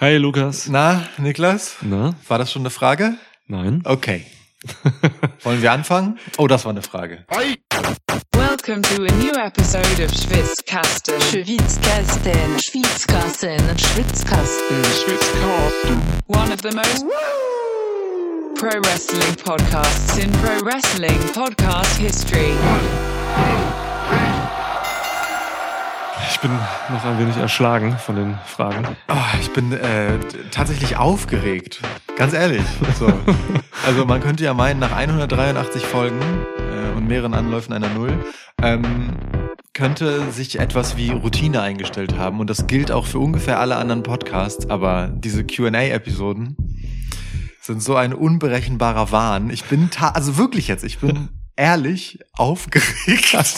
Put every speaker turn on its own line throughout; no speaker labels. Hi Lukas.
Na, Niklas?
Na?
War das schon eine Frage?
Nein.
Okay. Wollen wir anfangen? Oh, das war eine Frage.
Welcome to a new episode of Schwitzkasten. Schwitzkasten. Schwitzkasten. Schwitzkasten. Schwitzkasten. One of the most pro wrestling podcasts in pro wrestling podcast history.
Ich bin noch ein wenig erschlagen von den Fragen.
Ah, ich bin äh, t- tatsächlich aufgeregt. Ganz ehrlich. So. Also man könnte ja meinen, nach 183 Folgen äh, und mehreren Anläufen einer Null ähm, könnte sich etwas wie Routine eingestellt haben. Und das gilt auch für ungefähr alle anderen Podcasts. Aber diese Q&A-Episoden sind so ein unberechenbarer Wahn. Ich bin, ta also wirklich jetzt, ich bin ehrlich aufgeregt.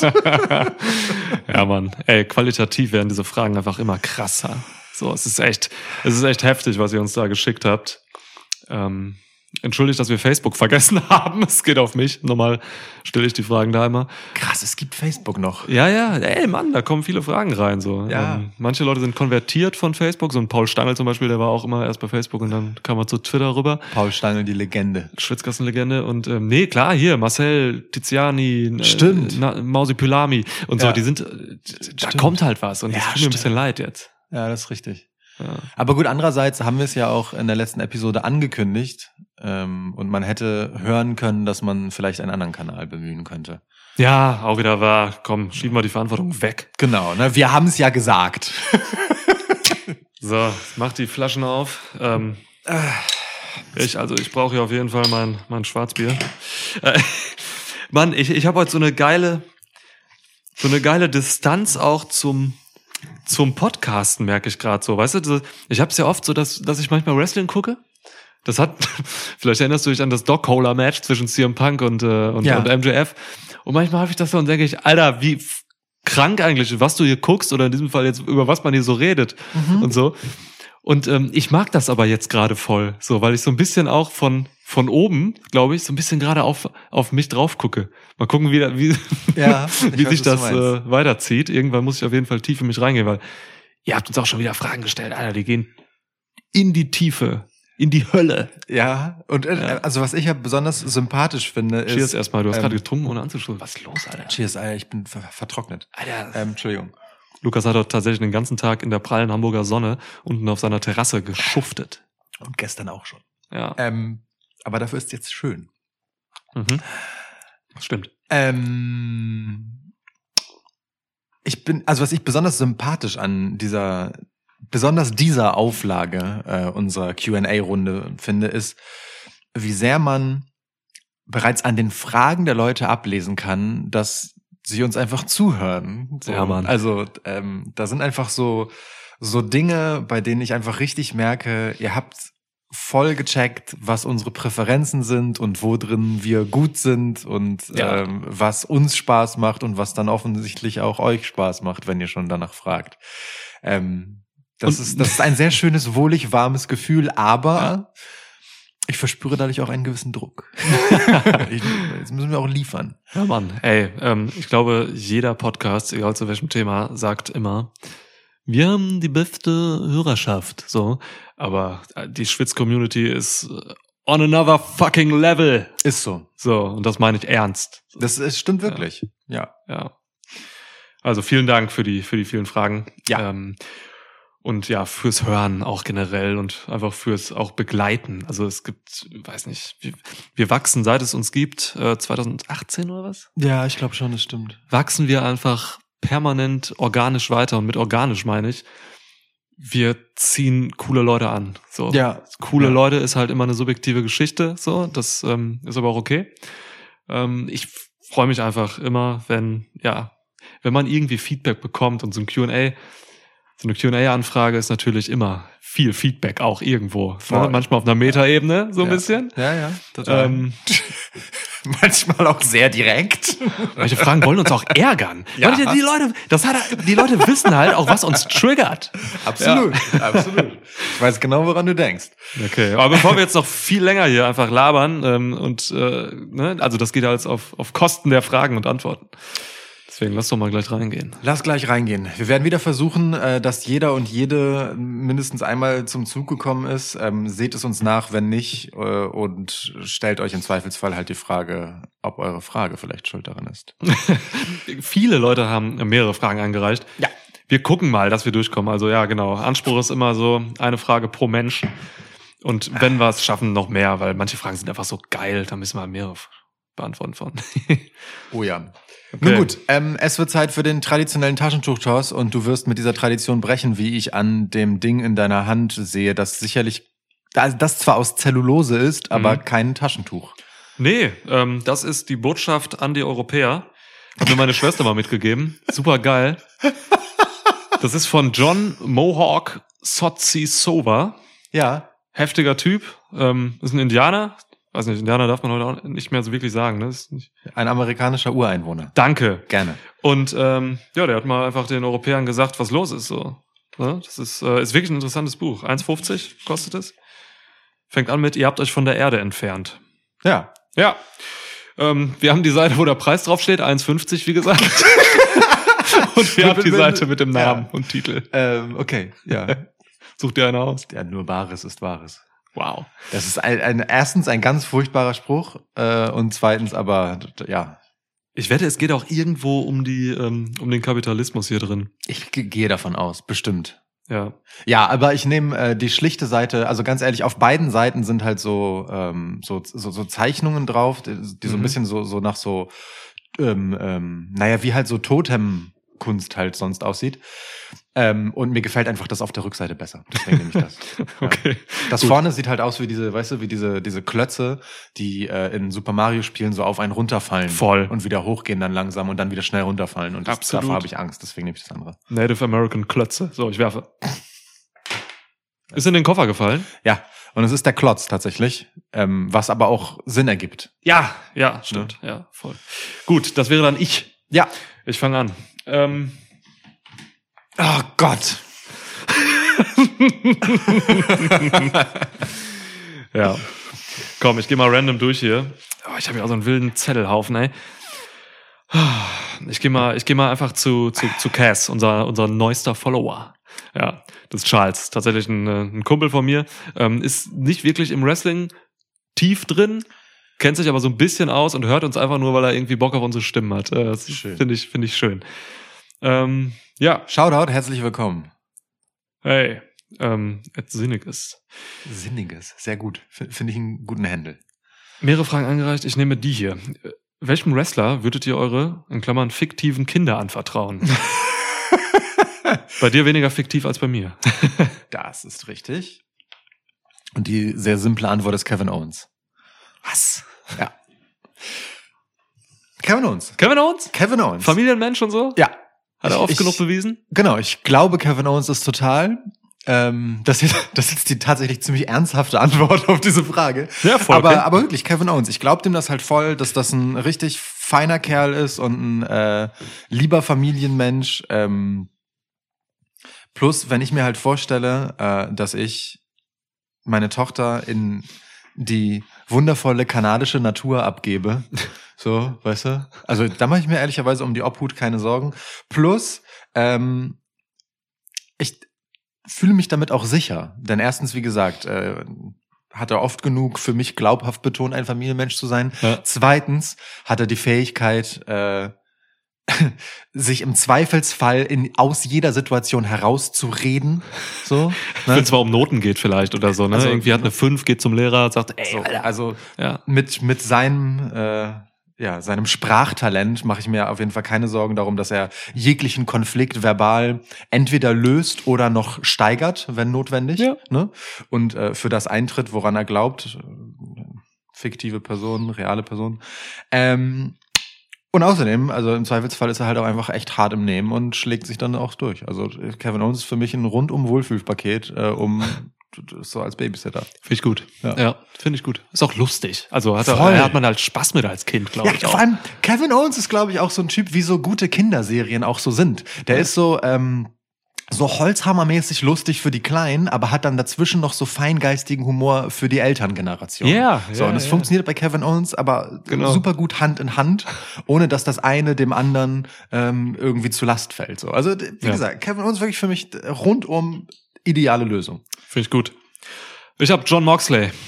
Ja, Mann. Ey, qualitativ werden diese Fragen einfach immer krasser. So, es ist echt, es ist echt heftig, was ihr uns da geschickt habt. Ähm, entschuldigt, dass wir Facebook vergessen haben. Es geht auf mich. Normal stelle ich die Fragen da immer.
Krass, es gibt Facebook noch.
Ja, ja, ey, Mann, da kommen viele Fragen rein. So. Ähm,
Ja.
manche Leute sind konvertiert von Facebook. So ein Paul Stangl zum Beispiel, der war auch immer erst bei Facebook und dann kam er zu Twitter rüber.
Paul Stangl, die Legende.
Schwitzkassenlegende und ähm, nee, klar, hier, Marcel, Tiziani, äh,
Stimmt.
Na, Mausi Pylami und so,
Ja.
die sind, äh, da
Stimmt.
kommt halt was und
Ja,
das tut mir ein
stimmt.
bisschen leid jetzt.
Ja, das ist richtig.
Ja.
Aber gut, andererseits haben wir es ja auch in der letzten Episode angekündigt ähm, und man hätte hören können, dass man vielleicht einen anderen Kanal bemühen könnte.
ja, auch wieder wahr. Komm, schieben wir die Verantwortung weg.
Genau, ne? wir haben es ja gesagt.
So, mach die Flaschen auf. Ähm,
Äh.
ich, also ich brauche hier auf jeden Fall mein, mein Schwarzbier. Äh, Mann, ich, ich habe heute so eine geile, so eine geile Distanz auch zum, zum Podcasten, merke ich gerade so. Weißt du, so- ich habe es ja oft so, dass, dass ich manchmal Wrestling gucke. Das hat, vielleicht erinnerst du dich an das Dog-Holer-Match zwischen CM Punk und, äh, und,
Ja.
und MJF. Und manchmal habe ich das so und denke ich, Alter, wie f- krank eigentlich, was du hier guckst oder in diesem Fall jetzt, über was man hier so redet und so. Und ähm, ich mag das aber jetzt gerade voll, so, weil ich so ein bisschen auch von, von oben, glaube ich, so ein bisschen gerade auf, auf mich drauf gucke. Mal gucken, wie, da- wie,
Ja, ich
wie
weiß,
sich
was du
das
meinst.
äh, weiterzieht. Irgendwann muss ich auf jeden Fall tief in mich reingehen, weil ihr habt uns auch schon wieder Fragen gestellt, Alter, die gehen in die Tiefe, in die Hölle.
Ja, und äh,
Ja.
also was ich ja besonders sympathisch finde ist...
Cheers erstmal, du hast
ähm,
gerade getrunken, ohne anzuschlucken. Was ist los, Alter?
Cheers, Alter, ich bin ver vertrocknet.
Alter.
Ähm, Entschuldigung.
Lukas hat dort tatsächlich den ganzen Tag in der prallen Hamburger Sonne unten auf seiner Terrasse geschuftet.
Und gestern auch schon.
Ja,
Ähm, aber dafür ist jetzt schön.
mhm. stimmt.
Ähm, ich bin, also was ich besonders sympathisch an dieser, besonders dieser Auflage äh, unserer QA-Runde finde, ist, wie sehr man bereits an den Fragen der Leute ablesen kann, dass sie uns einfach zuhören. So.
Ja, Mann.
Also ähm, da sind einfach so, so Dinge, bei denen ich einfach richtig merke, ihr habt voll gecheckt, was unsere Präferenzen sind und wo drin wir gut sind und
Ja.
ähm, was uns Spaß macht und was dann offensichtlich auch euch Spaß macht, wenn ihr schon danach fragt. Ähm, das,
Und-
ist, das ist ein sehr schönes, wohlig warmes Gefühl, aber ich verspüre dadurch auch einen gewissen Druck. ich, jetzt müssen wir auch liefern.
Ja, Mann. Ey, ähm, ich glaube, jeder Podcast, egal zu welchem Thema, sagt immer, wir haben die beste Hörerschaft. So, aber äh, die Schwitz-Community ist äh, on another fucking level.
Ist so.
So, und das meine ich ernst.
Das ist, stimmt wirklich. Ja.
Ja. Also vielen Dank für die, für die vielen Fragen.
Ja.
Ähm, und ja, fürs Hören auch generell und einfach fürs auch Begleiten. Also es gibt, weiß nicht, wir, wir wachsen, seit es uns gibt, äh, 2018 oder was?
Ja, ich glaube schon, das stimmt.
wachsen wir einfach permanent organisch weiter. Und mit organisch meine ich, wir ziehen coole Leute an. So.
Ja.
Coole
Ja.
Leute ist halt immer eine subjektive Geschichte. So, das ähm, ist aber auch okay. Ähm, ich freue mich einfach immer, wenn, ja, wenn man irgendwie Feedback bekommt und so ein Q&A, so eine Q&A-Anfrage ist natürlich immer viel Feedback auch irgendwo. Ne?
Voll.
Manchmal auf einer Metaebene so ein
ja.
bisschen.
Ja, ja, total.
Ähm,
Manchmal auch sehr direkt.
Manche Fragen wollen uns auch ärgern.
Ja.
Manche, die Leute, das hat, die Leute wissen halt auch, was uns triggert.
Absolut, absolut. Ich weiß genau, woran du denkst.
Okay, aber bevor wir jetzt noch viel länger hier einfach labern ähm, und äh, ne, also das geht ja alles auf, auf Kosten der Fragen und Antworten. Deswegen lass doch mal gleich reingehen.
Lass gleich reingehen. Wir werden wieder versuchen, äh, dass jeder und jede mindestens einmal zum Zug gekommen ist. Ähm, Seht es uns nach, wenn nicht, äh, und stellt euch im Zweifelsfall halt die Frage, ob eure Frage vielleicht schuld daran ist.
Viele Leute haben mehrere Fragen angereicht.
Ja.
Wir gucken mal, dass wir durchkommen. Also ja, genau. Anspruch ist immer so eine Frage pro Mensch. Und wenn wir es schaffen, noch mehr, weil manche Fragen sind einfach so geil, da müssen wir mehrere beantworten von.
Oh ja. Nun gut, ähm, es wird Zeit für den traditionellen Taschentuchtoss und du wirst mit dieser Tradition brechen, wie ich an dem Ding in deiner Hand sehe, das sicherlich, das das zwar aus Zellulose ist, aber kein Taschentuch.
Nee, ähm, das ist die Botschaft an die Europäer. Hat mir meine Schwester mal mitgegeben. Super geil. Das ist von John Mohawk Sotsisova.
Ja,
Heftiger Typ. Ähm, ist ein Indianer. Weiß nicht, Indianer darf man heute auch nicht mehr so wirklich sagen. Ne? Ist nicht...
ein amerikanischer Ureinwohner.
Danke.
Gerne.
Und ähm, ja, der hat mal einfach den Europäern gesagt, was los ist. So. Ne? Das ist, äh, ist wirklich ein interessantes Buch. 1,50 kostet es. Fängt an mit, ihr habt euch von der Erde entfernt.
Ja.
Ja. Ähm, wir haben die Seite, wo der Preis draufsteht, 1,50, wie gesagt. und wir haben die Seite mit dem Namen und Titel.
Ähm, okay, ja.
Such dir eine aus.
ja. Nur Wahres ist Wahres.
Wow.
Das ist ein, ein erstens ein ganz furchtbarer Spruch äh, und zweitens aber, d- ja,
Ich wette, es geht auch irgendwo um die, ähm, um den Kapitalismus hier drin.
ich ge- gehe davon aus, bestimmt.
Ja.
Ja, aber ich nehme äh, die schlichte Seite, also ganz ehrlich, auf beiden Seiten sind halt so, ähm, so, so, so Zeichnungen drauf, die, die so ein
Mhm.
bisschen so, so nach so, ähm, ähm, naja, wie halt so Totemkunst halt sonst aussieht. Ähm, und mir gefällt einfach das auf der Rückseite besser. Deswegen nehme ich das.
Okay.
Das
Gut.
vorne sieht halt aus wie diese, weißt du, wie diese, diese Klötze, die äh, in Super Mario Spielen so auf einen runterfallen.
Voll.
Und wieder hochgehen dann langsam und dann wieder schnell runterfallen. Und das,
Absolut.
davor habe ich Angst, deswegen nehme ich das andere.
Native American Klötze. So, ich werfe. Ist in den Koffer gefallen?
Ja, und es ist der Klotz tatsächlich, ähm, was aber auch Sinn ergibt.
Ja, ja, stimmt. Ja, voll. Gut, das wäre dann ich.
Ja.
Ich fange an. Ähm,
Oh Gott.
ja. Komm, ich gehe mal random durch hier. Oh, ich habe ja auch so einen wilden Zettelhaufen, ey. Ich gehe mal, ich geh mal einfach zu, zu, zu Cass, unser, unser neuester Follower. Ja, das ist Charles, tatsächlich ein, äh, ein Kumpel von mir. Ähm, ist nicht wirklich im Wrestling tief drin, kennt sich aber so ein bisschen aus und hört uns einfach nur, weil er irgendwie Bock auf unsere Stimmen hat. Äh, das
Schön.
finde ich, finde ich schön. Ähm, ja,
Shoutout, herzlich willkommen.
hey, ähm, jetzt sinnig ist.
Sinniges, sehr gut. F- Finde ich einen guten Händel.
Mehrere Fragen angereicht, ich nehme die hier. Äh, Welchem Wrestler würdet ihr eure, in Klammern, fiktiven Kinder anvertrauen? bei dir weniger fiktiv als bei mir.
Das ist richtig. Und die sehr simple Antwort ist Kevin Owens.
Was?
Ja. Kevin Owens.
Kevin Owens?
Kevin Owens.
Familienmensch und so?
Ja.
Hat er
Ich-
oft
ich-
genug bewiesen?
Genau, ich glaube, Kevin Owens ist total. Ähm, das, ist, das ist die tatsächlich ziemlich ernsthafte Antwort auf diese Frage.
Ja, voll,
aber,
okay.
aber wirklich, Kevin Owens, ich glaube dem das halt voll, dass das ein richtig feiner Kerl ist und ein äh, lieber Familienmensch. Ähm, plus, wenn ich mir halt vorstelle, äh, dass ich meine Tochter in die wundervolle kanadische Natur abgebe. So, weißt du? Also da mache ich mir ehrlicherweise um die Obhut keine Sorgen. Plus, ähm, ich fühle mich damit auch sicher. Denn erstens, wie gesagt, äh, hat er oft genug für mich glaubhaft betont, ein Familienmensch zu sein.
Ja.
Zweitens hat er die Fähigkeit, äh, sich im Zweifelsfall in, aus jeder Situation herauszureden. So, ne?
Wenn es mal um Noten geht vielleicht oder so, ne?
Also-
Irgendwie hat eine 5, geht zum Lehrer, sagt, ey,
so,
Alter.
also
Ja.
mit, mit seinem, äh, ja, seinem Sprachtalent mache ich mir auf jeden Fall keine Sorgen darum, dass er jeglichen Konflikt verbal entweder löst oder noch steigert, wenn notwendig.
Ja.
Ne? Und äh, für das eintritt, woran er glaubt, äh, fiktive Person, reale Person. Ähm, und außerdem, also im Zweifelsfall ist er halt auch einfach echt hart im Nehmen und schlägt sich dann auch durch. Also äh, Kevin Owens ist für mich ein rundum Wohlfühlpaket, äh, um so als Babysitter.
Finde ich gut.
Ja.
Ja, finde ich gut. Ist auch lustig. Also hat, er,
Voll.
hat man halt Spaß mit als Kind, glaube
Ja,
ich
vor
auch.
allem Kevin Owens ist, glaube ich, auch so ein Typ, wie so gute Kinderserien auch so sind. Der ist so, ähm, so holzhammermäßig lustig für die Kleinen, aber hat dann dazwischen noch so feingeistigen Humor für die Elterngeneration.
Ja,
So,
ja,
und das
ja.
funktioniert bei Kevin Owens, aber
Genau.
super gut Hand in Hand, ohne dass das eine dem anderen ähm, irgendwie zu Last fällt. So. Also, d- wie
Ja.
gesagt, Kevin Owens wirklich für mich äh, rundum ideale Lösung.
Finde ich gut. Ich habe John Moxley.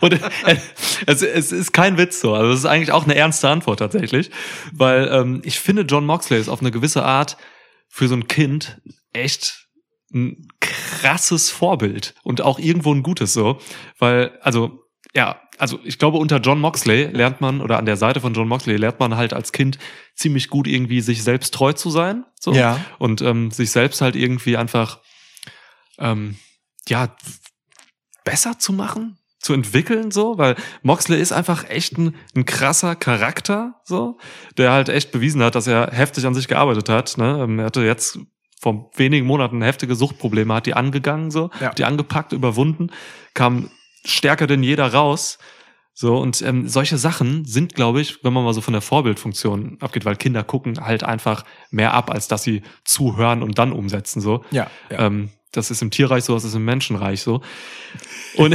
Und äh, es, es ist kein Witz so. Also es ist eigentlich auch eine ernste Antwort tatsächlich. Weil ähm, ich finde, John Moxley ist auf eine gewisse Art für so ein Kind echt ein krasses Vorbild und auch irgendwo ein gutes so. Weil, also, ja, also ich glaube, unter John Moxley lernt man, oder an der Seite von John Moxley lernt man halt als Kind ziemlich gut irgendwie sich selbst treu zu sein. So
Ja.
und ähm, sich selbst halt irgendwie einfach ähm, ja besser zu machen, zu entwickeln so, weil Moxley ist einfach echt ein, ein krasser Charakter so, der halt echt bewiesen hat, dass er heftig an sich gearbeitet hat. Ne? Ähm, Er hatte jetzt vor wenigen Monaten heftige Suchtprobleme, hat die angegangen so,
Ja.
hat die angepackt, überwunden, kam stärker denn jeder raus. So, und ähm, solche Sachen sind, glaube ich, wenn man mal so von der Vorbildfunktion abgeht, weil Kinder gucken halt einfach mehr ab, als dass sie zuhören und dann umsetzen. So.
Ja.
Ähm, das ist im Tierreich so, das ist im Menschenreich so. Und,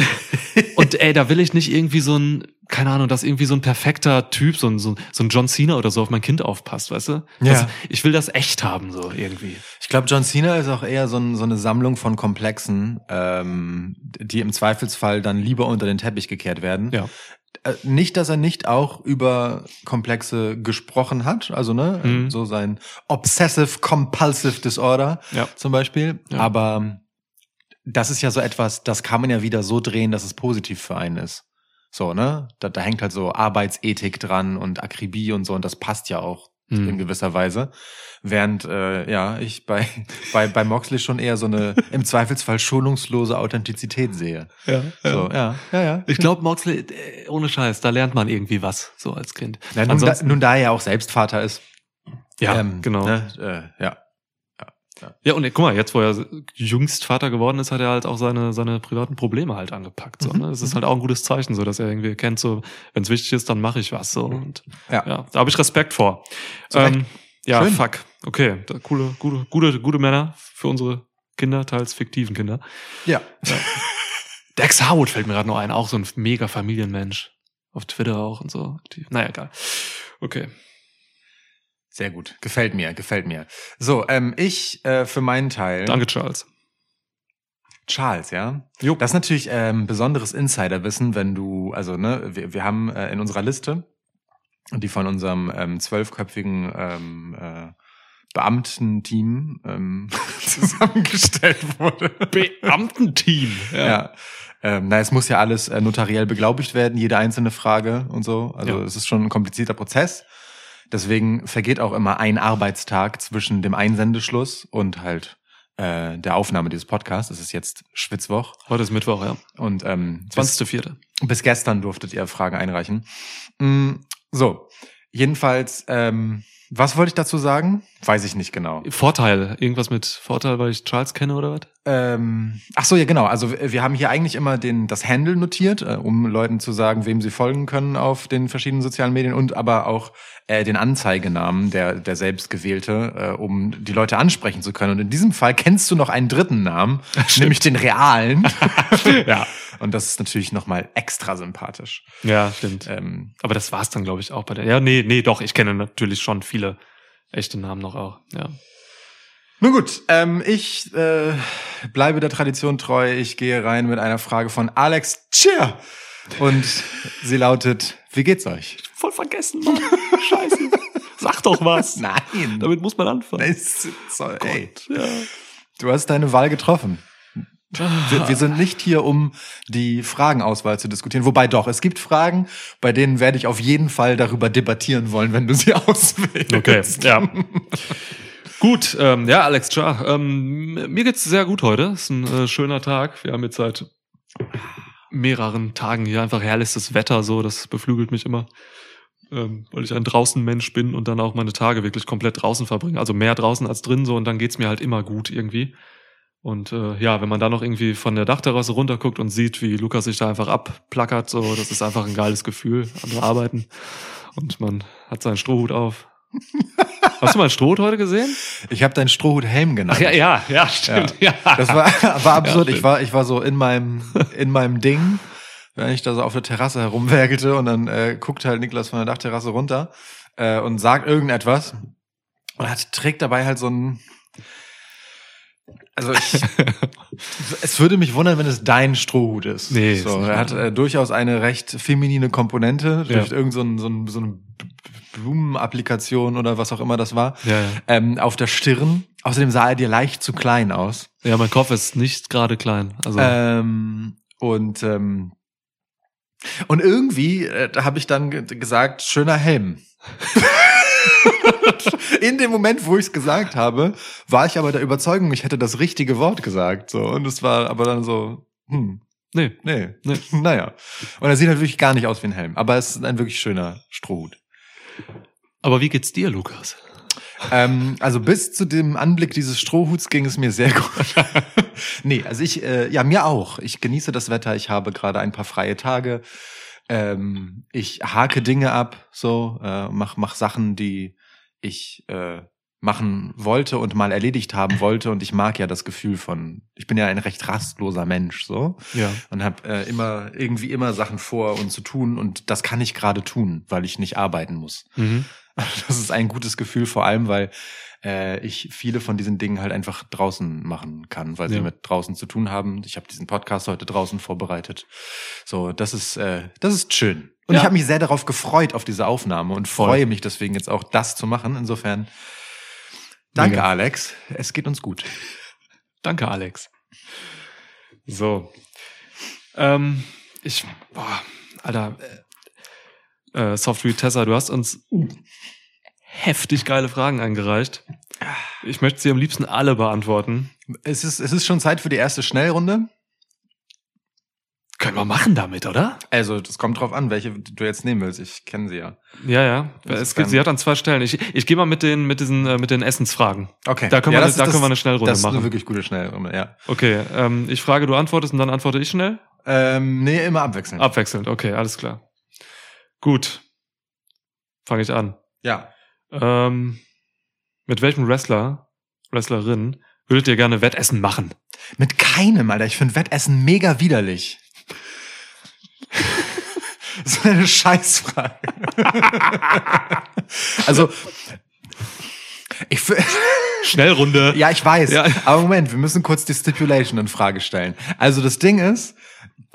und ey, da will ich nicht irgendwie so ein, keine Ahnung, dass irgendwie so ein perfekter Typ, so ein, so, ein- so ein John Cena oder so auf mein Kind aufpasst, weißt du? Das,
Ja.
ich will das echt haben, so irgendwie.
Ich glaube, John Cena ist auch eher so, ein, so eine Sammlung von Komplexen, ähm, die im Zweifelsfall dann lieber unter den Teppich gekehrt werden.
Ja.
Äh, Nicht, dass er nicht auch über Komplexe gesprochen hat, also ne,
Mhm.
so sein Obsessive Compulsive Disorder
Ja.
zum Beispiel.
Ja.
Aber ähm, das ist ja so etwas, das kann man ja wieder so drehen, dass es positiv für einen ist. So, ne? Da, da hängt halt so Arbeitsethik dran und Akribie und so und das passt ja auch
Mhm.
in gewisser Weise. Während, äh, ja, ich bei, bei, bei Moxley schon eher so eine im Zweifelsfall schonungslose Authentizität sehe.
Ja,
So, ja, ja, ja.
Ich glaube, Moxley, äh, ohne Scheiß, da lernt man irgendwie was, so als Kind.
Na, nun, da, nun, da er ja auch selbst Vater ist.
ja,
ähm,
genau.
Ne, äh, ja.
Ja, und guck mal, jetzt, wo er jüngst Vater geworden ist, hat er halt auch seine, seine privaten Probleme halt angepackt. So,
Mhm.
ne? Das ist halt auch ein gutes Zeichen, so dass er irgendwie erkennt, so, wenn es wichtig ist, dann mache ich was. So. Und,
Ja.
ja, da habe ich Respekt vor.
Zu Recht.
Ähm, ja,
Schön.
fuck. Okay, da, coole, gute, gute, gute Männer für unsere Kinder, teils fiktiven Kinder.
Ja.
Dex Howard fällt mir gerade noch ein, auch so ein mega Familienmensch. Auf Twitter auch und so. Die, naja, egal. Okay.
Sehr gut. Gefällt mir, gefällt mir. So, ähm, ich äh, für meinen Teil.
Danke, Charles.
Charles, ja.
Jo.
Das ist natürlich ähm, besonderes Insiderwissen, wenn du, also ne, wir, wir haben äh, in unserer Liste, die von unserem ähm, zwölfköpfigen ähm, äh, Beamtenteam ähm, zusammengestellt wurde.
Beamtenteam.
Ja. Ähm, na, es muss ja alles äh, notariell beglaubigt werden, jede einzelne Frage und so. Also
Ja.
es ist schon ein komplizierter Prozess. Deswegen vergeht auch immer ein Arbeitstag zwischen dem Einsendeschluss und halt äh, der Aufnahme dieses Podcasts. Es ist jetzt Schwitzwoch.
Heute ist Mittwoch, ja.
Und ähm, bis,
20.04.
bis gestern durftet ihr Fragen einreichen. Mm, so, jedenfalls, ähm, was wollte ich dazu sagen? Weiß ich nicht genau.
Vorteil. Irgendwas mit Vorteil, weil ich Charles kenne oder was?
Ähm, ach so, ja genau. Also w- wir haben hier eigentlich immer den, das Handle notiert, äh, um Leuten zu sagen, wem sie folgen können auf den verschiedenen sozialen Medien und aber auch äh, den Anzeigenamen, der, der selbstgewählte, äh, um die Leute ansprechen zu können. Und in diesem Fall kennst du noch einen dritten Namen, nämlich den realen.
ja.
Und das ist natürlich nochmal extra sympathisch.
Ja, stimmt.
Ähm,
Äh, Aber das war's dann, glaube ich, auch bei der. Ja, nee, nee, doch, ich kenne natürlich schon viele echte Namen noch auch. Ja.
Nun gut, ähm, ich äh, bleibe der Tradition treu. Ich gehe rein mit einer Frage von Alex Cheer. Und sie lautet, wie geht's euch?
Voll vergessen, Mann. Scheiße. Sag doch was.
Nein.
Damit muss man anfangen.
Das ist so, ey,
Ja.
du hast deine Wahl getroffen. Wir, wir sind nicht hier, um die Fragenauswahl zu diskutieren. Wobei doch, es gibt Fragen, bei denen werde ich auf jeden Fall darüber debattieren wollen, wenn du sie auswählst.
Okay, ja. gut, ähm, ja, Alex Char. Ähm, mir geht's sehr gut heute. Ist ein äh, schöner Tag. Wir haben jetzt seit mehreren Tagen hier einfach herrlichstes Wetter, so, das beflügelt mich immer. Ähm, weil ich ein draußen Mensch bin und dann auch meine Tage wirklich komplett draußen verbringe. Also mehr draußen als drin, so, und dann geht's mir halt immer gut irgendwie. Und äh, ja, wenn man da noch irgendwie von der Dachterrasse runterguckt und sieht, wie Lukas sich da einfach abplackert, so, das ist einfach ein geiles Gefühl am Arbeiten. Und man hat seinen Strohhut auf. Hast du mal Strohhut heute gesehen?
Ich habe deinen Strohhut-Helm genannt.
Ja, ja, ja, stimmt. Ja.
Das war, war absurd.
stimmt.
ich, war, ich war so in meinem, in meinem Ding, wenn ich da so auf der Terrasse herumwerkelte und dann äh, guckt halt Niklas von der Dachterrasse runter äh, und sagt irgendetwas und hat, trägt dabei halt so ein. Also ich, es würde mich wundern, wenn es dein Strohhut ist.
Nee, ist
so,
nicht
er hat äh, durchaus eine recht feminine Komponente durch
Ja.
irgendeinen so ein- so, ein- so eine Blumenapplikation oder was auch immer das war
Ja, ja.
ähm, auf der Stirn. Außerdem sah er dir leicht zu klein aus.
ja, mein Kopf ist nicht gerade klein. Also,
Ähm, und ähm, und irgendwie äh, da habe ich dann ge- gesagt, schöner Helm. In dem Moment, wo ich es gesagt habe, war ich aber der Überzeugung, ich hätte das richtige Wort gesagt. So. Und es war aber dann so, hm,
nee.
nee,
Nee.
naja. Und er sieht halt wirklich gar nicht aus wie ein Helm. Aber es ist ein wirklich schöner Strohhut.
Aber wie geht's dir, Lukas?
Ähm, also bis zu dem Anblick dieses Strohhuts ging es mir sehr gut. nee, also ich, äh, ja, mir auch. Ich genieße das Wetter, ich habe gerade ein paar freie Tage. Ähm, ich hake Dinge ab, so, äh, mach, mach Sachen, die ich äh, machen wollte und mal erledigt haben wollte. Und ich mag ja das Gefühl von, ich bin ja ein recht rastloser Mensch, so
Ja.
und habe äh, immer irgendwie immer Sachen vor und zu tun und das kann ich gerade tun, weil ich nicht arbeiten muss.
Mhm.
Das ist ein gutes Gefühl, vor allem, weil äh, ich viele von diesen Dingen halt einfach draußen machen kann, weil sie
Ja.
mit draußen zu tun haben. Ich habe diesen Podcast heute draußen vorbereitet. So, das ist, äh, das ist schön. Und
Ja.
ich habe mich sehr darauf gefreut, auf diese Aufnahme und
Voll.
freue mich deswegen jetzt auch, das zu machen. Insofern, danke,
Mega.
Alex. Es geht uns gut.
Danke, Alex. So. Ähm, ich, boah, Alter, äh, äh, Software Tessa, du hast uns heftig geile Fragen eingereicht. Ich möchte sie am liebsten alle beantworten.
Es ist, es ist schon Zeit für die erste Schnellrunde.
Können wir machen damit, oder?
Also, das kommt drauf an, welche du jetzt nehmen willst. Ich kenne sie ja.
Ja, ja.
Das
Es
ist
gibt,
dann-
sie hat an zwei Stellen. Ich, ich gehe mal mit den, mit diesen, äh, mit den Essensfragen.
Okay.
Da können
ja,
wir
das
eine- da
ist das-
können wir eine Schnellrunde
Das ist eine
machen.
wirklich gute Schnellrunde, ja.
Okay, ähm, ich frage, du antwortest und dann antworte ich schnell.
Ähm, nee, immer abwechselnd.
Abwechselnd, okay, alles klar. Gut. Fange ich an.
Ja.
Ähm, mit welchem Wrestler, Wrestlerin, würdet ihr gerne Wettessen machen?
Mit keinem, Alter. Ich finde Wettessen mega widerlich. so eine Scheißfrage. also, ich, fi-
Schnellrunde.
ja, ich weiß.
Ja.
Aber Moment, wir müssen kurz die Stipulation in Frage stellen. Also, das Ding ist,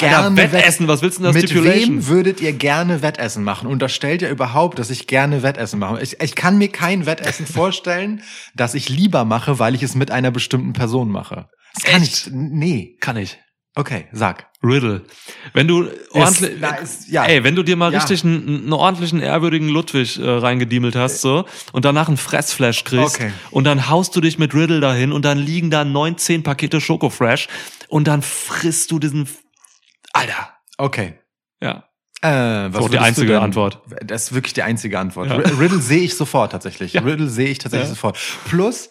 Alter,
gerne
Wettessen, was willst du denn da
Mit
Stipulation?
wem würdet ihr gerne Wettessen machen? Unterstellt ihr überhaupt, dass ich gerne Wettessen mache? Ich, ich kann mir kein Wettessen vorstellen, das ich lieber mache, weil ich es mit einer bestimmten Person mache. Das kann
Echt?
ich. Nee.
Kann ich.
Okay, sag.
Riddle. Wenn du ordentlich,
na, ist- ja.
ey, wenn du dir mal
Ja.
richtig einen, einen ordentlichen, ehrwürdigen Ludwig äh, reingediemelt hast, so, und danach einen Fressflash kriegst,
Okay.
und dann haust du dich mit Riddle dahin, und dann liegen da 19 Pakete Schokofresh, und dann frisst du diesen, Alter.
Okay.
Ja.
Äh,
So, die
was würdest du
einzige
denn-
Antwort.
Das ist wirklich die einzige Antwort.
Ja.
R- Riddle sehe ich sofort tatsächlich.
Ja.
Riddle sehe ich tatsächlich
Ja.
sofort. Plus,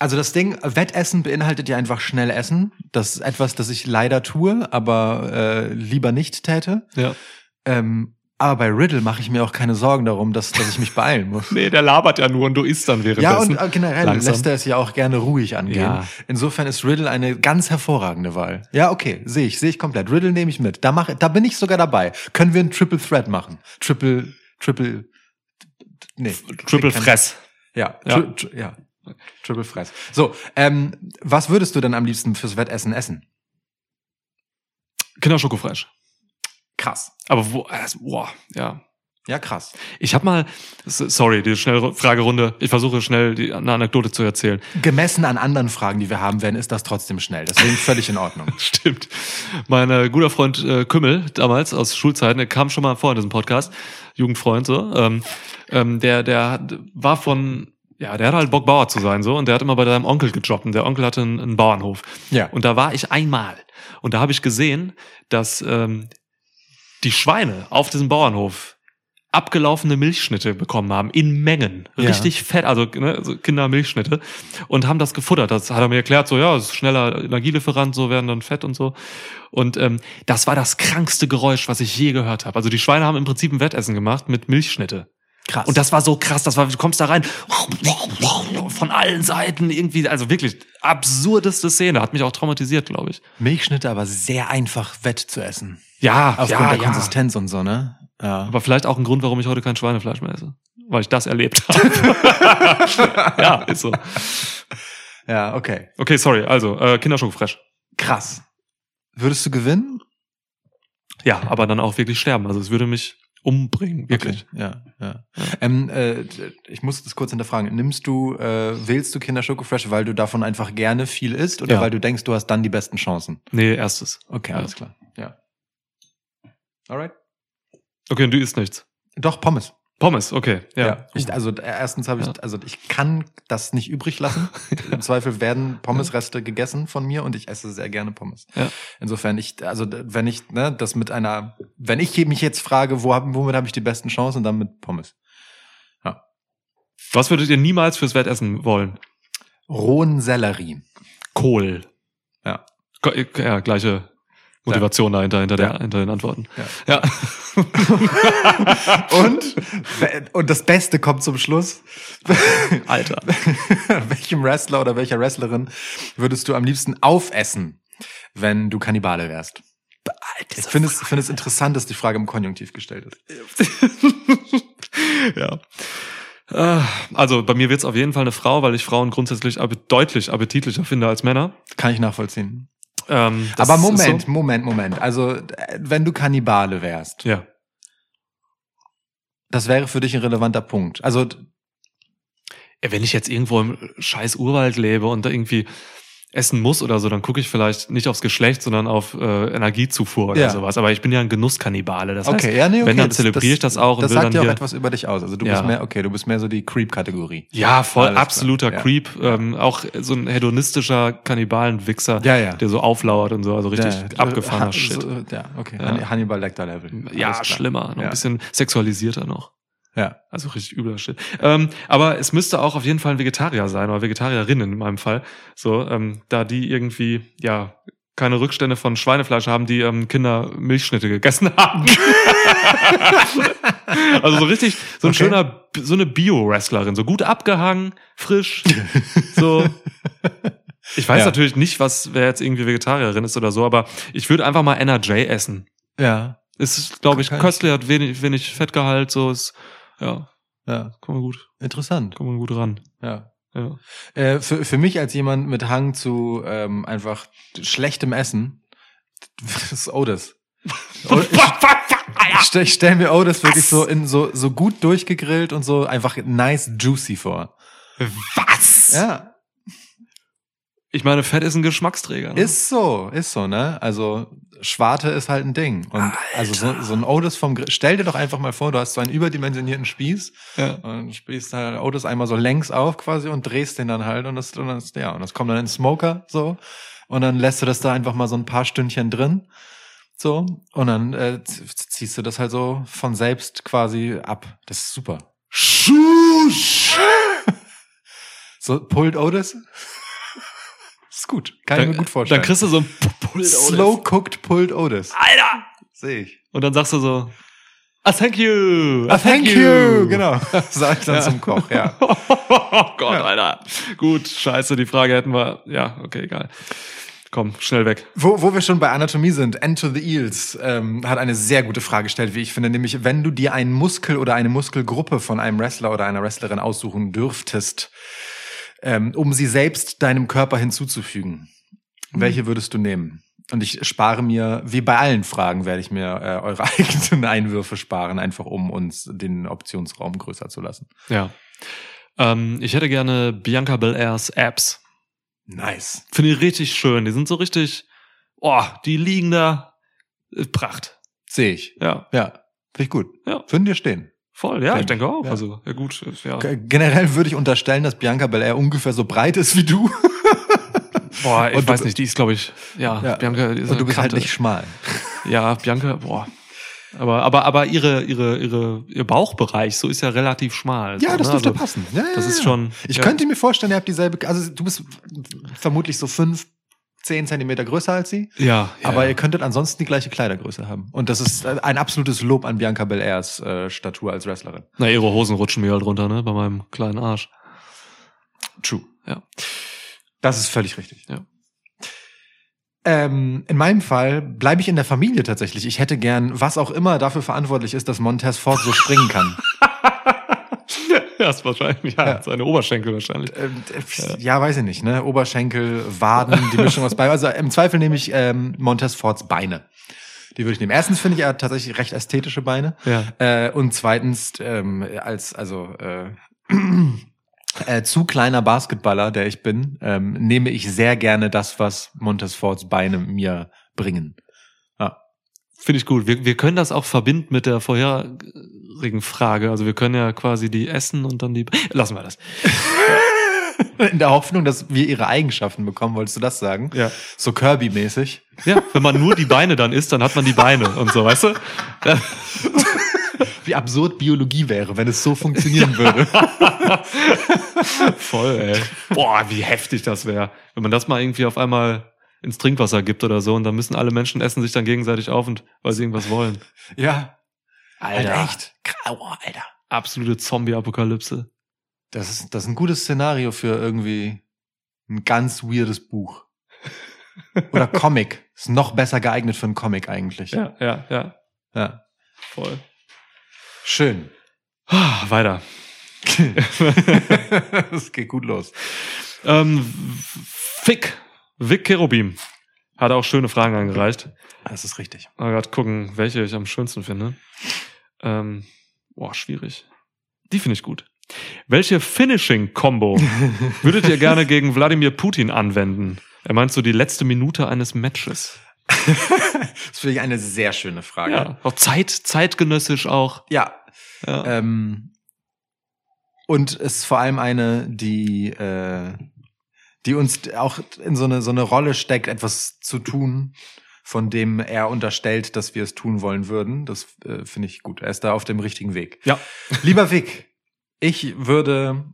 also das Ding, Wettessen beinhaltet ja einfach schnell Essen. Das ist etwas, das ich leider tue, aber äh, lieber nicht täte.
Ja.
Ähm, aber bei Riddle mache ich mir auch keine Sorgen darum, dass, dass ich mich beeilen muss.
Nee, der labert ja nur, und du isst dann
ja,
währenddessen.
und äh, generell
Langsam.
lässt er es ja auch gerne ruhig angehen.
Ja.
Insofern ist Riddle eine ganz hervorragende Wahl. Ja, okay, sehe ich, sehe ich komplett. Riddle nehme ich mit. Da, mache, da bin ich sogar dabei. Können wir einen Triple Threat machen? Triple, Triple, nee.
Triple
Kein-
Fress.
Ja,
Ja.
Tri tri ja. Triple Fress. So, ähm, was würdest du denn am liebsten fürs Wettessen essen?
Kinderschokofresh.
Krass.
Aber wo, also, boah, ja.
Ja, krass.
Ich habe mal, s- sorry, die schnelle Fragerunde. Ich versuche schnell die, eine Anekdote zu erzählen.
Gemessen an anderen Fragen, die wir haben werden, ist das trotzdem schnell. Deswegen völlig in Ordnung.
Stimmt. Mein äh, guter Freund äh, Kümmel damals aus Schulzeiten, der kam schon mal vor in diesem Podcast, Jugendfreund so. Ähm, ähm, der, der hat- war von, ja, der hat halt Bock Bauer zu sein so und der hat immer bei seinem Onkel gejobbt und der Onkel hatte einen, einen Bauernhof.
Ja.
Und da war ich einmal und da habe ich gesehen, dass ähm, die Schweine auf diesem Bauernhof abgelaufene Milchschnitte bekommen haben, in Mengen.
Ja.
Richtig fett, also, ne, also Kindermilchschnitte. Und haben das gefuttert. Das hat er mir erklärt, so ja, es ist schneller Energielieferant, so werden dann fett und so. Und ähm, das war das krankste Geräusch, was ich je gehört habe. Also die Schweine haben im Prinzip ein Wettessen gemacht mit Milchschnitte. Krass. Und das war so krass, das war, du kommst da rein, von allen Seiten irgendwie, also wirklich absurdeste Szene, hat mich auch traumatisiert, glaube ich.
Milchschnitte aber sehr einfach wett zu essen.
Ja,
Aufgrund
ja,
der
ja.
Konsistenz und so, ne? Ja.
Aber vielleicht auch ein Grund, warum ich heute kein Schweinefleisch mehr esse. Weil ich das erlebt habe. ja, ist so.
Ja, okay.
Okay, sorry, also, äh, Kinderschoko fresh.
Krass. Würdest du gewinnen?
Ja, aber dann auch wirklich sterben. Also es würde mich umbringen, wirklich.
Okay. Ja, ja. Ähm, äh, ich muss das kurz hinterfragen. Nimmst du, äh, wählst du Kinder Schoko Fresh, weil du davon einfach gerne viel isst oder
Ja.
weil du denkst, du hast dann die besten Chancen?
Nee, erstes.
Okay,
Ja.
alles klar. Ja. Alright.
Okay, und du isst nichts.
Doch, Pommes.
Pommes, okay. Ja.
Ich, also äh, erstens habe ich,
Ja.
also ich kann das nicht übrig lassen. Im Zweifel werden Pommesreste gegessen von mir und ich esse sehr gerne Pommes.
Ja.
Insofern, ich, also d- wenn ich ne, das mit einer, wenn ich mich jetzt frage, wo hab, womit habe ich die besten Chancen, dann mit Pommes.
Was würdet ihr niemals fürs Wettessen wollen?
Rohen Sellerie.
Kohl.
Ja.
Ko- Ja, gleiche Motivation dahinter, hinter, der, hinter den Antworten. Ja.
Und, we- und das Beste kommt zum Schluss.
Alter.
Welchem Wrestler oder welcher Wrestlerin würdest du am liebsten aufessen, wenn du Kannibale wärst? Ich finde es, finde es interessant, dass die Frage im Konjunktiv gestellt ist.
ja. Äh, Also bei mir wird es auf jeden Fall eine Frau, weil ich Frauen grundsätzlich appe- deutlich appetitlicher finde als Männer.
Kann ich nachvollziehen.
Ähm, das
Aber
ist
Moment, Moment, Moment. Also, äh, wenn du Kannibale wärst,
So. Ja.
das wäre für dich ein relevanter Punkt. Also, d-
Ey, Wenn ich jetzt irgendwo im scheiß Urwald lebe und da irgendwie essen muss oder so, dann gucke ich vielleicht nicht aufs Geschlecht, sondern auf äh, Energiezufuhr oder
Ja.
sowas. Aber ich bin ja ein Genusskannibale. Das heißt,
okay, ja, nee, okay.
wenn, dann zelebriere ich das auch und
Das
will
sagt
dann
ja auch
hier-
etwas über dich aus. Also, du
Ja.
bist mehr, okay, du bist mehr so die Creep-Kategorie.
Ja, voll
Alles klar,
absoluter
ja.
Creep. Ähm, auch so ein hedonistischer Kannibalenwichser,
Ja, ja.
der so auflauert und so, also richtig
Ja,
abgefahrener
ha-
Shit.
So, ja, okay.
Ja.
Han- Hannibal Lecter Level. Alles
ja,
klar.
schlimmer, noch
Ja.
ein bisschen sexualisierter noch.
Ja.
Also richtig übler Shit. Ähm, aber es müsste auch auf jeden Fall ein Vegetarier sein oder Vegetarierinnen in meinem Fall. So, ähm, da die irgendwie, ja, keine Rückstände von Schweinefleisch haben, die ähm, Kinder Milchschnitte gegessen haben. also so richtig, so ein
Okay.
schöner, so eine Bio-Wrestlerin, so gut abgehangen, frisch, so. Ich weiß
Ja.
natürlich nicht, was wer jetzt irgendwie Vegetarierin ist oder so, aber ich würde einfach mal NRJ essen.
Ja,
Ist, glaube ich,
Kann ich-
köstlich, hat wenig, wenig Fettgehalt, so ist, ja,
ja.
kommt man gut,
Interessant.
kommt man gut ran.
Ja.
Ja.
Äh, für, für mich als jemand mit Hang zu ähm, einfach schlechtem Essen, das ist Otis. Ich, stell- ich stelle mir Otis wirklich so in so, so gut durchgegrillt und so einfach nice juicy vor.
Was?
Ja,
Ich meine, Fett ist ein Geschmacksträger. ne?
ist so, ist so, ne? Also Schwarte ist halt ein Ding. Und also so, so ein Otis vom Grill. Stell dir doch einfach mal vor, du hast so einen überdimensionierten Spieß
Ja.
und spießt halt Otis einmal so längs auf quasi und drehst den dann halt und das, und das ja, und das kommt dann in den Smoker so und dann lässt du das da einfach mal so ein paar Stündchen drin. So, und dann äh, z- z- ziehst du das halt so von selbst quasi ab. Das ist super. Schusch! so, pulled Otis? ist gut. Kann ich mir gut vorstellen.
Dann kriegst du so ein Pulled
Slow cooked pulled Otis.
Alter!
Sehe ich.
Und dann sagst du so, ah, thank you!
Ah, thank you! Genau. Sag ich dann
Ja.
zum Koch, ja.
Oh Gott,
Ja.
Alter. Gut, scheiße, die Frage hätten wir, ja, okay, egal. Komm, schnell weg.
Wo, wo wir schon bei Anatomie sind, Enter the Eels ähm, hat eine sehr gute Frage gestellt, wie ich finde, nämlich wenn du dir einen Muskel oder eine Muskelgruppe von einem Wrestler oder einer Wrestlerin aussuchen dürftest, ähm, um sie selbst deinem Körper hinzuzufügen, welche würdest du nehmen? Und ich spare mir, wie bei allen Fragen, werde ich mir äh, eure eigenen Einwürfe sparen, einfach um uns den Optionsraum größer zu lassen.
Ja. Ähm, ich hätte gerne Bianca Belairs Apps.
Nice.
Finde ich richtig schön. Die sind so richtig, oh, die liegen da. äh, Pracht.
Sehe ich.
Ja,
Ja. Finde ich gut.
Ja.
Würden dir stehen.
voll. Ja, ich
Stimmt.
denke auch.
Ja.
Also, ja gut. ist Ja.
G- Generell würde ich unterstellen, dass Bianca Belair ungefähr so breit ist wie du.
Boah, ich
Und du
weiß
bi-
nicht, die ist, glaube ich, ja,
Ja.
Bianca ist
Und du
eine
bist halt
Kante.
nicht schmal.
Ja, Bianca, boah. Aber, aber, aber ihre, ihre, ihre, ihr Bauchbereich, so ist ja relativ schmal. so, ne? also,
passen. Ja, ja,
Das
ja.
ist schon.
Ich
ja.
könnte mir vorstellen, ihr habt dieselbe. Also du bist vermutlich so fünf, 10 Zentimeter größer als sie.
Ja, ja
aber ihr könntet ansonsten die gleiche Kleidergröße haben. Und das ist äh, ein absolutes Lob an Bianca Belairs äh, Statur als Wrestlerin.
Na, ihre Hosen rutschen mir halt runter, ne? Bei meinem kleinen Arsch.
True.
Ja.
Das ist völlig richtig.
Ja.
Ähm, in meinem Fall bleibe ich in der Familie tatsächlich. Ich hätte gern, was auch immer dafür verantwortlich ist, dass Montez Ford so springen kann.
Das wahrscheinlich, ja,
Ja.
seine Oberschenkel wahrscheinlich.
Ähm, d- pf, ja, weiß ich nicht, ne? Oberschenkel, Waden, die Mischung aus beiden. Also im Zweifel nehme ich ähm, Montez Fords Beine. Die würde ich nehmen. Erstens finde ich, er hat tatsächlich recht ästhetische Beine.
Ja.
Äh, und zweitens, ähm, als, also, äh, äh, zu kleiner Basketballer, der ich bin, ähm, nehme ich sehr gerne das, was Montez Fords Beine mir bringen.
Finde ich gut. Wir, wir können das auch verbinden mit der vorherigen Frage. Also wir können ja quasi die essen und dann die. Lassen wir das.
In der Hoffnung, dass wir ihre Eigenschaften bekommen, wolltest du das sagen?
Ja.
So Kirby-mäßig.
Ja, wenn man nur die Beine dann isst, dann hat man die Beine und so, weißt du?
Wie absurd Biologie wäre, wenn es so funktionieren würde.
Voll, ey. Boah, wie heftig das wäre. Wenn man das mal irgendwie auf einmal ins Trinkwasser gibt oder so und dann müssen alle Menschen essen sich dann gegenseitig auf und weil sie irgendwas wollen.
Ja.
Alter.
echt. Grauer, Alter.
Absolute Zombie-Apokalypse.
Das ist, das ist ein gutes Szenario für irgendwie ein ganz weirdes Buch. Oder Comic. Ist noch besser geeignet für einen Comic eigentlich.
Ja, ja, ja.
Ja.
Voll.
Schön.
Ah, Weiter.
Es geht gut los.
Ähm, Fick. Vic Kerubim. Hat auch schöne Fragen angereicht.
Das ist richtig.
Mal gerade gucken, welche ich am schönsten finde. Ähm, boah, schwierig. Die finde ich gut. Welche Finishing-Combo würdet ihr gerne gegen Wladimir Putin anwenden? Er meint so die letzte Minute eines Matches.
Das finde ich eine sehr schöne Frage.
Ja, auch Zeit, zeitgenössisch auch.
ja
Ja.
Ähm, und es ist vor allem eine, die, äh, die uns auch in so eine, so eine Rolle steckt, etwas zu tun, von dem er unterstellt, dass wir es tun wollen würden. Das äh, finde ich gut. Er ist da auf dem richtigen Weg.
Ja.
Lieber Vic, ich würde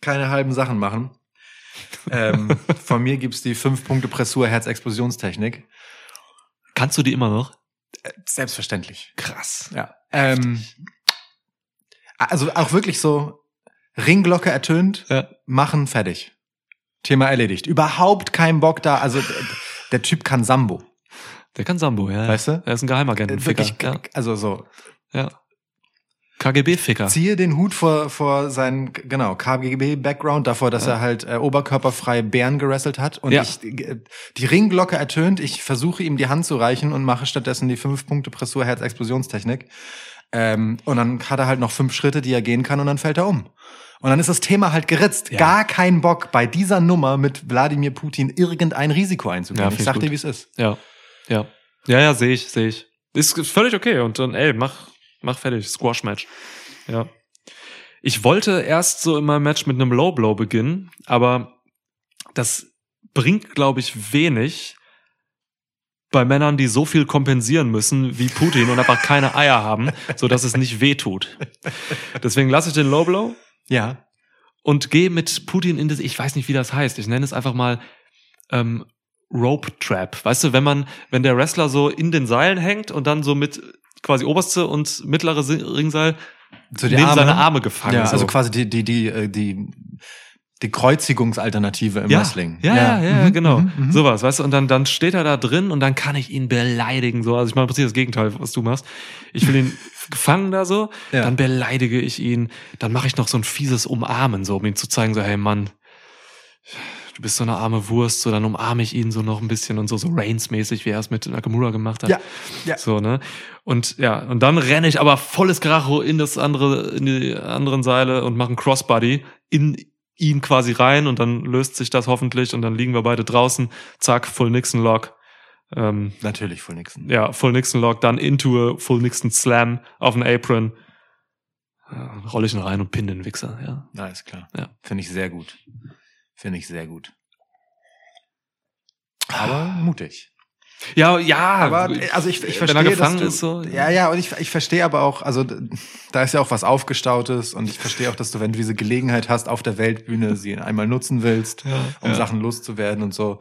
keine halben Sachen machen. ähm, von mir gibt's die 5-Punkte-Pressur Herzexplosionstechnik.
Kannst du die immer noch?
Selbstverständlich.
Krass.
Ja. Ähm, also auch wirklich so, Ringglocke ertönt,
Ja.
machen, fertig. Thema erledigt. Überhaupt kein Bock da. Also d- d- der Typ kann Sambo,
Der kann Sambo, ja.
weißt du?
Er ist ein Geheimagent. Ein
Äh,
Ficker.
Wirklich,
Ja.
also so.
ja. KGB-Ficker.
Ziehe den Hut vor, vor seinem, genau, KGB-Background, davor, dass er halt äh, oberkörperfrei Bären gerasselt hat. Und
Ja.
ich, äh, die Ringglocke ertönt, ich versuche ihm die Hand zu reichen und mache stattdessen die fünf punkte pressur herz explosionstechnik ähm, Und dann hat er halt noch fünf Schritte, die er gehen kann und dann fällt er um. Und dann ist das Thema halt geritzt.
Ja.
Gar kein Bock, bei dieser Nummer mit Wladimir Putin irgendein Risiko
Ja,
einzugehen.
find
ich
ich
sag dir,
gut.
wie es ist.
Ja. Ja. Ja, ja, sehe ich, sehe ich. Ist völlig okay. Und dann, ey, mach, mach fertig. Squash-Match. Ja. Ich wollte erst so immer ein Match mit einem Low Blow beginnen, aber das bringt, glaube ich, wenig bei Männern, die so viel kompensieren müssen wie Putin und einfach keine Eier haben, so dass es nicht wehtut. Deswegen lasse ich den Low Blow
Ja.
und gehe mit Putin in das, ich weiß nicht, wie das heißt, ich nenne es einfach mal ähm, Rope Trap. Weißt du, wenn man, wenn der Wrestler so in den Seilen hängt und dann so mit quasi oberste und mittlere Si- Ringseil
So
neben seine Arme gefangen.
Ja,
so.
also quasi die, die, die, äh, die, die Kreuzigungsalternative im
ja,
Wrestling.
Ja, ja, ja,
Mhm,
genau.
mhm, mhm.
Sowas, weißt du, und dann, dann steht er da drin und dann kann ich ihn beleidigen. So. Also ich mache präzise das Gegenteil, was du machst. Ich will ihn gefangen da so,
Ja.
dann beleidige ich ihn, dann mache ich noch so ein fieses Umarmen, so, um ihm zu zeigen, so, hey Mann, du bist so eine arme Wurst, so, dann umarme ich ihn so noch ein bisschen und so, so Reigns-mäßig, wie er es mit Nakamura gemacht hat.
Ja, ja.
So, ne? Und ja, und dann renne ich aber volles Karacho in das andere, in die anderen Seile und mache einen Crossbody in ihn quasi rein und dann löst sich das hoffentlich und dann liegen wir beide draußen. Zack, Full Nixon Lock. Ähm,
Natürlich Full Nixon.
ja, Full Nixon Lock, dann into a Full Nixon Slam auf den Apron. Ja, roll ich ihn rein und pin den Wichser, ja.
Alles klar.
Ja.
Finde ich sehr gut. Finde ich sehr gut. Aber mutig.
Ja, ja.
Aber also ich, ich verstehe
Wenn er gefangen
dass du,
ist, so.
Ja, ja, und ich, ich verstehe aber auch, also d- da ist ja auch was aufgestautes und ich verstehe auch, dass du, wenn du diese Gelegenheit hast auf der Weltbühne, sie einmal nutzen willst,
Ja,
um
ja.
Sachen loszuwerden und so.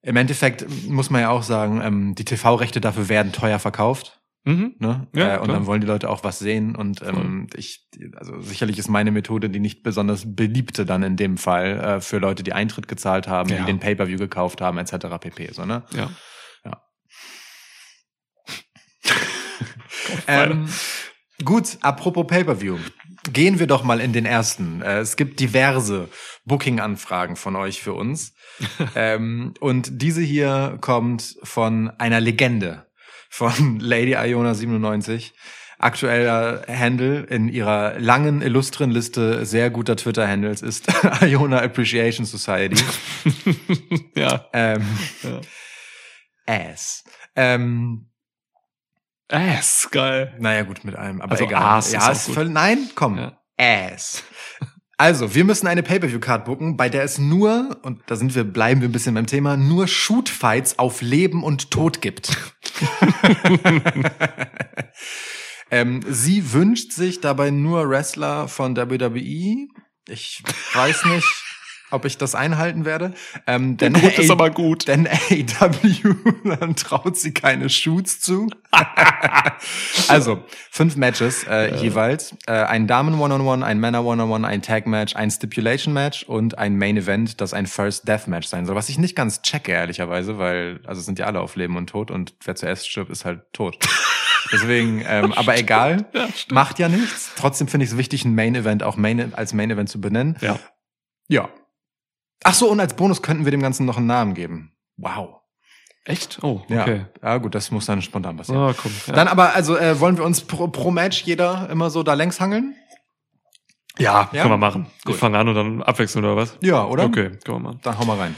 Im Endeffekt muss man ja auch sagen, ähm, die TV-Rechte dafür werden teuer verkauft.
Mhm.
Ne?
Ja,
äh, und
klar.
dann wollen die Leute auch was sehen. Und ähm, ich, also sicherlich ist meine Methode die nicht besonders beliebte dann in dem Fall äh, für Leute, die Eintritt gezahlt haben,
Ja.
die den Pay-per-View gekauft haben, etc. pp. So, ne?
Ja.
Ähm, gut, apropos Pay-per-View. Gehen wir doch mal in den ersten. Äh, Es gibt diverse Booking-Anfragen von euch für uns. ähm, und diese hier kommt von einer Legende von Lady Iona 97. Aktueller Handle in ihrer langen, illustren Liste sehr guter Twitter-Handles ist Iona Appreciation Society.
Ja.
Ähm,
Ja.
Ass. Ähm,
Ass, geil.
Naja, gut, mit allem, aber
Also
egal.
Ass
ja,
ist auch
ist
gut.
völlig, nein, komm.
Ja.
Ass. Also, wir müssen eine Pay-Per-View-Card booken, bei der es nur, und da sind wir, bleiben wir ein bisschen beim Thema, nur Shootfights auf Leben und Tod gibt. ähm, sie wünscht sich dabei nur Wrestler von WWE. Ich weiß nicht, ob ich das einhalten werde. Ähm, denn
Gut ist
A-
aber gut.
denn AEW, dann traut sie keine Shoots zu. also, fünf Matches äh, jeweils. Äh, ein Damen-One-on-One, ein Männer-One-on-One, ein Tag-Match, ein Stipulation-Match und ein Main-Event, das ein First-Death-Match sein soll. Was ich nicht ganz checke, ehrlicherweise, weil, also es sind ja alle auf Leben und Tod und wer zuerst stirbt, ist halt tot. Deswegen, ähm, aber egal, macht ja nichts. Trotzdem finde ich es wichtig, ein Main-Event auch Main als Main-Event zu benennen.
Ja.
Ja. Ach so, und als Bonus könnten wir dem Ganzen noch einen Namen geben. Wow.
Echt? Oh,
Ja.
okay.
Ja, gut, das muss dann spontan passieren.
Ah, komm. Ja.
Dann aber, also äh, wollen wir uns pro, pro Match jeder immer so da längs hangeln?
ja,
Ja?
können wir machen.
Gut.
Ich fange an und dann abwechseln oder was?
Ja, oder?
Okay, können wir machen.
Dann hau mal rein.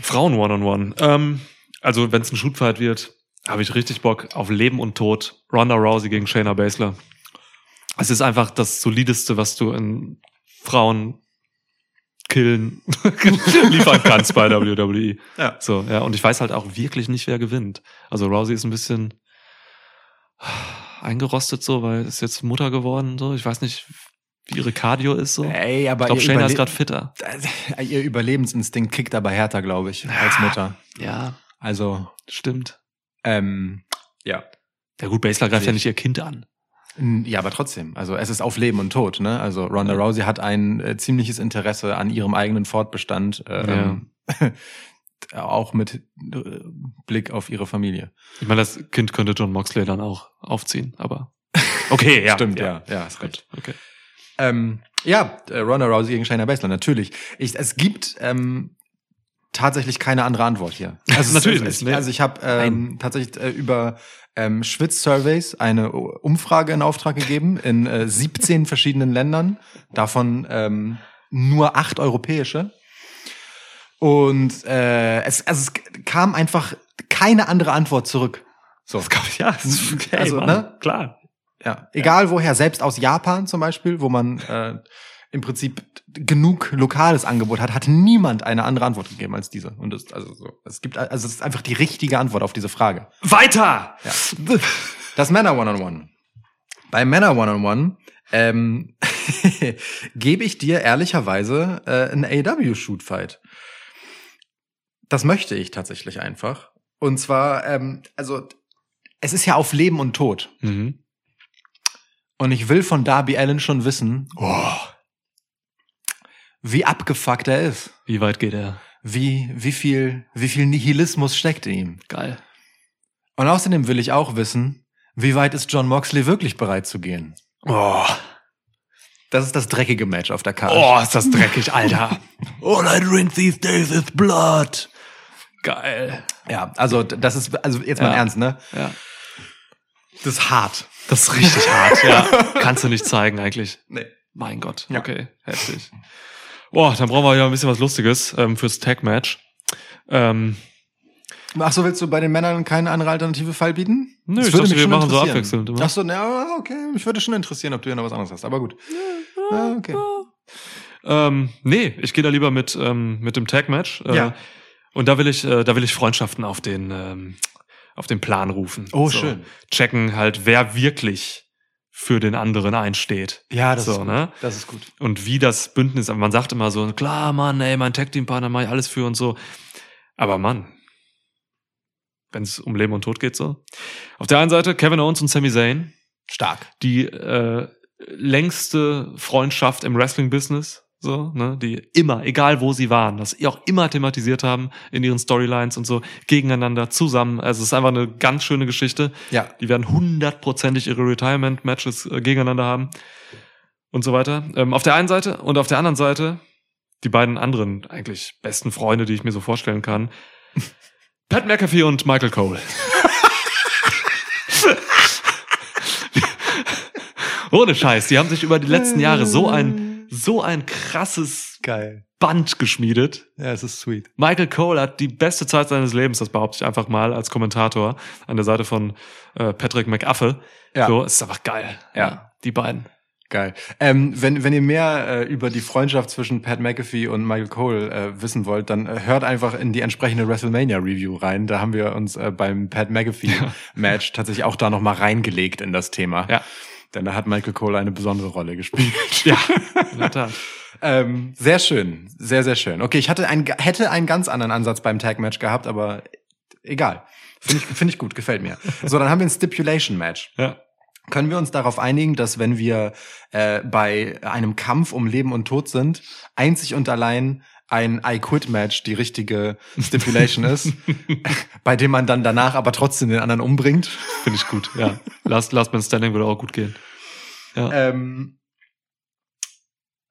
Frauen One-on-One. Ähm, also, wenn es ein Shootfight wird, habe ich richtig Bock auf Leben und Tod. Ronda Rousey gegen Shayna Baszler. Es ist einfach das solideste, was du in Frauen killen liefern kannst bei WWE.
Ja.
So, ja, und ich weiß halt auch wirklich nicht, wer gewinnt. Also Rousey ist ein bisschen eingerostet so, weil ist jetzt Mutter geworden so. Ich weiß nicht, wie ihre Cardio ist so. Ich
Ey, aber
glaube,
Äh, ihr,
Shayna ist
Überle-
gerade fitter.
Äh, ihr Überlebensinstinkt kickt aber härter, glaube ich, als Mutter.
Ja,
Also,
stimmt.
ähm, ja.
Ja gut, Baszler greift ja
Sehe ich.
nicht ihr Kind an.
N- Ja, aber trotzdem. Also es ist auf Leben und Tod, ne? Also Ronda Rousey hat ein äh, ziemliches Interesse an ihrem eigenen Fortbestand, ähm, auch mit äh, Blick auf ihre Familie.
Ich meine, das Kind könnte John Moxley dann auch aufziehen, aber. Okay, ja.
Stimmt, ja, ja, ist recht.
Gut, okay.
Ähm, ja, äh, Ronda Rousey gegen Shayna Baszler, natürlich. Ich, es gibt ähm, tatsächlich keine andere Antwort hier. Also,
Natürlich
es,
nicht, ne?
Also ich habe ähm, tatsächlich äh, über ähm, Schwitz-Surveys eine U- Umfrage in Auftrag gegeben in äh, 17 verschiedenen Ländern, davon ähm, nur acht europäische. Und äh, es, also es k- kam einfach keine andere Antwort zurück. So.
Ja, ist okay,
Also,
Mann,
ne?
klar.
Ja, egal woher, selbst aus Japan zum Beispiel, wo man äh, im Prinzip genug lokales Angebot hat, hat niemand eine andere Antwort gegeben als diese. Und das, also so, es gibt, also es ist einfach die richtige Antwort auf diese Frage.
Weiter!
Ja. Das Männer One-on-One. Bei Männer One-on-One ähm, gebe ich dir ehrlicherweise äh, einen AEW-Shootfight. Das möchte ich tatsächlich einfach. Und zwar, ähm, also es ist ja auf Leben und Tod.
Mhm.
Und ich will von Darby Allen schon wissen,
Oh.
wie abgefuckt er ist.
Wie weit geht er?
Wie, wie viel, wie viel Nihilismus steckt in ihm.
Geil.
Und außerdem will ich auch wissen, wie weit ist John Moxley wirklich bereit zu gehen?
Oh,
Das ist das dreckige Match auf der Karte.
oh ist das dreckig, Alter. All I drink these days is blood. Geil.
Ja, also d- das ist, also jetzt mal
Ja.
ernst, ne?
Ja.
Das ist hart.
Das ist richtig hart, ja. Kannst du nicht zeigen, eigentlich.
Nee.
Mein Gott.
Ja.
Okay, heftig. Boah, dann brauchen wir ja ein bisschen was Lustiges ähm, fürs Tag-Match. Ähm,
Ach so, willst du bei den Männern keine andere alternative Fall bieten?
Nö,
Das
ich
würde
dachte,
mich
wir
schon
machen so
interessieren.
abwechselnd immer.
Ach so, na, okay. Mich würde schon interessieren, ob du hier noch was anderes hast. Aber gut. Ja, okay.
Ähm, nee, ich gehe da lieber mit, ähm, mit dem Tag-Match. Äh,
Ja.
Und da will ich, äh, da will ich Freundschaften auf den, ähm, auf den Plan rufen.
Oh, schön.
Checken halt, wer wirklich für den anderen einsteht.
Ja, das
So,
ist gut.
ne?
Das ist gut.
Und wie das Bündnis, man sagt immer so, klar, Mann, ey, mein Tag-Team-Partner, mach ich alles für und so. Aber Mann, wenn es um Leben und Tod geht so. Auf der einen Seite Kevin Owens und Sami Zayn,
Stark.
die äh, längste Freundschaft im Wrestling-Business, so, ne, die immer, egal wo sie waren, das auch immer thematisiert haben in ihren Storylines und so, gegeneinander, zusammen. Also es ist einfach eine ganz schöne Geschichte.
Ja.
Die werden hundertprozentig ihre Retirement-Matches äh, gegeneinander haben und so weiter. Ähm, auf der einen Seite und auf der anderen Seite die beiden anderen eigentlich besten Freunde, die ich mir so vorstellen kann. Pat McAfee und Michael Cole. Ohne Scheiß, die haben sich über die letzten Jahre so ein, so ein krasses
Geil.
Band geschmiedet.
Ja, es ist sweet.
Michael Cole hat die beste Zeit seines Lebens, das behaupte ich einfach mal als Kommentator an der Seite von äh, Patrick McAfee.
Ja.
So, es ist einfach geil.
Ja.
Die beiden.
Geil. Ähm, wenn, wenn ihr mehr äh, über die Freundschaft zwischen Pat McAfee und Michael Cole äh, wissen wollt, dann äh, hört einfach in die entsprechende WrestleMania-Review rein. Da haben wir uns äh, beim Pat McAfee-Match tatsächlich auch da nochmal reingelegt in das Thema.
Ja.
Denn da hat Michael Cole eine besondere Rolle gespielt.
Ja, in der Tat.
Ähm, sehr schön, sehr, sehr schön. Okay, ich hatte einen, hätte einen ganz anderen Ansatz beim Tag-Match gehabt, aber egal. Finde ich, finde ich gut, gefällt mir. So, dann haben wir ein Stipulation-Match.
Ja.
Können wir uns darauf einigen, dass wenn wir äh, bei einem Kampf um Leben und Tod sind, einzig und allein ein I Quit Match die richtige Stipulation ist, bei dem man dann danach aber trotzdem den anderen umbringt?
Finde ich gut. Ja. Last, Last Man Standing würde auch gut gehen.
Ähm,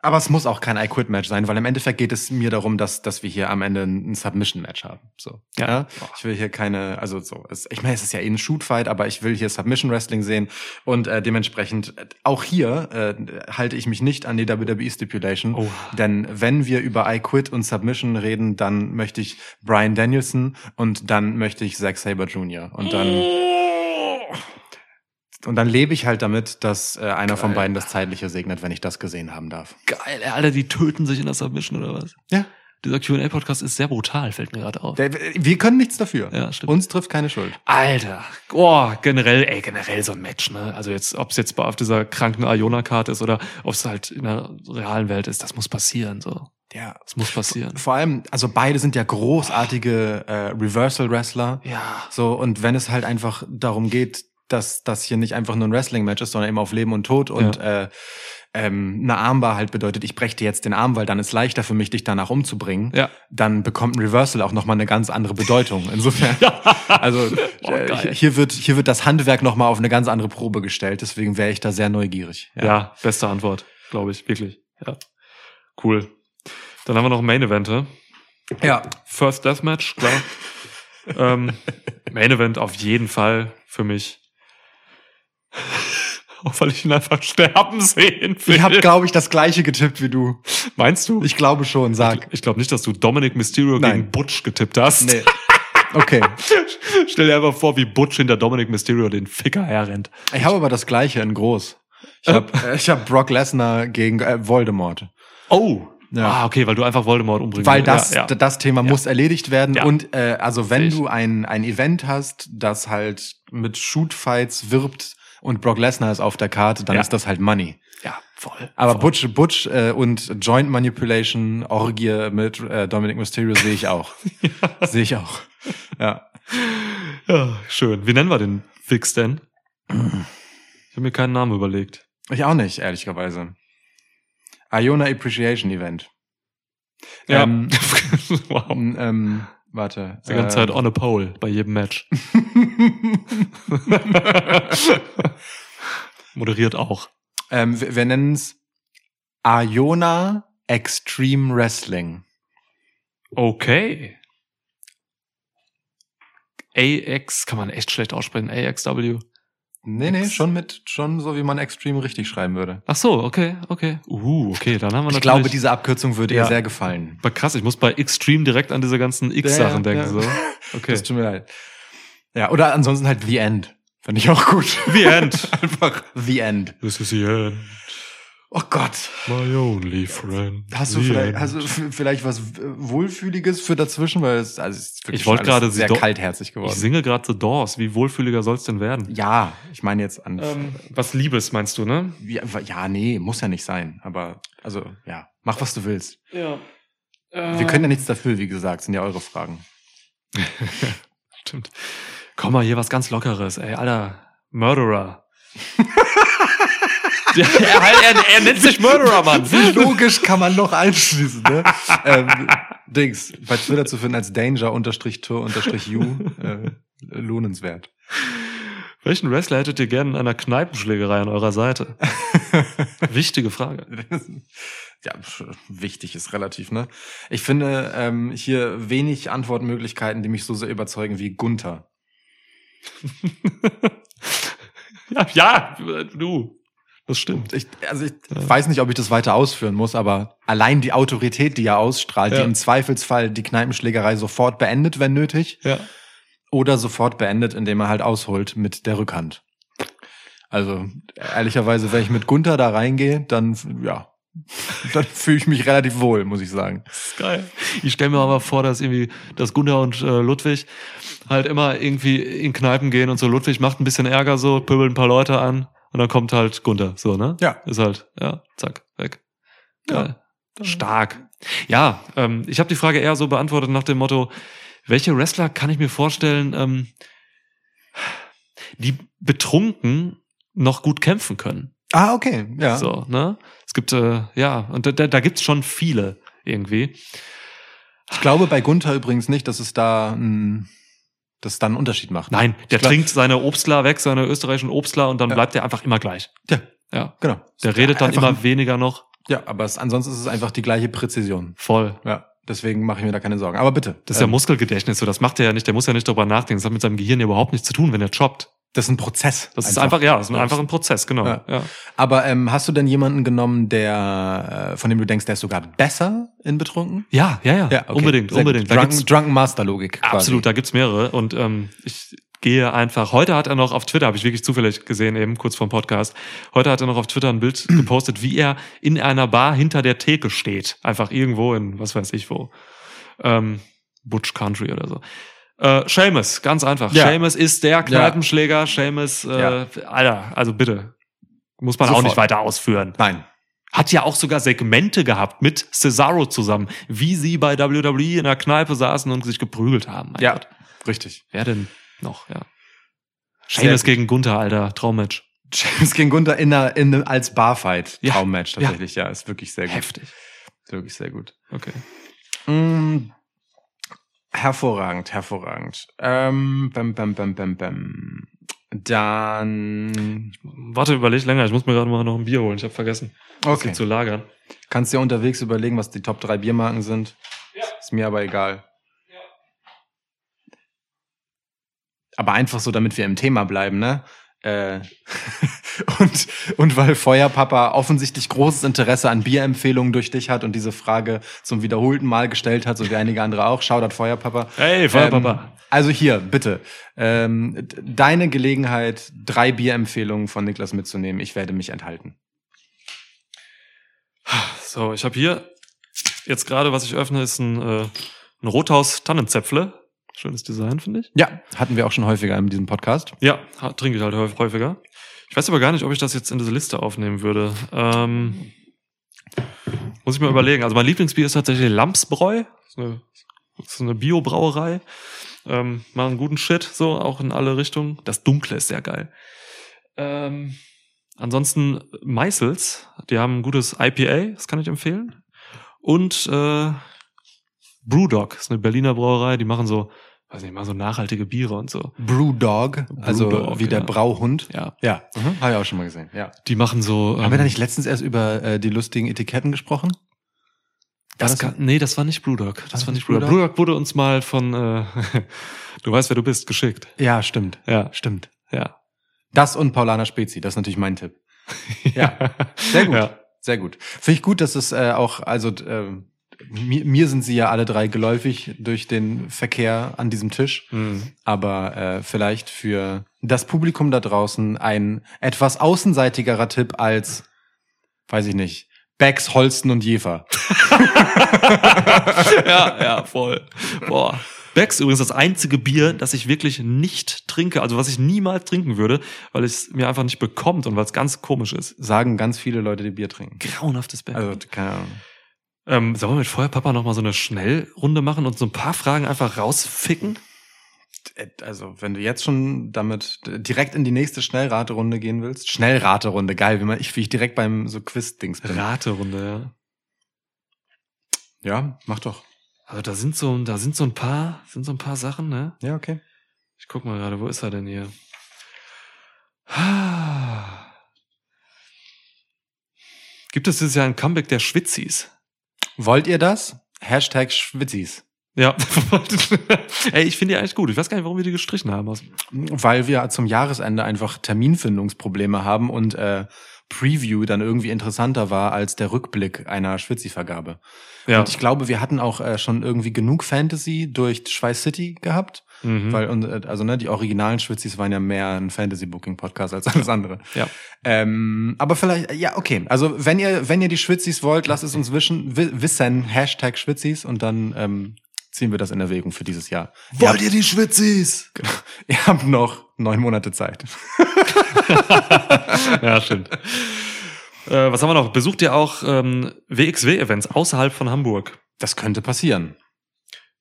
aber es muss auch kein I Quit Match sein, weil im Endeffekt geht es mir darum, dass dass wir hier am Ende ein Submission Match haben. So,
Ja. Oh.
Ich will hier keine, also so. Es, ich meine, es ist ja eh ein Shootfight, aber ich will hier Submission Wrestling sehen und äh, dementsprechend äh, auch hier äh, halte ich mich nicht an die WWE Stipulation,
Oh.
denn wenn wir über I Quit und Submission reden, dann möchte ich Brian Danielson und dann möchte ich Zack Saber Jr. und dann und dann lebe ich halt damit, dass äh, einer von
Geil.
beiden das Zeitliche segnet, wenn ich das gesehen haben darf.
Geil, Alter, die töten sich in der Submission oder was?
Ja.
Dieser QA-Podcast ist sehr brutal, fällt mir gerade auf.
Der, wir können nichts dafür.
Ja, stimmt.
Uns trifft keine Schuld.
Alter, oh, generell, ey, generell so ein Match, ne? Also jetzt, ob es jetzt bei- auf dieser kranken Iona-Karte ist oder ob es halt in der realen Welt ist, das muss passieren, so.
Ja.
Das muss passieren.
Vor allem, also beide sind ja großartige äh, Reversal-Wrestler.
Ja.
So, und wenn es halt einfach darum geht, dass das hier nicht einfach nur ein Wrestling-Match ist, sondern eben auf Leben und Tod und äh, ähm, eine Armbar halt bedeutet, ich breche dir jetzt den Arm, weil dann ist leichter für mich, dich danach umzubringen,
Ja.
dann bekommt ein Reversal auch nochmal eine ganz andere Bedeutung. Insofern, also
Oh,
äh,
geil.
hier, wird, hier wird das Handwerk nochmal auf eine ganz andere Probe gestellt, deswegen wäre ich da sehr neugierig.
Ja, beste Antwort, glaube ich, wirklich. Ja. Cool. Dann haben wir noch ein Main Event, hä?
ja.
First Deathmatch, klar. ähm, Main Event auf jeden Fall für mich. Auch weil ich ihn einfach sterben sehen will.
Ich habe, glaube ich, das gleiche getippt wie du.
Meinst du?
Ich glaube schon, sag.
Ich glaube nicht, dass du Dominic Mysterio
Nein.
gegen Butch getippt hast.
Nee. Okay.
Stell dir einfach vor, wie Butch hinter Dominic Mysterio den Ficker herrennt.
Ich habe aber das gleiche in groß. Ich habe äh, ich hab Brock Lesnar gegen äh, Voldemort.
Oh.
Ja.
Ah, okay, weil du einfach Voldemort umbringen
Weil
willst.
das,
Ja, ja.
das Thema muss erledigt werden.
Ja.
Und äh, also
Sehe
wenn
ich.
du ein, ein Event hast, das halt mit Shootfights wirbt und Brock Lesnar ist auf der Karte, dann
Ja.
ist das halt Money.
ja, voll.
Aber
voll.
Butch, Butch äh, und Joint Manipulation, Orgie mit äh, Dominic Mysterio sehe ich auch. Sehe ich auch. Ja.
Ja, schön. Wie nennen wir den Fix denn? Ich habe mir keinen Namen überlegt.
Ich auch nicht, ehrlicherweise. Iona Appreciation Event.
Ja.
Ähm,
wow.
ähm, ähm, warte.
Die ganze
äh,
Zeit on a pole bei jedem Match. Moderiert auch.
ähm, wir, wir nennen es Iona Extreme Wrestling.
Okay. AX kann man echt schlecht aussprechen. AXW.
Nee, nee,
Ex-
schon mit, schon so wie man Extreme richtig schreiben würde.
Ach so, okay, okay. Uh, okay, dann haben wir natürlich.
Ich glaube, diese Abkürzung würde
Ja.
ihr sehr gefallen.
Aber krass, ich muss bei Extreme direkt an diese ganzen X-Sachen
Ja, ja,
denken.
ja.
So. Okay.
Das tut mir leid. Ja, oder ansonsten halt The End. Finde ich auch gut.
The End.
Einfach The End.
This is the end.
Oh Gott.
My only friend.
Hast du,
The
vielleicht,
end.
hast du f- vielleicht was äh, Wohlfühliges für dazwischen? Weil es, also es ist wirklich
Ich wollte
alles
gerade
sehr
sie do-
kaltherzig
ich
geworden.
singe gerade The Doors. Wie wohlfühliger soll's denn werden?
Ja, ich meine jetzt an.
Ähm, was Liebes meinst du, ne?
Ja, ja, nee, muss ja nicht sein. Aber also ja, mach was du willst.
Ja.
Wir können ja nichts dafür, wie gesagt, sind ja eure Fragen.
Stimmt. komm mal, hier was ganz Lockeres, ey, Alter, Murderer. Der- er, halt, er, er nennt sich Murderer, Mann.
Wie logisch kann man noch einschließen, ne? ähm, Dings, bei Twitter zu finden als danger-tour-you, äh, lohnenswert.
Welchen Wrestler hättet ihr gerne in einer Kneipenschlägerei an eurer Seite? Wichtige Frage.
ja, pf, wichtig ist relativ, ne? Ich finde ähm, hier wenig Antwortmöglichkeiten, die mich so sehr überzeugen wie Gunther.
Ja, ja, du. Das stimmt.
Ich, also ich weiß nicht, ob ich das weiter ausführen muss, aber allein die Autorität, die er ausstrahlt,
Ja.
die im Zweifelsfall die Kneipenschlägerei sofort beendet, wenn nötig,
Ja.
oder sofort beendet, indem er halt ausholt mit der Rückhand. Also ehrlicherweise, wenn ich mit Gunther da reingehe, dann ja, dann fühle ich mich relativ wohl, muss ich sagen.
Das ist geil. Ich stelle mir aber vor, dass irgendwie, dass Gunter und äh, Ludwig halt immer irgendwie in Kneipen gehen und so. Ludwig macht ein bisschen Ärger so, pöbelt ein paar Leute an und dann kommt halt Gunter, so, ne?
Ja.
Ist halt, ja, zack, weg. Geil.
Ja.
Stark. Ja, ähm, ich habe die Frage eher so beantwortet nach dem Motto, welche Wrestler kann ich mir vorstellen, ähm, die betrunken noch gut kämpfen können?
Ah, okay, ja.
So, ne? Es gibt, äh, ja, und da, da, da gibt's schon viele irgendwie.
Ich glaube bei Gunther übrigens nicht, dass es da, ein, dass es da einen Unterschied macht.
Nein, der
Klar.
trinkt seine Obstler weg, seine österreichischen Obstler und dann
Ja.
bleibt er einfach immer gleich.
Ja.
Ja.
Genau.
Der redet dann
Einfach
immer
ein-
weniger noch.
Ja, aber es, ansonsten ist es einfach die gleiche Präzision.
Voll.
Ja, deswegen mache ich mir da keine Sorgen. Aber bitte.
Das ist ja
ähm,
Muskelgedächtnis, so das macht er ja nicht, der muss ja nicht drüber nachdenken. Das hat mit seinem Gehirn ja überhaupt nichts zu tun, wenn er choppt.
das ist ein Prozess.
Das ist einfach, ja, das ist einfach ein Prozess, genau.
Ja.
Ja.
Aber ähm, hast du denn jemanden genommen, der, äh, von dem du denkst, der ist sogar besser in betrunken?
Ja, ja, ja,
okay.
unbedingt,
Sehr
unbedingt.
Gut.
Da
Drunken,
gibt's,
Drunken Master Logik. quasi.
absolut, da gibt's mehrere. Und ähm, ich gehe einfach, heute hat er noch auf Twitter, habe ich wirklich zufällig gesehen, eben kurz vorm Podcast, heute hat er noch auf Twitter ein Bild gepostet, wie er in einer Bar hinter der Theke steht. Einfach irgendwo in, was weiß ich wo. Ähm, Butch Country oder so. Äh, Seamus, ganz einfach.
Ja.
Seamus ist der Kneipenschläger. Seamus, äh,
Ja.
Alter, also bitte. Muss man
Sofort.
auch nicht weiter ausführen.
Nein.
Hat ja auch sogar Segmente gehabt mit Cesaro zusammen, wie sie bei WWE in der Kneipe saßen und sich geprügelt haben. Mein
Ja,
Gott.
richtig.
Wer denn noch, ja.
Sehr
Seamus
gut.
gegen Gunther, Alter, Traummatch.
James gegen Gunther in, einer, in einem, als Barfight.
Ja.
Traummatch tatsächlich. Ja. ist wirklich sehr gut.
Heftig.
Wirklich sehr gut.
Okay.
Mm, hervorragend, hervorragend. Ähm, bam, bam, bam, bam, bam. Dann.
Warte, überleg länger. Ich muss mir gerade mal noch ein Bier holen. Ich habe vergessen, es
Okay.
zu lagern.
Kannst dir unterwegs überlegen, was die Top 3 Biermarken sind. Ist mir aber egal. Aber einfach so, damit wir im Thema bleiben, ne? Äh, und, und weil Feuerpapa offensichtlich großes Interesse an Bierempfehlungen durch dich hat und diese Frage zum wiederholten Mal gestellt hat, so wie einige andere auch. Shoutout Feuerpapa.
Hey,
Ähm,
Feuerpapa.
also hier, bitte. Ähm, d- deine Gelegenheit, drei Bierempfehlungen von Niklas mitzunehmen. Ich werde mich enthalten.
So, ich habe hier jetzt gerade, was ich öffne, ist ein, äh, ein Rothaus-Tannenzäpfle. Schönes Design, finde ich.
Ja, hatten wir auch schon häufiger in diesem Podcast.
Ja, ha- trinke ich halt häuf- häufiger. Ich weiß aber gar nicht, ob ich das jetzt in diese Liste aufnehmen würde. Ähm, muss ich mir überlegen. Also mein Lieblingsbier ist tatsächlich Lampsbräu. Ist eine, ist eine Bio-Brauerei. Ähm, machen guten Shit, so auch in alle Richtungen. Das Dunkle ist sehr geil. Ähm, ansonsten Meißels, die haben ein gutes IPA, das kann ich empfehlen. Und äh, Brewdog, ist eine Berliner Brauerei, die machen so, weiß nicht, machen so nachhaltige Biere und so.
Brewdog, also
Brewdog,
wie der
ja.
Brauhund.
Ja, Ähm.
Ja, mhm. habe ich auch schon mal gesehen. Ja.
Die machen so.
Haben wir da nicht letztens erst über äh, die lustigen Etiketten gesprochen?
das
war
kann, nee, das war nicht Brewdog. Das war nicht Brewdog.
Brewdog?
Brewdog wurde uns mal von, äh, du weißt, wer du bist, geschickt.
Ja, stimmt.
Ja,
Stimmt.
ja.
Das und Paulana Spezi, das ist natürlich mein Tipp. Ja, sehr gut.
Ja.
Sehr gut. Finde ich gut, dass es äh, auch, also äh, mir, mir sind sie ja alle drei geläufig durch den Verkehr an diesem Tisch.
Hm.
aber äh, vielleicht für das Publikum da draußen ein etwas außenseitigerer Tipp als, weiß ich nicht, Becks, Holsten und Jefer.
ja, ja, voll. Boah. Becks übrigens das einzige Bier, das ich wirklich nicht trinke, also was ich niemals trinken würde, weil es mir einfach nicht bekommt und weil es ganz komisch ist.
Sagen ganz viele Leute, die Bier trinken.
Grauenhaftes Beck.
Also, keine Ahnung.
Ähm, sollen wir mit Feuerpapa nochmal so eine Schnellrunde machen und so ein paar Fragen einfach rausficken?
also wenn du jetzt schon damit direkt in die nächste Schnellraterunde gehen willst, Schnellraterunde, geil, wie, man, ich, wie ich direkt beim so Quiz-Dings bin.
Raterunde, ja.
Ja, mach doch.
Also da sind so, da sind so ein paar, sind so ein paar Sachen, ne?
Ja, okay.
Ich guck mal gerade, wo ist er denn hier? Gibt es dieses Jahr ein Comeback der Schwitzis?
Wollt ihr das? Hashtag Schwitzis.
Ja. Ey, ich finde die eigentlich gut. Ich weiß gar nicht, warum wir die gestrichen haben. Aus-
Weil wir zum Jahresende einfach Terminfindungsprobleme haben und äh, Preview dann irgendwie interessanter war als der Rückblick einer Schwitzi-Vergabe.
Ja.
Und ich glaube, wir hatten auch äh, schon irgendwie genug Fantasy durch Schweiß City gehabt,
Mhm.
weil und, äh, also ne, die originalen Schwitzis waren ja mehr ein Fantasy-Booking-Podcast als alles andere.
Ja.
Ähm, aber vielleicht, ja, okay. Also wenn ihr, wenn ihr die Schwitzis wollt, lasst es uns wischen, wi- wissen, Hashtag Schwitzis und dann ähm, ziehen wir das in Erwägung für dieses Jahr.
ihr die Schwitzis?
Ihr habt noch neun Monate Zeit.
ja, stimmt. Äh, was haben wir noch? Besucht ihr auch ähm, WXW-Events außerhalb von Hamburg?
Das könnte passieren.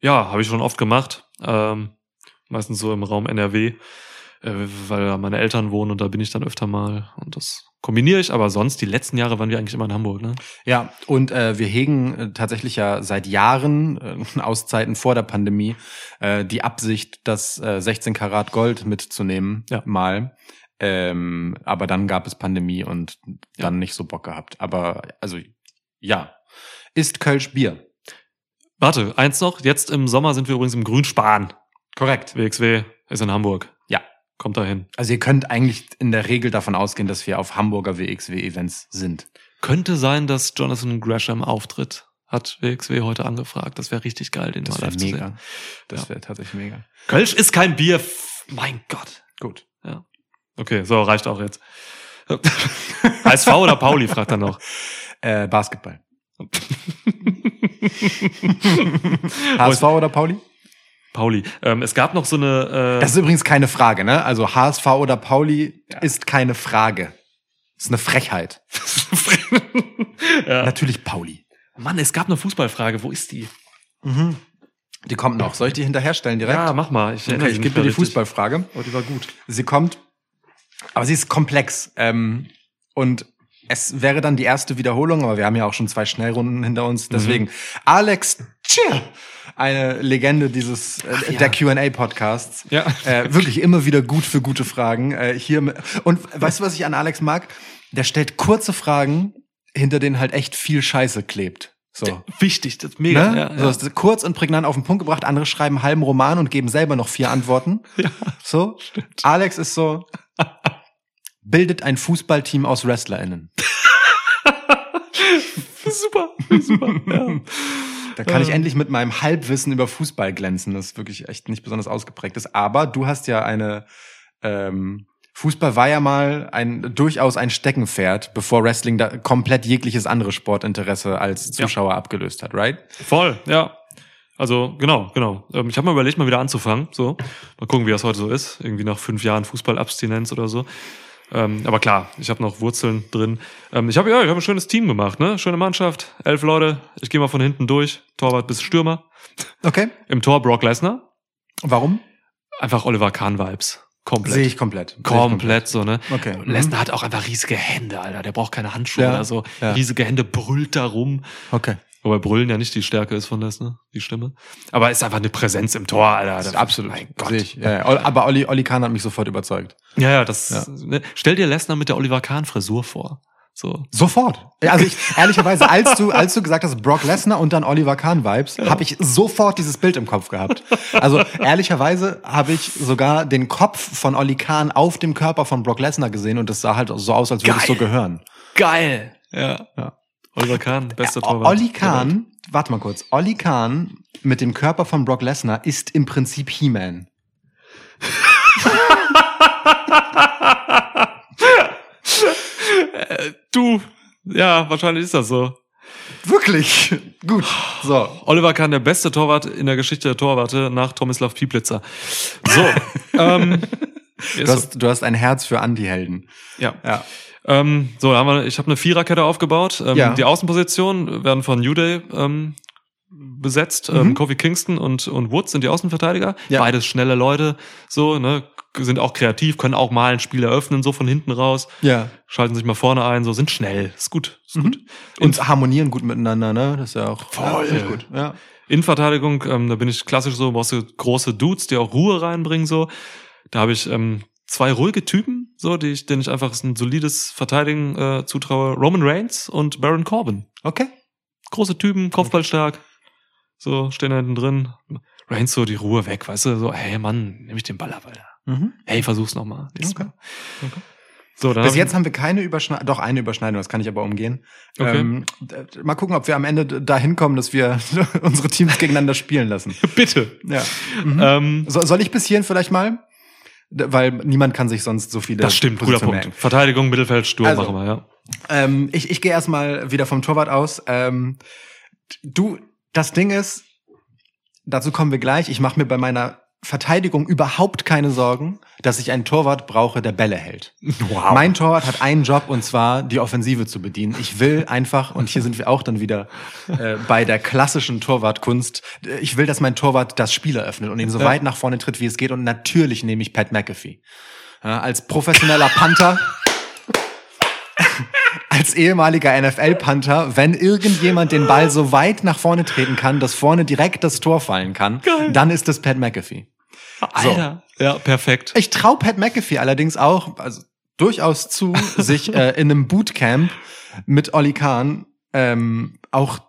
Ja, habe ich schon oft gemacht. Ähm, meistens so im Raum NRW, äh, weil da meine Eltern wohnen und da bin ich dann öfter mal. Und das kombiniere ich. Aber sonst, die letzten Jahre waren wir eigentlich immer in Hamburg, ne?
Ja, und äh, wir hegen äh, tatsächlich ja seit Jahren, äh, aus Zeiten vor der Pandemie, äh, die Absicht, das äh, 16 Karat Gold mitzunehmen,
Ja.
mal. Ähm, aber dann gab es Pandemie und dann nicht so Bock gehabt. Aber also ja, ist Kölsch Bier.
Warte, eins noch. Jetzt im Sommer sind wir übrigens im Grünspan.
Korrekt.
WXW ist in Hamburg.
Ja.
Kommt da hin.
Also ihr könnt eigentlich in der Regel davon ausgehen, dass wir auf Hamburger WXW-Events sind.
Könnte sein, dass Jonathan Gresham auftritt. Hat WXW heute angefragt. Das wäre richtig geil, den
Das
mal
wäre
live zu sehen.
mega. Das
Ja.
wäre tatsächlich mega.
Kölsch ist kein Bier. F- Mein Gott.
Gut.
Okay, so reicht auch jetzt. HSV oder Pauli, fragt er noch.
Äh, Basketball.
HSV
HSV oder Pauli?
Pauli. Ähm, es gab noch so eine. Äh,
Das ist übrigens keine Frage, ne? Also HSV oder Pauli ist keine Frage. Ist eine Frechheit.
ja.
Natürlich Pauli.
Mann, es gab eine Fußballfrage. Wo ist die?
Die kommt noch. Soll ich die hinterherstellen direkt?
Ja, mach mal. Ich,
okay, ich gebe dir die Fußballfrage.
Oh, die war gut.
Sie kommt, aber sie ist komplex. Ähm, und es wäre dann die erste Wiederholung, aber wir haben ja auch schon zwei Schnellrunden hinter uns. Deswegen Alex Tschir, eine Legende dieses äh,
Ach ja.
der Q&A-Podcasts.
Ja.
Äh, wirklich immer wieder gut für gute Fragen. Äh, hier mit- und weißt du, was ich an Alex mag? Der stellt kurze Fragen, hinter denen halt echt viel Scheiße klebt. So.
Wichtig, das ist mega.
ne?
Ja,
so
ja.
ist kurz und prägnant auf den Punkt gebracht. Andere schreiben halben Roman und geben selber noch vier Antworten. So. Alex ist so. Bildet ein Fußballteam aus WrestlerInnen.
Super, super. ja.
Da kann ich
Ähm.
endlich mit meinem Halbwissen über Fußball glänzen, das wirklich echt nicht besonders ausgeprägt ist. Aber du hast ja eine, ähm, Fußball war ja mal ein, durchaus ein Steckenpferd, bevor Wrestling da komplett jegliches andere Sportinteresse als
Ja.
Zuschauer abgelöst hat, right?
Voll, ja. Also genau, genau. Ähm, ich habe mal überlegt, mal wieder anzufangen. So, mal gucken, wie das heute so ist. Irgendwie nach fünf Jahren Fußballabstinenz oder so. Ähm, aber klar, ich habe noch Wurzeln drin. Ähm, ich habe ja, ich habe ein schönes Team gemacht, ne? Schöne Mannschaft, elf Leute. Ich gehe mal von hinten durch. Torwart bis Stürmer.
Okay.
Im Tor Brock Lesnar.
Warum?
Einfach Oliver Kahn Vibes. Komplett.
Sehe ich komplett. Seh ich
komplett so, ne?
Okay.
Und Lesnar hat auch einfach riesige Hände, Alter. Der braucht keine Handschuhe
Ja,
oder so.
ja.
Riesige Hände brüllt da rum.
Okay.
Wobei Brüllen ja nicht die Stärke ist von Lesnar, die Stimme. Aber ist einfach eine Präsenz im Tor, Alter.
Das ist
Das-
absolut.
Mein
Seh
Gott.
ich. Ja, ja. Aber Olli, Olli Kahn hat mich sofort überzeugt.
Ja, ja, das.
Ja.
Ne? Stell dir Lesnar mit der Oliver Kahn-Frisur vor. So.
Sofort. Ja, Also ich, ehrlicherweise, als du, als du gesagt hast, Brock Lesnar und dann Oliver Kahn Vibes, habe ich sofort dieses Bild im Kopf gehabt. Also ehrlicherweise habe ich sogar den Kopf von Olli Kahn auf dem Körper von Brock Lesnar gesehen und das sah halt so aus, als würde es so
Geil.
gehören.
Geil. Ja.
Ja.
Oliver Kahn, bester Torwart.
Olli Kahn, warte mal kurz, Olli Kahn mit dem Körper von Brock Lesnar ist im Prinzip He-Man.
Du. Ja, wahrscheinlich ist das so.
Wirklich? Gut. So.
Oliver Kahn, der beste Torwart in der Geschichte der Torwarte nach Tomislav Pieplitzer. So. ähm,
Du
ist so.
hast, du hast ein Herz für Anti-Helden.
ja.
Ja.
Ähm, so, da haben wir, ich habe eine Viererkette aufgebaut. Ähm,
Ja.
Die Außenpositionen werden von New Day ähm, besetzt. Ähm, Kofi Kingston und, und Woods sind die Außenverteidiger.
Mhm. Ja.
Beides schnelle Leute, so, ne, sind auch kreativ, können auch mal ein Spiel eröffnen, so von hinten raus,
Ja.
schalten sich mal vorne ein, so sind schnell. Ist gut, ist
Mhm.
gut.
Und harmonieren gut miteinander, ne? Das ist ja auch
Voll.
Ja, finde ich gut. Ja.
Innenverteidigung, ähm, da bin ich klassisch so, brauchst du große Dudes, die auch Ruhe reinbringen, so. Da habe ich ähm, zwei ruhige Typen, so, die ich, denen ich einfach ein solides Verteidigen äh, zutraue. Roman Reigns und Baron Corbin.
Okay.
Große Typen, Kopfballstark, so, stehen da hinten drin. Reigns so die Ruhe weg, weißt du, so, hey Mann, nehme ich den Ball ab, Alter.
Mhm.
Hey, versuch's nochmal.
Okay. Okay.
So, dann
Bis
hab
jetzt haben wir keine Überschneidung, doch eine Überschneidung, das kann ich aber umgehen.
Okay.
Ähm, d- mal gucken, ob wir am Ende d- dahin kommen, dass wir unsere Teams gegeneinander spielen lassen.
ich, bitte.
Ja. Mhm.
Ähm,
So, soll ich bis hierhin vielleicht mal? D- Weil niemand kann sich sonst so viele.
das stimmt, guter
Positionen
Punkt. Verteidigung, Mittelfeld, Sturm,
Also,
machen wir, ja.
Ähm, ich ich gehe erstmal wieder vom Torwart aus. Ähm, du, das Ding ist, dazu kommen wir gleich. Ich mache mir bei meiner Verteidigung überhaupt keine Sorgen, dass ich einen Torwart brauche, der Bälle hält.
Wow.
Mein Torwart hat einen Job und zwar die Offensive zu bedienen. Ich will einfach, und hier sind wir auch dann wieder äh, bei der klassischen Torwartkunst, äh, ich will, dass mein Torwart das Spiel eröffnet und ihn so weit nach vorne tritt, wie es geht. Und natürlich nehme ich Pat McAfee. Ja, als professioneller Panther, als ehemaliger NFL-Panther, wenn irgendjemand den Ball so weit nach vorne treten kann, dass vorne direkt das Tor fallen kann, dann ist es Pat McAfee.
Alter. Ja, perfekt.
Ich trau Pat McAfee allerdings auch, also durchaus zu, sich äh, in einem Bootcamp mit Olli Kahn ähm, auch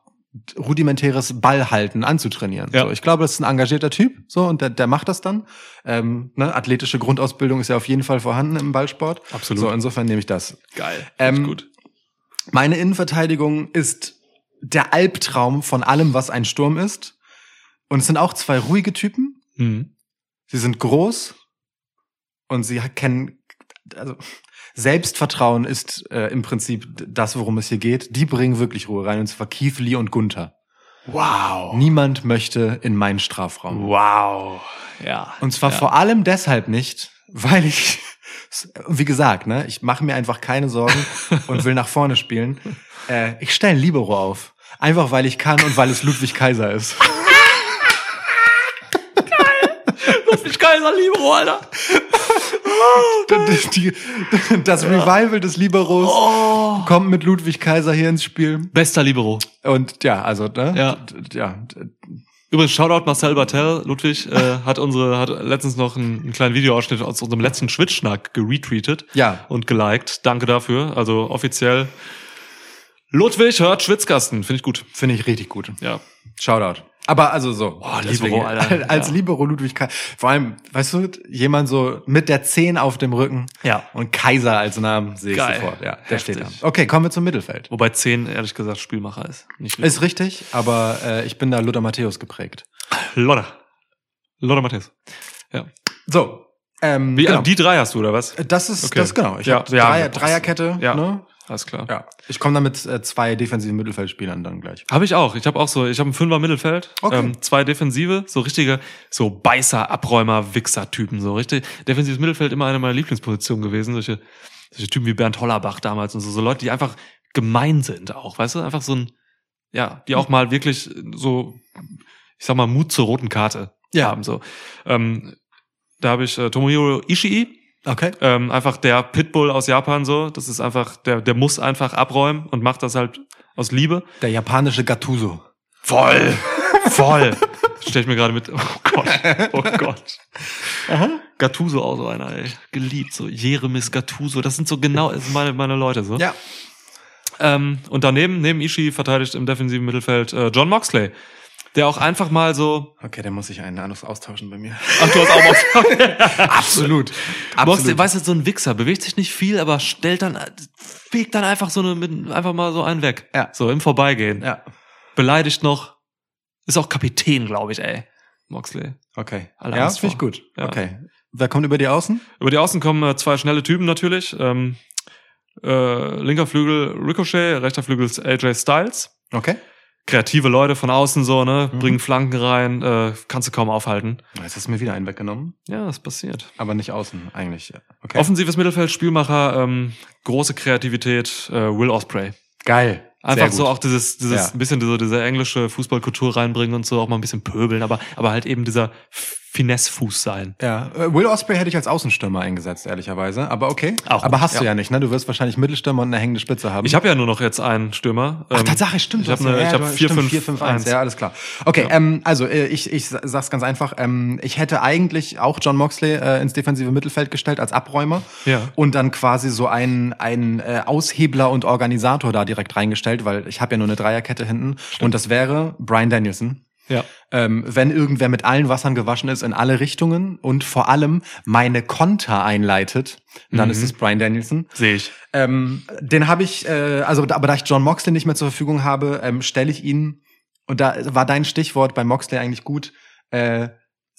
rudimentäres Ballhalten anzutrainieren.
Ja.
So, ich glaube, das ist ein engagierter Typ, so und der, der macht das dann. Ähm, ne, athletische Grundausbildung ist ja auf jeden Fall vorhanden im Ballsport.
Absolut.
So, insofern nehme ich das.
Geil.
Ähm,
gut.
Meine Innenverteidigung ist der Albtraum von allem, was ein Sturm ist. Und es sind auch zwei ruhige Typen,
Mhm.
Sie sind groß und sie kennen, also Selbstvertrauen ist äh, im Prinzip d- das, worum es hier geht. Die bringen wirklich Ruhe rein und zwar Kiefli und Gunther.
Wow.
Niemand möchte in meinen Strafraum.
Wow. Ja.
Und zwar
ja.
vor allem deshalb nicht, weil ich, wie gesagt, ne, ich mache mir einfach keine Sorgen und will nach vorne spielen. Äh, ich stelle Libero auf. Einfach weil ich kann und weil es Ludwig Kaiser ist.
Ludwig Kaiser Libero, Alter.
Die, das Revival des Liberos
Oh.
kommt mit Ludwig Kaiser hier ins Spiel.
Bester Libero.
Und ja, also, ne?
Ja.
D- d- ja. d-
Übrigens, Shoutout Marcel Bartel. Ludwig äh, hat unsere, hat letztens noch einen, einen kleinen Videoausschnitt aus unserem letzten Schwitschnack geretweetet
Ja.
und geliked. Danke dafür. Also offiziell. Ludwig hört Schwitzkasten. Finde ich gut.
Finde ich richtig gut.
Ja.
Shoutout. Aber also so.
Oh, Libero,
Deswegen,
Alter.
Als
Ja.
Libero Ludwig Kaiser. Vor allem, weißt du, jemand so mit der 10 auf dem Rücken.
Ja.
Und Kaiser als Namen sehe ich
Geil.
sofort. Ja, der
Heftig.
steht da. Okay, kommen wir zum Mittelfeld.
Wobei 10, ehrlich gesagt, Spielmacher ist. Nicht Libero.
Ist richtig, aber äh, ich bin da Luther Matthäus geprägt.
Lodder. Lodder Matthias.
So. Ähm,
Wie,
genau.
also die drei hast du, oder was?
das ist,
Okay.
das genau. Ich
Ja,
hab
ja,
Dreier,
passt.
Dreierkette.
Ja.
Ne?
Alles klar.
ja. Ich komme da mit äh, zwei defensiven Mittelfeldspielern dann gleich.
Habe ich auch. Ich habe auch so, ich habe ein Fünfer Mittelfeld,
Okay.
ähm, zwei Defensive, so richtige, so Beißer, Abräumer, Wichser-Typen, so richtig. Defensives Mittelfeld immer eine meiner Lieblingspositionen gewesen. Solche, solche Typen wie Bernd Hollerbach damals und so, so Leute, die einfach gemein sind auch, weißt du? Einfach so ein, ja, die auch mal wirklich so, ich sag mal, Mut zur roten Karte
Ja.
haben, so. Ähm, da habe ich äh, Tomohiro Ishii,
Okay.
ähm, einfach der Pitbull aus Japan so, das ist einfach, der, der muss einfach abräumen und macht das halt aus Liebe.
Der japanische Gattuso.
Voll. Voll. Stell ich mir gerade mit. Oh Gott. Oh Gott. Gattuso auch so einer, ey. Geliebt. So Jeremis Gattuso. Das sind so genau das sind meine, meine Leute. so.
Ja.
Ähm, und daneben, neben Ishii, verteidigt im defensiven Mittelfeld äh, John Moxley. Der auch einfach mal so.
Okay, dann muss ich einen Anus austauschen bei mir.
Ach, du hast auch Moxley.
Absolut.
Moxley, weißt du, so ein Wichser. Bewegt sich nicht viel, aber stellt dann. Fegt dann einfach so eine, mit, einfach mal so einen weg.
Ja.
So im Vorbeigehen.
Ja.
Beleidigt noch. Ist auch Kapitän, glaube ich, ey. Moxley.
Okay.
Alle
ja,
Angst
finde ich
vor.
gut.
Ja.
Okay. Wer kommt über die Außen?
Über die Außen kommen äh, zwei schnelle Typen natürlich. Ähm, äh, linker Flügel Ricochet, rechter Flügel ist AJ Styles.
Okay.
Kreative Leute von außen so, ne?
Mhm.
Bringen Flanken rein, äh, kannst du kaum aufhalten.
Ah, Jetzt hast du mir wieder einen weggenommen,
Ja, das passiert.
aber nicht außen eigentlich. Okay.
Offensives Mittelfeld, Spielmacher, ähm, große Kreativität, äh, Will Osprey.
Geil.
Einfach
Sehr
so
gut.
auch dieses, dieses
Ja.
ein bisschen so diese englische Fußballkultur reinbringen und so, auch mal ein bisschen pöbeln, aber, aber halt eben dieser Finesse-Fuß sein.
Ja, äh, Will Osprey hätte ich als Außenstürmer eingesetzt, ehrlicherweise. Aber okay.
Auch
aber
gut,
hast
ja.
du ja nicht, ne? Du wirst wahrscheinlich Mittelstürmer und eine hängende Spitze haben.
Ich habe ja nur noch jetzt einen Stürmer.
Ach,
Ähm,
Tatsache, stimmt.
Ich
du
habe
hast ja-
eine, ich
ja,
hab
du hast-
vier,
stimmt,
fünf,
vier, fünf, eins. Ja, alles klar. Okay, ähm, also äh, ich, ich sag's ganz einfach. Ähm, ich hätte eigentlich auch John Moxley äh, ins defensive Mittelfeld gestellt als Abräumer
Ja.
und dann quasi so einen, einen äh, Aushebler und Organisator da direkt reingestellt, weil ich habe ja nur eine Dreierkette hinten. Und das wäre Brian Danielson.
Ja.
Ähm, wenn irgendwer mit allen Wassern gewaschen ist in alle Richtungen und vor allem meine Konter einleitet, dann
Mhm.
ist es Brian Danielson.
Sehe ich.
Ähm, den habe ich, äh, also da- aber da ich John Moxley nicht mehr zur Verfügung habe, ähm, stelle ich ihn, und da war dein Stichwort bei Moxley eigentlich gut, äh,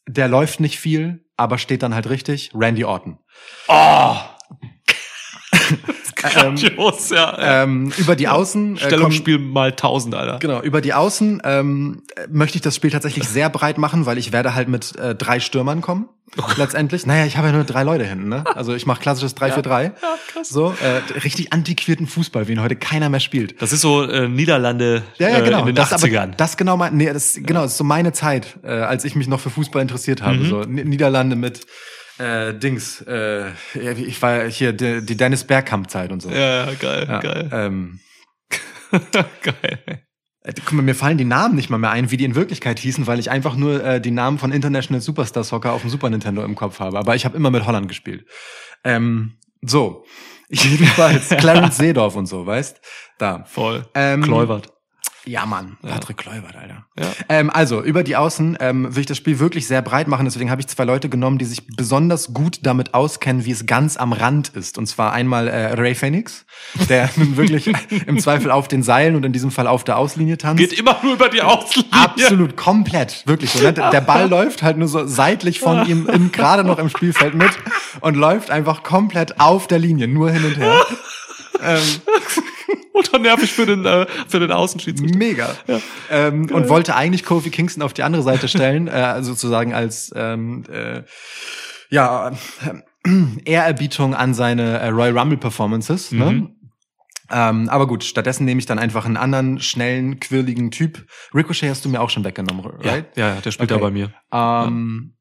der läuft nicht viel, aber steht dann halt richtig, Randy Orton. Ähm,
Grandios, ja.
Ähm, über die Außen. äh, kommen-
Stellungsspiel mal 1000, Alter.
Genau, über die Außen ähm, möchte ich das Spiel tatsächlich sehr breit machen, weil ich werde halt mit äh, drei Stürmern kommen. Letztendlich. Naja, ich habe ja nur drei Leute hinten, ne? Also ich mache klassisches 3 für 3. So, äh, richtig antiquierten Fußball, wie ihn heute keiner mehr spielt.
Das ist so äh, Niederlande
Ja, ja, genau.
äh, in den
das,
80ern.
Aber, das genau mein, nee, das, genau, das ist so meine Zeit, äh, als ich mich noch für Fußball interessiert
Mhm.
habe. So N- Niederlande mit äh, Dings. Äh, ja, wie- ich war hier die, die Dennis Bergkamp-Zeit und so.
ja, ja, geil,
Ja,
geil.
Ähm,
geil.
äh, guck mal, mir fallen die Namen nicht mal mehr ein, wie die in Wirklichkeit hießen, weil ich einfach nur äh, die Namen von International Superstar Soccer auf dem Super Nintendo im Kopf habe. Aber ich habe immer mit Holland gespielt. Ähm, so. Jedenfalls Clarence Seedorf und so, weißt? Da.
Voll.
Ähm,
Kläubert.
Ja, Mann. Patrick Kluivert, Alter.
Ja.
Ähm, also, über die Außen ähm, will ich das Spiel wirklich sehr breit machen. Deswegen habe ich zwei Leute genommen, die sich besonders gut damit auskennen, wie es ganz am Rand ist. Und zwar einmal äh, Ray Phoenix, der nun wirklich im Zweifel auf den Seilen und in diesem Fall auf der Auslinie tanzt.
Geht immer nur über die Außenlinie.
Absolut, komplett, wirklich so. Ne? Der Ball läuft halt nur so seitlich von ihm, im, gerade noch im Spielfeld mit und läuft einfach komplett auf der Linie, nur hin und her. ähm,
Und dann nervig für den, äh, für den Außenschiedsrichter.
Mega. Ähm, und wollte eigentlich Kofi Kingston auf die andere Seite stellen, äh, sozusagen als ähm, äh, ja äh, Ehrerbietung an seine äh, Royal Rumble Performances. Ne? Ähm, aber gut, stattdessen nehme ich dann einfach einen anderen schnellen, quirligen Typ. Ricochet hast du mir auch schon weggenommen, right?
Ja, ja, der spielt
Okay.
da bei mir.
Ähm,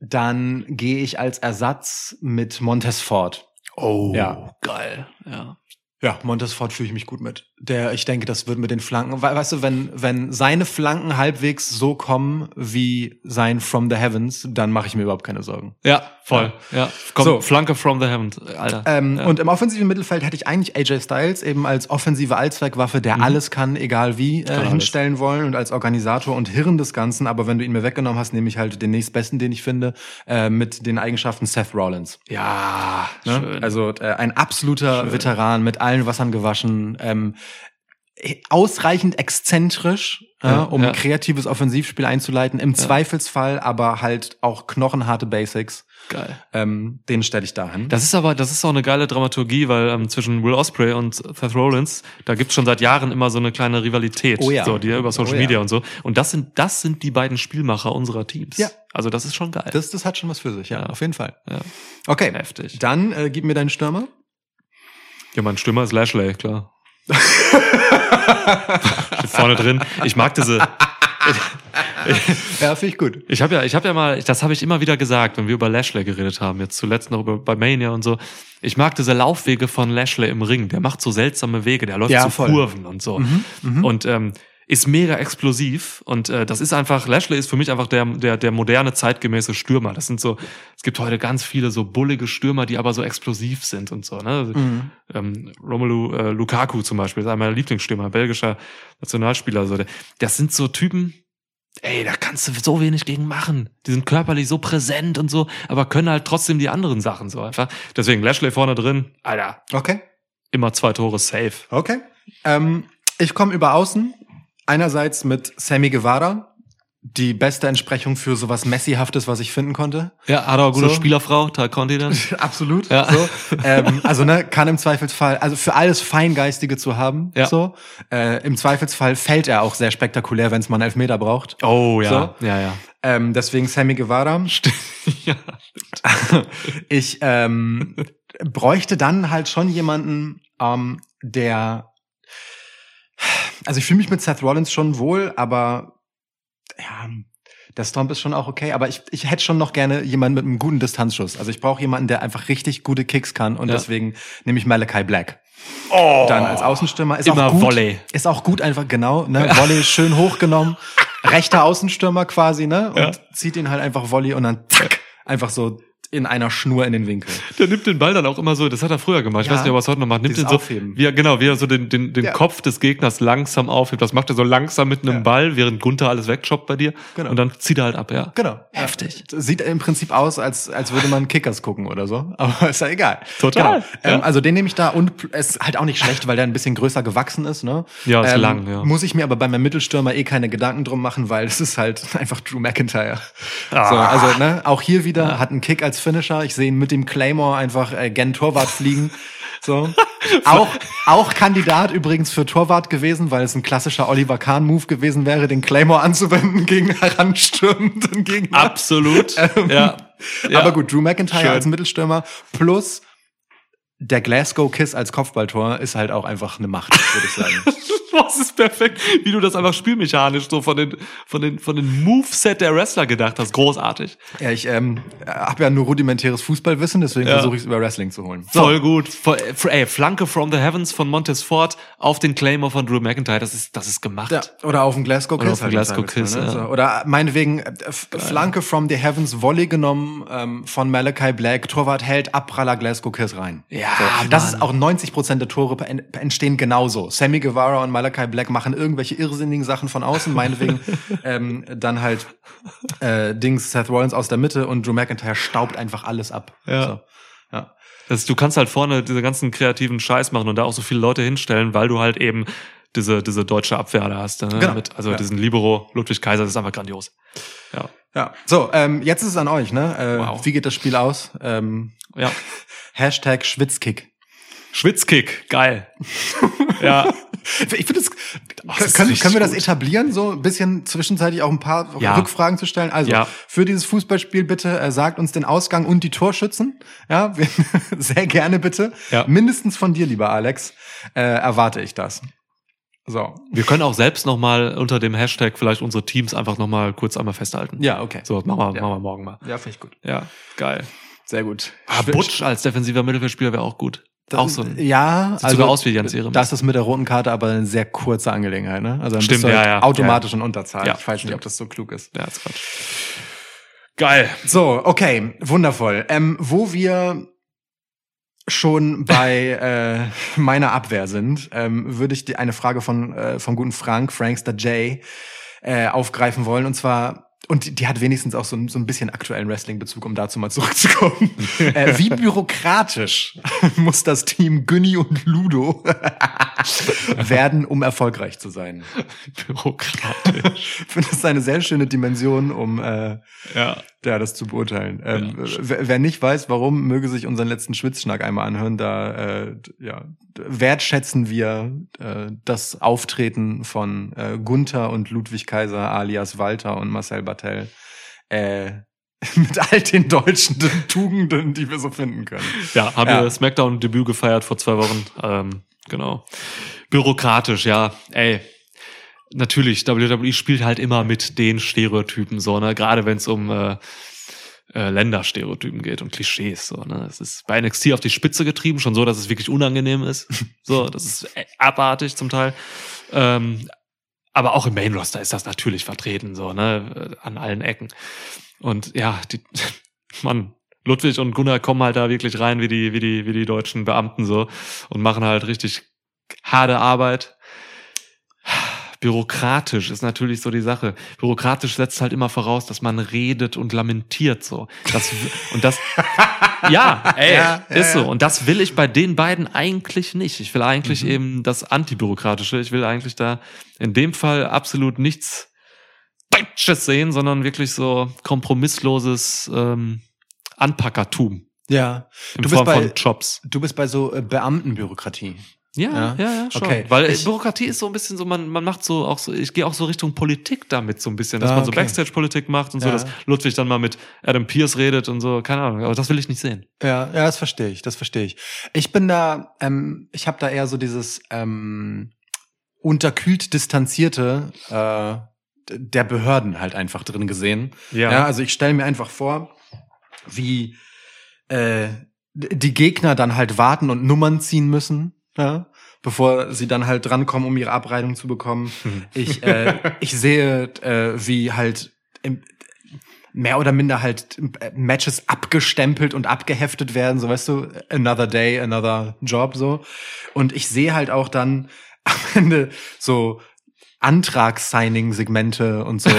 Dann gehe ich als Ersatz mit Montez Ford.
Oh,
Ja.
geil. Ja.
Ja, Montez Ford fühle ich mich gut mit. Der, ich denke, das wird mit den Flanken. We weißt du, wenn, wenn seine Flanken halbwegs so kommen wie sein From the Heavens, dann mache ich mir überhaupt keine Sorgen.
Ja, voll. Ja. Komm,
So.
Flanke from the Heavens, Alter.
Ähm,
ja.
Und im offensiven Mittelfeld hätte ich eigentlich AJ Styles eben als offensive Allzweckwaffe, der alles kann, egal wie, äh,
Mhm. alles.
hinstellen wollen und als Organisator und Hirn des Ganzen. Aber wenn du ihn mir weggenommen hast, nehme ich halt den nächstbesten, den ich finde, äh, mit den Eigenschaften Seth Rollins.
ja,
Ne?
schön.
Also äh, ein absoluter Veteran mit allen Wassern gewaschen, ähm, eh, ausreichend exzentrisch, ja,
Ja,
um
ja.
kreatives Offensivspiel einzuleiten, im Zweifelsfall, aber halt auch knochenharte Basics.
geil.
Ähm, den stelle ich dahin.
Das ist aber, das ist auch eine geile Dramaturgie, weil ähm, zwischen Will Osprey und Seth Rollins, da gibt's schon seit Jahren immer so eine kleine Rivalität,
Oh ja.
so, die über Social
Oh ja.
Media und so. Und das sind, das sind die beiden Spielmacher unserer Teams.
Ja.
Also das ist schon geil.
das, das hat schon was für sich, ja,
Ja.
auf jeden Fall.
Ja.
Okay,
Heftig.
dann äh, gib mir deinen Stürmer.
Ja, mein Stürmer ist Lashley, klar. Steht vorne drin. Ich mag diese.
Ja, finde ich gut.
Ich habe ja, ich habe ja mal, das habe ich immer wieder gesagt, wenn wir über Lashley geredet haben, jetzt zuletzt noch über bei Mania und so. Ich mag diese Laufwege von Lashley im Ring. Der macht so seltsame Wege, der läuft
Ja,
so
voll. Mhm,
Kurven und so. Und ähm, ist mega explosiv und äh, das ist einfach, Lashley ist für mich einfach der, der, der moderne, zeitgemäße Stürmer. Das sind so, es gibt heute ganz viele so bullige Stürmer, die aber so explosiv sind und so. Ne? ähm, Romelu äh, Lukaku zum Beispiel, ist einer meiner Lieblingsstürmer, belgischer Nationalspieler. So. Der- Das sind so Typen, ey, da kannst du so wenig gegen machen. Die sind körperlich so präsent und so, aber können halt trotzdem die anderen Sachen so einfach. Deswegen Lashley vorne drin, Alter,
Okay.
immer zwei Tore safe.
Okay. Ähm, ich komme über außen. Einerseits mit Sammy Guevara. Die beste Entsprechung für sowas Messi-haftes, was ich finden konnte.
Ja, hat auch eine
gute
gute Spielerfrau, Tal Conti dann.
Absolut.
Ja.
So. Ähm, also ne, kann im Zweifelsfall, also für alles Feingeistige zu haben.
Ja.
So. Äh, Im Zweifelsfall fällt er auch sehr spektakulär, wenn es mal einen Elfmeter braucht.
Oh ja, ja, ja.
Ähm, deswegen Sammy Guevara.
ja.
Ich ähm, bräuchte dann halt schon jemanden, ähm, der Also ich fühle mich mit Seth Rollins schon wohl, aber ja, der Stomp ist schon auch okay. Aber ich, ich hätte schon noch gerne jemanden mit einem guten Distanzschuss. Also ich brauche jemanden, der einfach richtig gute Kicks kann und
Ja.
deswegen nehme ich Malachi Black.
Oh,
Dann als Außenstürmer ist
Immer
auch gut.
Volley.
Ist auch gut einfach, genau. Ne? Volley schön hochgenommen. Rechter Außenstürmer quasi, ne? Und
Ja.
zieht ihn halt einfach Volley und dann zack, einfach so in einer Schnur in den Winkel.
der nimmt den Ball dann auch immer so, das hat er früher gemacht,
Ja.
ich weiß nicht, ob er es heute noch macht, nimmt
Dieses
den so,
Aufheben.
wie er, genau, wie er so den, den, den
Ja.
Kopf des Gegners langsam aufhebt, das macht er so langsam mit einem
Ja.
Ball, während Gunther alles wegchoppt bei dir
Genau.
und dann zieht er halt ab, ja.
Genau.
Heftig.
Ja. Sieht im Prinzip aus, als, als würde man Kickers gucken oder so. Aber ist ja egal.
Total.
Ähm,
Ja.
also den nehme ich da und pl- ist halt auch nicht schlecht, weil der ein bisschen größer gewachsen ist. Ne?
Ja, ist lang, ja.
Muss ich mir aber bei meinem Mittelstürmer eh keine Gedanken drum machen, weil es ist halt einfach Drew McIntyre.
Ah.
So, also ne, auch hier wieder hat einen Kick als Finisher. Ich sehe ihn mit dem Claymore einfach äh, gen Torwart fliegen. So. Auch, auch Kandidat übrigens für Torwart gewesen, weil es ein klassischer Oliver Kahn-Move gewesen wäre, den Claymore anzuwenden gegen heranstürmenden Gegner.
Absolut. ja. ja.
Genau. Ähm, Aber gut, Drew McIntyre
Schön.
als Mittelstürmer plus der Glasgow Kiss als Kopfballtor ist halt auch einfach eine Macht, würde ich sagen.
Das ist perfekt, wie du das einfach spielmechanisch so von den, von den, von den Moveset der Wrestler gedacht hast. Großartig.
ja, ich ähm, habe ja nur rudimentäres Fußballwissen, deswegen
Ja.
versuche ich es über Wrestling zu holen.
Voll gut. Voll, äh, ey, Flanke from the Heavens von Montez Ford auf den Claimer von Drew McIntyre. Das ist, das ist gemacht.
Ja, oder auf den Glasgow
Oder
Kiss.
auf den
im
Glasgow Kiss,
Zweifelsfall,
ja.
So, Oder meinetwegen äh, F- Flanke from the Heavens, Volley genommen ähm, von Malachi Black, Torwart hält, Abpraller Glasgow Kiss rein.
Ja,
so. Das
Mann.
ist auch 90% der Tore pen- entstehen genauso. Sammy Guevara und Malachi Black machen irgendwelche irrsinnigen Sachen von außen, meinetwegen ähm, dann halt äh, Dings Seth Rollins aus der Mitte und Drew McIntyre staubt einfach alles ab.
Ja.
So. ja.
Das, du kannst halt vorne diese ganzen kreativen Scheiß machen und da auch so viele Leute hinstellen, weil du halt eben diese, diese deutsche Abwehr da hast. Ne?
Genau.
Mit, also
Ja.
diesen Libero, Ludwig Kaiser, das ist einfach grandios. Ja.
Ja, so, ähm, jetzt ist es an euch, ne? Äh,
Wow.
Wie geht das Spiel aus? Ähm,
Ja.
Hashtag Schwitzkick.
Schwitzkick, geil. ja.
Ich finde es.
Oh, das ist
können,
richtig
können wir das
gut.
etablieren, so ein bisschen zwischenzeitlich auch ein paar
Ja.
Rückfragen zu stellen? Also,
Ja.
für dieses Fußballspiel bitte äh, sagt uns den Ausgang und die Torschützen. Ja, wir, sehr gerne bitte.
Ja.
Mindestens von dir, lieber Alex, äh, erwarte ich das. So.
Wir können auch selbst nochmal unter dem Hashtag vielleicht unsere Teams einfach nochmal kurz einmal festhalten.
Ja, okay.
So, das machen wir,
Ja.
machen wir morgen mal.
Ja, finde ich gut.
Ja, geil.
Sehr gut.
Ah, Butsch als defensiver Mittelfeldspieler wäre auch gut.
Das-
auch so ein,
ja, also
Sieht sogar aus wie Jens Ehrenmann.
Das ist mit der roten Karte aber eine sehr kurze Angelegenheit, ne? Also dann
Stimmt,
bist du
ja, ja.
automatisch in Unterzahl.
Ja,
ich weiß nicht, ob das so klug ist.
ja, ist Quatsch. Geil.
So, okay, wundervoll. Ähm, wo wir schon bei äh, meiner Abwehr sind, ähm, würde ich die, eine Frage von äh, vom guten Frank, Frankster J, äh, aufgreifen wollen. Und zwar, und die, die hat wenigstens auch so, ein- so ein bisschen aktuellen Wrestling-Bezug, um dazu mal zurückzukommen. äh, wie bürokratisch muss das Team Günni und Ludo werden, um erfolgreich zu sein?
Bürokratisch.
Ich finde, das ist eine sehr schöne Dimension, um äh,
ja.
ja, das zu beurteilen. Ähm, äh, wer, wer nicht weiß, warum, möge sich unseren letzten Schwitzschnack einmal anhören. Da äh, d- ja, d- wertschätzen wir äh, das Auftreten von äh, Gunther und Ludwig Kaiser alias Walter und Marcel Bartel äh, mit all den deutschen Tugenden, die wir so finden können.
Ja, haben
Ja.
wir Smackdown-Debüt gefeiert vor zwei Wochen. Ähm, genau. Bürokratisch, ja. Ey. Natürlich, WWE spielt halt immer mit den Stereotypen so, ne? Gerade wenn es um äh, äh, Länderstereotypen geht und Klischees so, ne? Es ist bei NXT auf die Spitze getrieben, schon so, dass es wirklich unangenehm ist. So, das ist e- abartig zum Teil. Ähm, aber auch im Main Roster ist das natürlich vertreten, so, ne? Äh, An allen Ecken. Und ja, die, Mann, Ludwig und Gunnar kommen halt da wirklich rein wie die, wie die, wie die deutschen Beamten so und machen halt richtig harte Arbeit. Bürokratisch ist natürlich so die Sache. Bürokratisch setzt halt immer voraus, dass man redet und lamentiert so. Das, und das, ja, ey,
Ja, ja,
ist so.
ja.
Und das will ich bei den beiden eigentlich nicht. Ich will eigentlich
Mhm.
eben das Antibürokratische. Ich will eigentlich da in dem Fall absolut nichts Deutsches sehen, sondern wirklich so kompromissloses ähm, Anpackertum
Ja,
in
Du bist
Form
bei-
von Jobs.
du bist bei so äh, Beamtenbürokratie.
Ja,
Ja?
ja, ja, schon.
Okay.
Weil
Ich-
Bürokratie ist so ein bisschen so, man, man macht so auch so, ich gehe auch so Richtung Politik damit so ein bisschen, dass
Ah,
man so
okay.
Backstage-Politik macht und
Ja.
so, dass Ludwig dann mal mit Adam Pierce redet und so, keine Ahnung, aber das will ich nicht sehen.
Ja, ja, das verstehe ich, das verstehe ich. Ich bin da, ähm, ich habe da eher so dieses ähm, unterkühlt distanzierte äh, d- der Behörden halt einfach drin gesehen. Ja, also ich stelle mir einfach vor, wie äh, d- die Gegner dann halt warten und Nummern ziehen müssen, ja, bevor sie dann halt drankommen, um ihre Abreitung zu bekommen.
Hm.
Ich, äh, ich sehe, äh, wie halt im, mehr oder minder halt äh, Matches abgestempelt und abgeheftet werden, so weißt du, another day, another job so. Und ich sehe halt auch dann am Ende so Antragssigning-Segmente und so,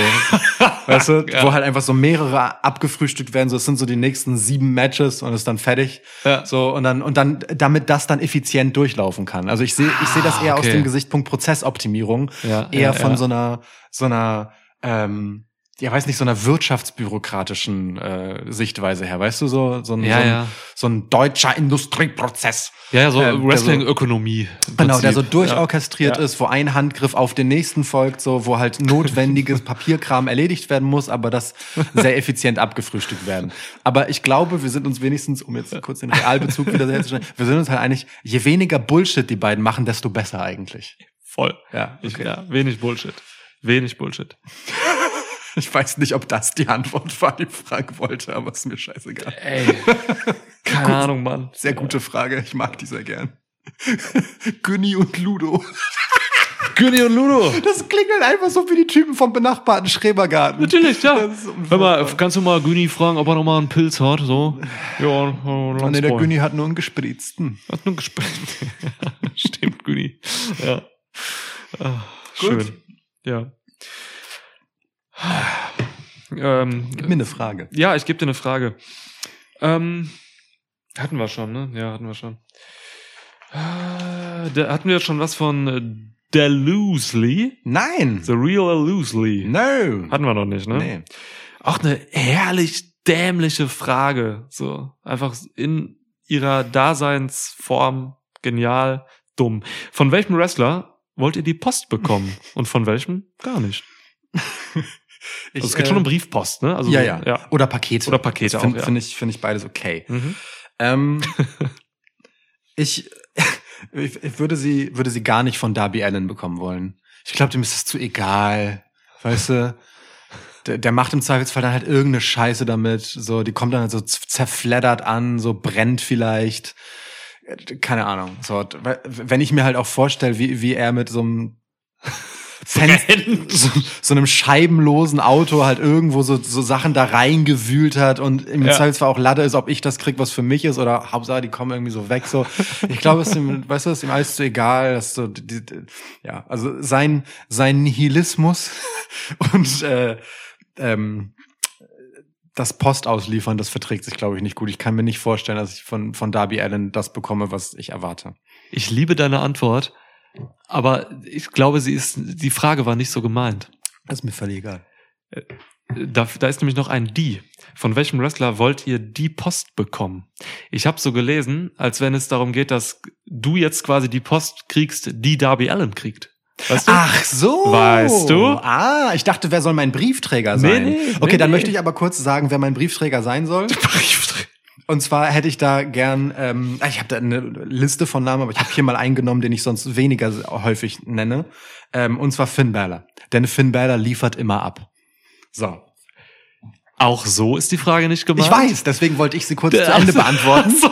weißt du,
Ja.
wo halt einfach so mehrere abgefrühstückt werden, so es sind so die nächsten sieben Matches und ist dann fertig.
Ja.
So, und dann, und dann, damit das dann effizient durchlaufen kann. Also ich sehe, ich sehe das
Ah,
eher aus
okay.
dem Gesichtspunkt Prozessoptimierung,
Ja,
eher
ja,
von
ja.
so einer, so einer, ähm, ja, weiß nicht, so einer wirtschaftsbürokratischen äh, Sichtweise her, weißt du, so, so, ein,
Ja,
so, ein,
ja.
so ein deutscher Industrieprozess.
Ja, ja, so
Ähm, der so-
Wrestling-Ökonomie. im
Genau, der
Prinzip.
so durchorchestriert
Ja.
ist, wo ein Handgriff auf den nächsten folgt, so wo halt notwendiges Papierkram erledigt werden muss, aber das sehr effizient abgefrühstückt werden. Aber ich glaube, wir sind uns wenigstens, um jetzt kurz den Realbezug wieder herzustellen, wir sind uns halt einig, je weniger Bullshit die beiden machen, desto besser eigentlich.
Voll.
Ja,
Ich, ja, wenig Bullshit. Wenig Bullshit.
Ich weiß nicht, ob das die Antwort war, die Frank wollte, aber ist mir scheißegal.
Ey. Keine Ahnung, Mann.
Sehr gute Frage, ich mag die sehr gern. Günni und Ludo.
Günni und Ludo.
Das klingt halt einfach so wie die Typen vom benachbarten Schrebergarten.
Natürlich, ja.
Das ist
Hör
unfassbar.
mal, kannst du mal Günni fragen, ob er nochmal einen Pilz hat? So. Ja,
Oh,
äh,
nee, der
Landsbräu.
Günni hat nur einen gespritzten.
Hat nur gespendet. Stimmt, Günni. Ja. Ah,
Gut.
Schön. Ja. Ähm,
Gib mir eine Frage.
ja, ich gebe dir eine Frage. Ähm, hatten wir schon, ne? Ja, hatten wir schon. Äh, Da hatten wir schon was von äh, Delusley?
Nein!
The Real Delusley.
No!
Hatten wir noch nicht, ne?
Nee.
Auch eine herrlich dämliche Frage. So, einfach in ihrer Daseinsform genial, dumm. Von welchem Wrestler wollt ihr die Post bekommen? Und von welchem gar nicht?
Ich,
also es geht
äh,
schon um Briefpost, ne? Also,
ja, ja,
ja.
Oder Pakete.
Oder Pakete
Das Find,
auch, ja.
Finde ich, find ich beides okay.
Mhm.
Ähm, ich, ich ich würde sie, würde sie gar nicht von Darby Allen bekommen wollen. Ich glaube, dem ist es zu egal. Weißt du? Der, der macht im Zweifelsfall dann halt irgendeine Scheiße damit. So, die kommt dann halt so z- zerfleddert an, so brennt vielleicht. Äh, Keine Ahnung. So, d- we- wenn ich mir halt auch vorstelle, wie, wie er mit so einem Fenster, so, so einem scheibenlosen Auto halt irgendwo so, so Sachen da reingewühlt hat und im
Ja.
Zweifelsfall auch Latte ist, ob ich das krieg, was für mich ist oder Hauptsache, die kommen irgendwie so weg. So, ich glaube, es ist ihm, weißt du, es ist ihm alles so egal. Dass so, die, die, ja, also sein, sein Nihilismus und äh, ähm, das Post ausliefern, das verträgt sich, glaube ich, nicht gut. Ich kann mir nicht vorstellen, dass ich von, von Darby Allen das bekomme, was ich erwarte.
Ich liebe deine Antwort, aber ich glaube, sie ist, die Frage war nicht so gemeint.
Das ist mir völlig egal.
Da, da ist nämlich noch ein Die. Von welchem Wrestler wollt ihr die Post bekommen? Ich habe so gelesen, als wenn es darum geht, dass du jetzt quasi die Post kriegst, die Darby Allen kriegt. Weißt du?
Ach so.
Weißt du?
Ah, ich dachte, wer soll mein Briefträger
Nee,
sein?
nee,
okay,
nee,
dann
nee.
möchte ich aber kurz sagen, wer mein Briefträger sein soll. Und zwar hätte ich da gern, ähm, ah, ich habe da eine Liste von Namen, aber ich habe hier mal eingenommen, den ich sonst weniger häufig nenne. Ähm, und zwar Finn Balor. Denn Finn Balor liefert immer ab. So.
Auch so ist die Frage nicht gemeint.
Ich weiß, deswegen wollte ich sie kurz
Der-
zu Ende beantworten.
So.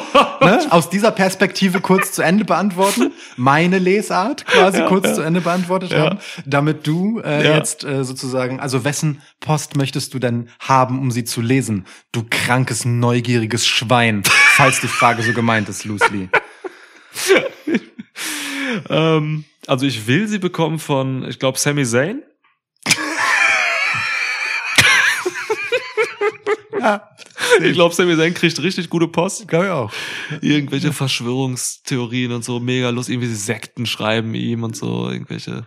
ne? Aus dieser Perspektive kurz zu Ende beantworten. Meine Lesart quasi kurz zu Ende beantwortet haben. Damit du äh,
Ja.
jetzt äh, sozusagen, also wessen Post möchtest du denn haben, um sie zu lesen? Du krankes, neugieriges Schwein. falls die Frage so gemeint ist, loosely.
Ähm, also ich will sie bekommen von, ich glaube, Sami Zayn.
Ja.
Ich glaube, Sami Zayn kriegt richtig gute Post.
Glaube ich auch.
Irgendwelche Verschwörungstheorien und so, mega Lust. Irgendwelche Sekten schreiben ihm und so, irgendwelche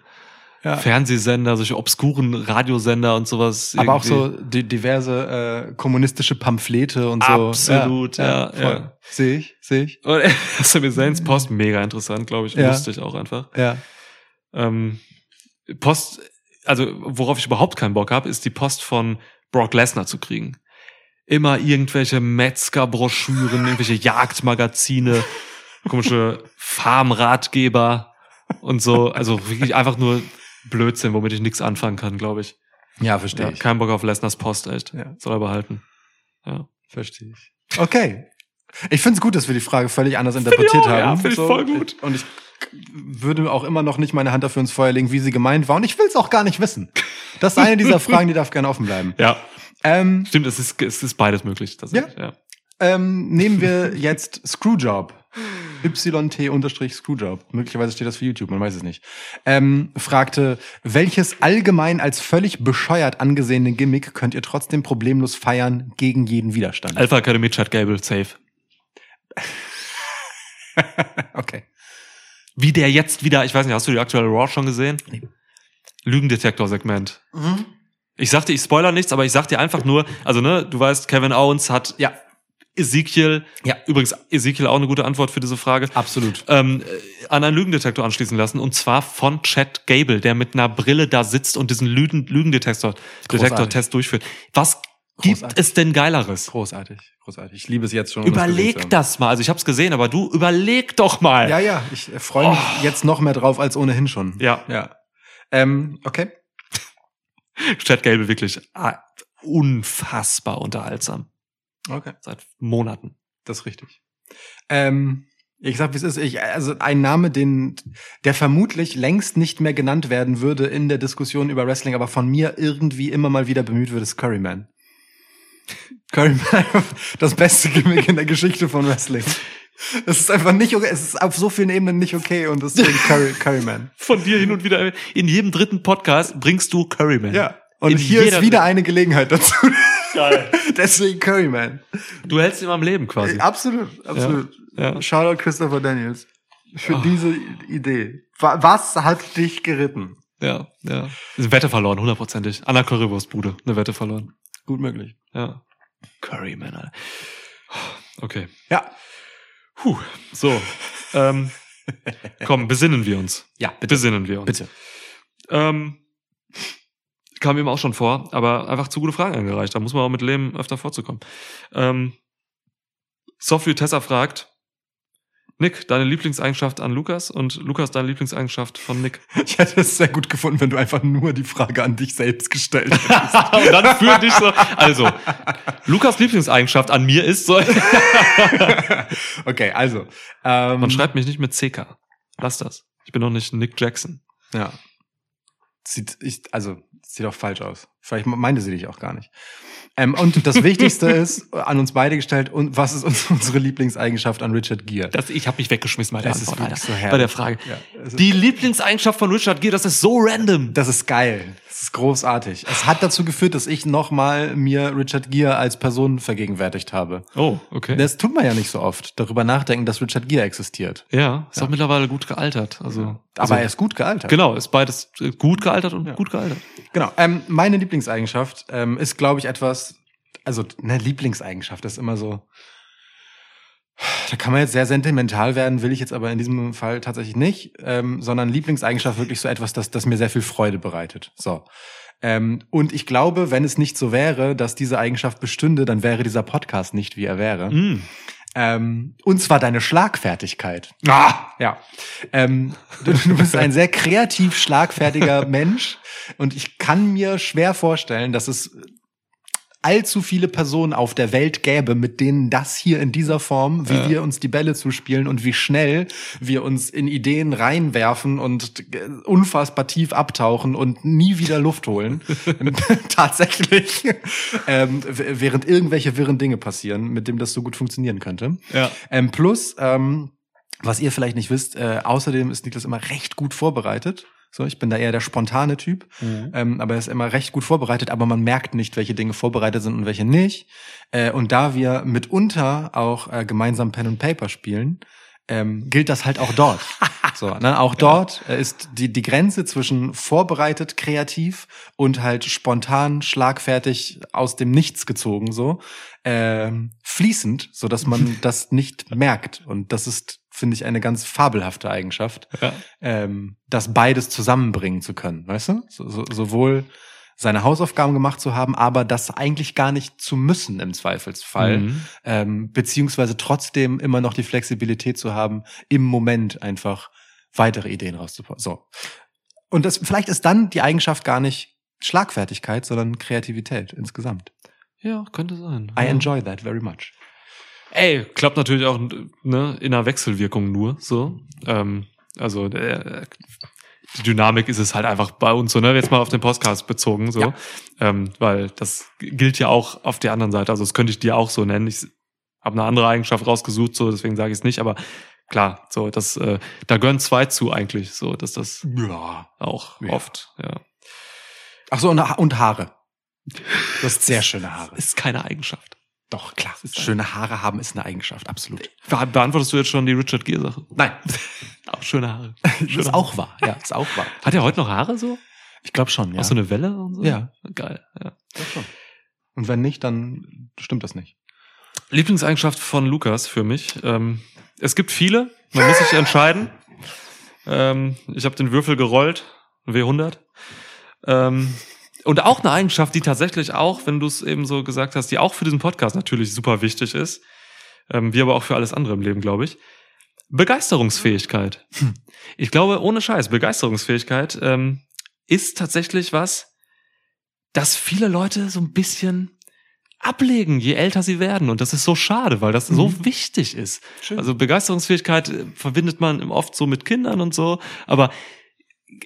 Ja.
Fernsehsender, solche obskuren Radiosender und sowas.
Aber auch
irgendwie.
so die, diverse äh, kommunistische Pamphlete und so.
Absolut, ja,
voll.
ja.
Sehe ich, sehe ich.
Und Sami Zayns Post, mega interessant, glaube ich, und
Ja.
lustig auch einfach.
Ja.
Ähm, Post, also worauf ich überhaupt keinen Bock habe, ist die Post von Brock Lesnar zu kriegen. Immer irgendwelche Metzgerbroschüren, irgendwelche Jagdmagazine, komische Farmratgeber und so, also wirklich einfach nur Blödsinn, womit ich nichts anfangen kann, glaube ich.
Ja, verstehe
Ja,
ich.
kein Bock auf Lesners Post, echt.
Ja.
Soll er behalten. Ja.
Verstehe ich. Okay. Ich finde es gut, dass wir die Frage völlig anders interpretiert
auch,
haben.
ja, finde ich voll gut.
Und ich würde auch immer noch nicht meine Hand dafür ins Feuer legen, wie sie gemeint war. Und ich will es auch gar nicht wissen. Das ist eine dieser Fragen, die darf gerne offen bleiben.
ja,
Ähm,
stimmt, es ist, es ist beides möglich. tatsächlich, ja.
ähm, nehmen wir jetzt Screwjob. YT-Screwjob. Möglicherweise steht das für YouTube, man weiß es nicht. Ähm, fragte, welches allgemein als völlig bescheuert angesehene Gimmick könnt ihr trotzdem problemlos feiern gegen jeden Widerstand?
Alpha Academy Chad Gable, safe.
Okay.
Wie der jetzt wieder, ich weiß nicht, hast du die aktuelle Raw schon gesehen?
Nee.
Lügendetektor-Segment.
Mhm.
Ich sagte, ich spoiler nichts, aber ich sag dir einfach nur, also ne, du weißt, Kevin Owens hat
Ja,
Ezekiel,
Ja.
übrigens Ezekiel auch eine gute Antwort für diese Frage,
absolut.
ähm, äh, an einen Lügendetektor anschließen lassen und zwar von Chad Gable, der mit einer Brille da sitzt und diesen Lügen Lügendetektor Detektor Test durchführt. Was gibt
Großartig.
es denn geileres?
Großartig, großartig. Ich liebe es jetzt schon. um
überleg
gesehen zu haben.
das mal. Also ich habe es gesehen, aber du überleg doch mal.
Ja, ja, ich äh, freue mich jetzt noch mehr drauf als ohnehin schon.
Oh. Ja.
Ja. Ähm, okay.
Chad Gable wirklich ah, unfassbar unterhaltsam
Okay.
seit Monaten.
Das ist richtig. Ähm, ich sag, wie es ist. Ich, also ein Name, den, der vermutlich längst nicht mehr genannt werden würde in der Diskussion über Wrestling, aber von mir irgendwie immer mal wieder bemüht wird, ist Curryman. Curryman, das beste Gimmick in der Geschichte von Wrestling. Es ist einfach nicht okay. Es ist auf so vielen Ebenen nicht okay und deswegen Curry, Curryman.
Von dir hin und wieder in jedem dritten Podcast bringst du Curryman.
Ja. Und
In
hier
jeder-
ist wieder eine Gelegenheit dazu.
Geil.
Deswegen Curryman.
Du hältst ihn am Leben quasi.
Absolut, absolut.
ja. Ah.
Shoutout Christopher Daniels für diese Idee. Wa- Was hat dich geritten?
Ja, ja. Eine Wette verloren, hundertprozentig. Anna Currywurstbude, eine Wette verloren.
Gut möglich.
Ja. Curryman, Alter. Okay.
Ja.
Puh. So. Ähm, komm, besinnen wir uns.
Ja,
Besinnen wir uns.
Bitte.
Ähm, kam eben auch schon vor, aber einfach zu gute Fragen angereicht. Da muss man auch mit Leben öfter vorzukommen. Ähm, Sophie Tessa fragt, Nick, deine Lieblingseigenschaft an Lukas und Lukas, deine Lieblingseigenschaft von Nick.
Ich hätte es sehr gut gefunden, wenn du einfach nur die Frage an dich selbst gestellt hättest.
und dann für dich so. Also, Lukas Lieblingseigenschaft an mir ist so.
okay, also. Ähm,
Man schreibt mich nicht mit CK. Lass das. Ich bin noch nicht Nick Jackson.
Ja. Sieht, ich, also, sieht auch falsch aus. Vielleicht meinte sie dich auch gar nicht. Ähm, und das Wichtigste ist, an uns beide gestellt, und was ist uns, unsere Lieblingseigenschaft an Richard Gere?
Das, ich habe mich weggeschmissen bei der,
Das ist
Antwort,
wirklich
Alter.
so herrlich.
bei der Frage.
Ja, es ist-
Die Lieblingseigenschaft von Richard Gere, das ist so random.
Das ist geil. Das ist großartig. Es hat dazu geführt, dass ich nochmal mir Richard Gere als Person vergegenwärtigt habe.
Oh, okay.
Das tut man ja nicht so oft, darüber nachdenken, dass Richard Gere existiert.
ja, ist auch mittlerweile gut gealtert. Also,
Aber
also,
er ist gut gealtert.
Genau, ist beides äh, gut gealtert und gut gealtert.
Genau. Ähm, meine Lieblingseigenschaft ähm, ist, glaube ich, etwas, also eine Lieblingseigenschaft ist immer so, da kann man jetzt sehr sentimental werden, will ich jetzt aber in diesem Fall tatsächlich nicht, ähm, sondern Lieblingseigenschaft wirklich so etwas, das, das mir sehr viel Freude bereitet. So. Ähm, und ich glaube, wenn es nicht so wäre, dass diese Eigenschaft bestünde, dann wäre dieser Podcast nicht, wie er wäre.
Mm.
Ähm, und zwar deine Schlagfertigkeit.
Ah!
Ja. Ähm, du, du bist ein sehr kreativ schlagfertiger Mensch und ich kann mir schwer vorstellen, dass es allzu viele Personen auf der Welt gäbe, mit denen das hier in dieser Form, wie wir uns die Bälle zuspielen und wie schnell wir uns in Ideen reinwerfen und äh, unfassbar tief abtauchen und nie wieder Luft holen. Tatsächlich. Ähm, w- während irgendwelche wirren Dinge passieren, mit dem das so gut funktionieren könnte.
Ja.
Ähm, plus, ähm, was ihr vielleicht nicht wisst, äh, außerdem ist Niklas immer recht gut vorbereitet. So, ich bin da eher der spontane Typ,
Mhm.
ähm, aber er ist immer recht gut vorbereitet, aber man merkt nicht, welche Dinge vorbereitet sind und welche nicht. Äh, und da wir mitunter auch äh, gemeinsam Pen und Paper spielen, ähm, gilt das halt auch dort. So, ne? Auch dort äh, ist die, die Grenze zwischen vorbereitet, kreativ und halt spontan, schlagfertig aus dem Nichts gezogen, so, ähm, fließend, so dass man das nicht merkt. Und das ist, finde ich, eine ganz fabelhafte Eigenschaft,
Ja.
ähm, das beides zusammenbringen zu können, weißt du? So, so, sowohl seine Hausaufgaben gemacht zu haben, aber das eigentlich gar nicht zu müssen im Zweifelsfall
Mhm.
ähm, beziehungsweise trotzdem immer noch die Flexibilität zu haben, im Moment einfach weitere Ideen rauszupacken. So. Und das, vielleicht ist dann die Eigenschaft gar nicht Schlagfertigkeit, sondern Kreativität insgesamt.
Ja, könnte sein.
I
ja.
enjoy that very much.
Ey, klappt natürlich auch ne, in einer Wechselwirkung nur so. Ähm, also äh, die Dynamik ist es halt einfach bei uns so, ne? Jetzt mal auf den Podcast bezogen so.
Ja.
Ähm, weil das gilt ja auch auf der anderen Seite. Also das könnte ich dir auch so nennen. Ich habe eine andere Eigenschaft rausgesucht, so deswegen sage ich es nicht, aber klar, so das, äh, da gehören zwei zu eigentlich, so dass das
Ja.
auch
Ja.
oft, ja.
Ach so, und, und Haare. Du hast sehr schöne Haare.
Ist keine Eigenschaft.
Doch, klar. Schöne Haare haben ist eine Eigenschaft, absolut.
Be beantwortest du jetzt schon die Richard Gere Sache?
Nein,
Auch schöne Haare.
das ist auch wahr. Ja, ist auch wahr. ne.
Hat er heute noch Haare so?
Ich glaube schon, ja.
Auch so eine Welle und so?
Ja.
Geil. Ja.
Glaub schon. Und wenn nicht, dann stimmt das nicht.
Lieblingseigenschaft von Lukas für mich. Ähm, es gibt viele, man muss sich entscheiden. Ähm, ich habe den Würfel gerollt, W100. Ähm, und auch eine Eigenschaft, die tatsächlich auch, wenn du es eben so gesagt hast, die auch für diesen Podcast natürlich super wichtig ist, ähm, wie aber auch für alles andere im Leben, glaube ich. Begeisterungsfähigkeit. Ich glaube, ohne Scheiß, Begeisterungsfähigkeit ähm, ist tatsächlich was, das viele Leute so ein bisschen ablegen, je älter sie werden. Und das ist so schade, weil das so wichtig ist.
Schön.
Also Begeisterungsfähigkeit äh, verbindet man oft so mit Kindern und so, aber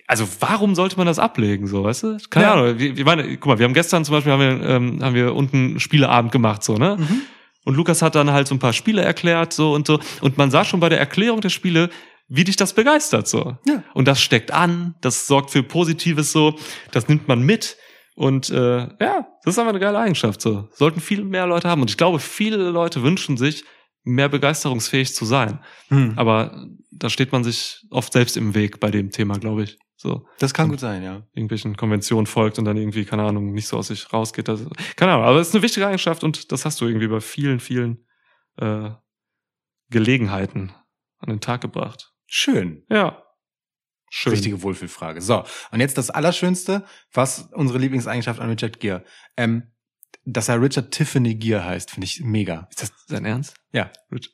also warum sollte man das ablegen, so, weißt du? Keine
Ja.
Ahnung. Wir, wir meine, guck mal, wir haben gestern zum Beispiel haben wir, ähm, haben wir unten einen Spieleabend gemacht, so, ne?
Mhm.
Und Lukas hat dann halt so ein paar Spiele erklärt, so und so. Und man sah schon bei der Erklärung der Spiele, wie dich das begeistert, so.
Ja.
Und das steckt an, das sorgt für Positives, so, das nimmt man mit. Und äh, ja, das ist einfach eine geile Eigenschaft, so. Sollten viel mehr Leute haben. Und ich glaube, viele Leute wünschen sich, mehr begeisterungsfähig zu sein.
Hm.
Aber da steht man sich oft selbst im Weg bei dem Thema, glaube ich. So
Das kann gut sein, ja.
irgendwelchen Konventionen folgt und dann irgendwie, keine Ahnung, nicht so aus sich rausgeht. Das, keine Ahnung, aber es ist eine wichtige Eigenschaft und das hast du irgendwie bei vielen, vielen äh, Gelegenheiten an den Tag gebracht.
Schön.
Ja. Schön.
Richtige Wohlfühlfrage. So, und jetzt das Allerschönste, was unsere Lieblingseigenschaft an Richard Gere. Ähm, dass er Richard Tiffany Gere heißt, finde ich mega.
Ist das sein Ernst?
Ja.
Rich-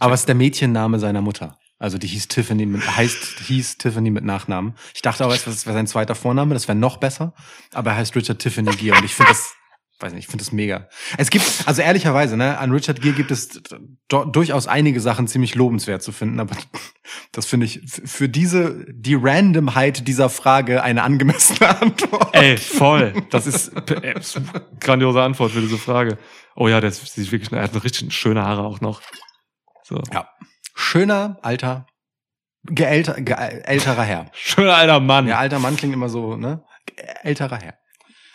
Aber es ist der Mädchenname seiner Mutter. Also die hieß Tiffany mit, heißt, hieß Tiffany mit Nachnamen. Ich dachte auch erst, das wäre sein zweiter Vorname, das wäre noch besser. Aber er heißt Richard Tiffany Gere und ich finde das, weiß nicht, ich finde das mega. Es gibt, also ehrlicherweise, ne, an Richard Gere gibt es do, durchaus einige Sachen ziemlich lobenswert zu finden, aber das finde ich f- für diese, die Randomheit dieser Frage eine angemessene Antwort.
Ey, voll. Das ist, äh, ist eine grandiose Antwort für diese Frage. Oh ja, der ist, sieht wirklich, er hat richtig schöne Haare auch noch. So.
Ja. Schöner, alter, geälter, geälterer Herr.
Schöner alter Mann.
Ja, alter Mann klingt immer so, ne? Älterer Herr.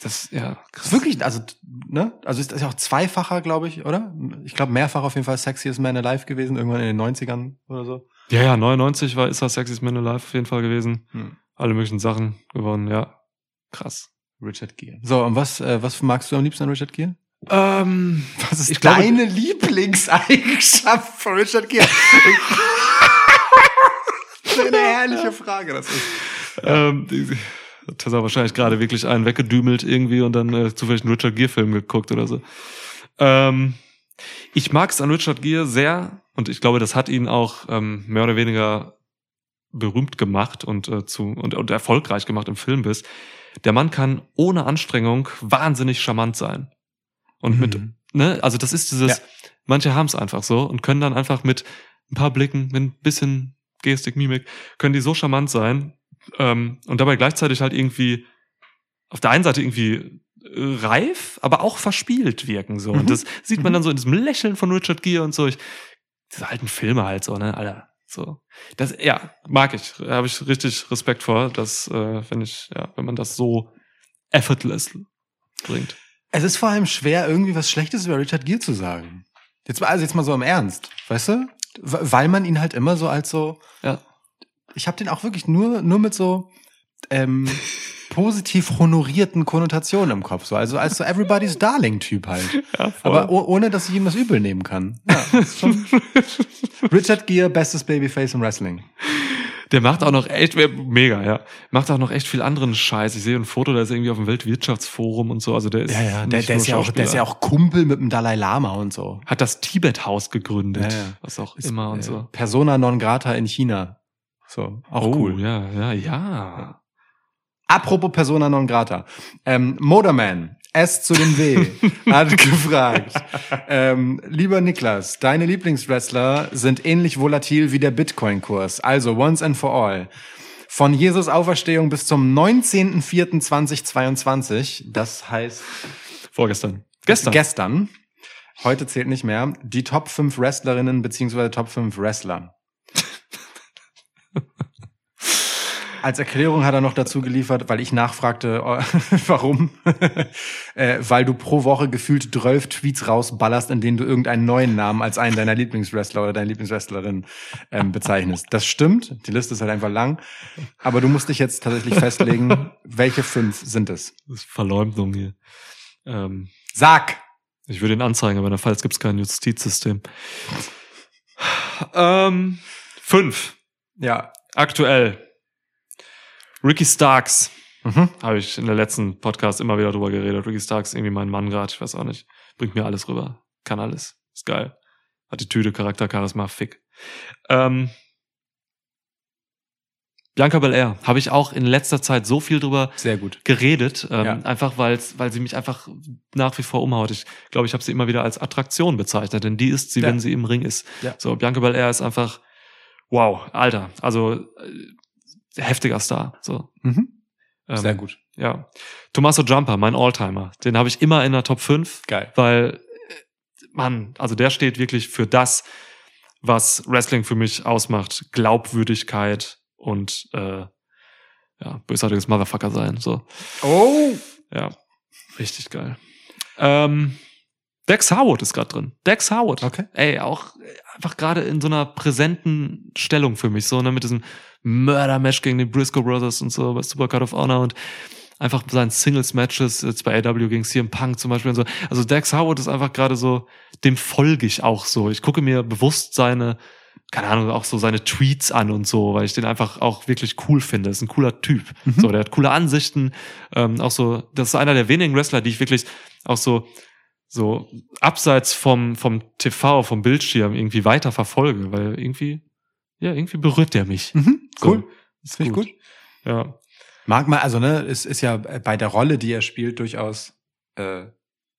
das, ja.
Ist wirklich, also, ne? Also ist das ja auch zweifacher, glaube ich, oder? Ich glaube, mehrfach auf jeden Fall Sexiest Man Alive gewesen, irgendwann in den 90ern oder so.
Ja, ja, 99 war, ist das Sexiest Man Alive auf jeden Fall gewesen.
Hm.
Alle möglichen Sachen gewonnen, ja. Krass.
Richard Gere. So, und was, äh, was magst du am liebsten an Richard Gere?
Ähm,
Was ist
Ich glaube-
deine Lieblingseigenschaft von Richard Gere? Das ist eine herrliche Frage, das ist.
ähm, das hat wahrscheinlich gerade wirklich einen weggedümelt irgendwie und dann äh, zufällig einen Richard Gere-Film geguckt oder so. Ähm, ich mag es an Richard Gere sehr und ich glaube, das hat ihn auch ähm, mehr oder weniger berühmt gemacht und, äh, zu, und, und erfolgreich gemacht im Film bist. Der Mann kann ohne Anstrengung wahnsinnig charmant sein. Und mit
Mhm.
ne, also das ist dieses,
Ja.
manche haben es einfach so und können dann einfach mit ein paar Blicken, mit ein bisschen Gestik, Mimik, können die so charmant sein ähm, und dabei gleichzeitig halt irgendwie auf der einen Seite irgendwie äh, reif, aber auch verspielt wirken so.
Mhm.
Und das sieht man
Mhm.
dann so in diesem Lächeln von Richard Gere und so. Ich, diese alten Filme halt so, ne, Alter. So. Das, ja, mag ich. Da habe ich richtig Respekt vor, dass, äh, wenn ich, ja, wenn man das so effortless bringt.
Es ist vor allem schwer, irgendwie was Schlechtes über Richard Gere zu sagen. Jetzt mal, also jetzt mal so im Ernst, weißt du? W- Weil man ihn halt immer so als so.
Ja.
Ich habe den auch wirklich nur, nur mit so ähm, positiv honorierten Konnotationen im Kopf. So. Also als so Everybody's Darling-Typ halt.
Ja, voll.
Aber oh, ohne, dass ich ihm das übel nehmen kann. Ja, ist schon Richard Gere, bestes Babyface im Wrestling.
Der macht auch noch echt, mega, ja. Macht auch noch echt viel anderen Scheiß. Ich sehe ein Foto, der ist irgendwie auf dem Weltwirtschaftsforum und so. Also der ist.
der,
nicht
der,
nur
ist ja auch, der ist ja
Schauspieler.
auch Kumpel mit dem Dalai Lama und so.
Hat das Tibet-Haus gegründet.
Ja, ja.
Was auch immer und
Äh,
so. Oh,
Persona non grata in China. So, auch oh, cool.
ja, ja, ja.
Apropos Persona non grata. Ähm, Moderman, S zu dem W, hat gefragt. Ähm, lieber Niklas, deine Lieblingswrestler sind ähnlich volatil wie der Bitcoin-Kurs. Also once and for all. Von Jesus Auferstehung bis zum 19.04.2022, das heißt
Vorgestern.
gestern. gestern, heute zählt nicht mehr, die Top 5 Wrestlerinnen beziehungsweise Top 5 Wrestler. Als Erklärung hat er noch dazu geliefert, weil ich nachfragte, äh, warum. äh, weil du pro Woche gefühlt 12 Tweets rausballerst, in denen du irgendeinen neuen Namen als einen deiner Lieblingswrestler oder deine Lieblingswrestlerin ähm, bezeichnest. Das stimmt, die Liste ist halt einfach lang. Aber du musst dich jetzt tatsächlich festlegen, welche fünf sind es.
Das ist Verleumdung hier. Ähm,
Sag!
ich würde ihn anzeigen, aber in der Pfalz gibt es kein Justizsystem. Ähm, fünf.
Ja.
Aktuell. Ricky Starks.
Mhm.
Habe ich in der letzten Podcast immer wieder drüber geredet. Ricky Starks, irgendwie mein Mann gerade, ich weiß auch nicht. Bringt mir alles rüber. Kann alles. Ist geil. Attitüde, Charakter, Charisma, Fick. Ähm, Bianca Belair. Habe ich auch in letzter Zeit so viel drüber
Sehr gut.
geredet. Ähm,
Ja.
Einfach weil's, weil sie mich einfach nach wie vor umhaut. Ich glaube, ich habe sie immer wieder als Attraktion bezeichnet, denn die ist sie,
Ja.
wenn sie im Ring ist.
Ja.
So, Bianca Belair ist einfach, wow, Alter. Also, äh, heftiger Star. So.
Mhm.
ähm,
Sehr gut.
ja. Tommaso Jumper, mein Alltimer. Den habe ich immer in der Top 5,
Geil.
weil, äh, Mann, also der steht wirklich für das, was Wrestling für mich ausmacht. Glaubwürdigkeit und äh, ja, bösartiges Motherfucker sein. So.
Oh!
Ja. Richtig geil. Ähm, Dex Howard ist gerade drin. Dex Howard.
Okay.
Ey, auch äh, einfach gerade in so einer präsenten Stellung für mich, so, ne, mit diesem Mörder-Match gegen die Briscoe Brothers und so, bei Supercard of Honor und einfach seinen Singles-Matches, jetzt bei AW gegen CM Punk zum Beispiel und so. Also Dex Howard ist einfach gerade so, dem folge ich auch so. Ich gucke mir bewusst seine, keine Ahnung, auch so seine Tweets an und so, weil ich den einfach auch wirklich cool finde. Ist ein cooler Typ. So, der hat coole Ansichten, ähm, auch so, das ist einer der wenigen Wrestler, die ich wirklich auch so, so abseits vom, vom TV, vom Bildschirm irgendwie weiter verfolge, weil irgendwie, ja, irgendwie berührt der mich.
Mhm.
So,
Cool.
ist
Finde ich gut.
Ja.
Mag mal, also ne, es ist ja bei der Rolle, die er spielt, durchaus äh,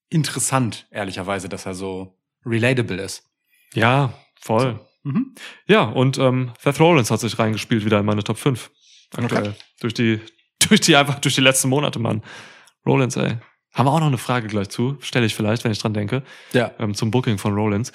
interessant, ehrlicherweise, dass er so relatable ist.
Ja, voll.
Mhm.
Ja, und ähm, Seth Rollins hat sich reingespielt wieder in meine Top 5. Aktuell. Durch die, durch die einfach, durch die letzten Monate, Mann. Rollins, ey. Haben wir auch noch eine Frage gleich zu? Stelle ich vielleicht, wenn ich dran denke,
Ja.
ähm, zum Booking von Rollins.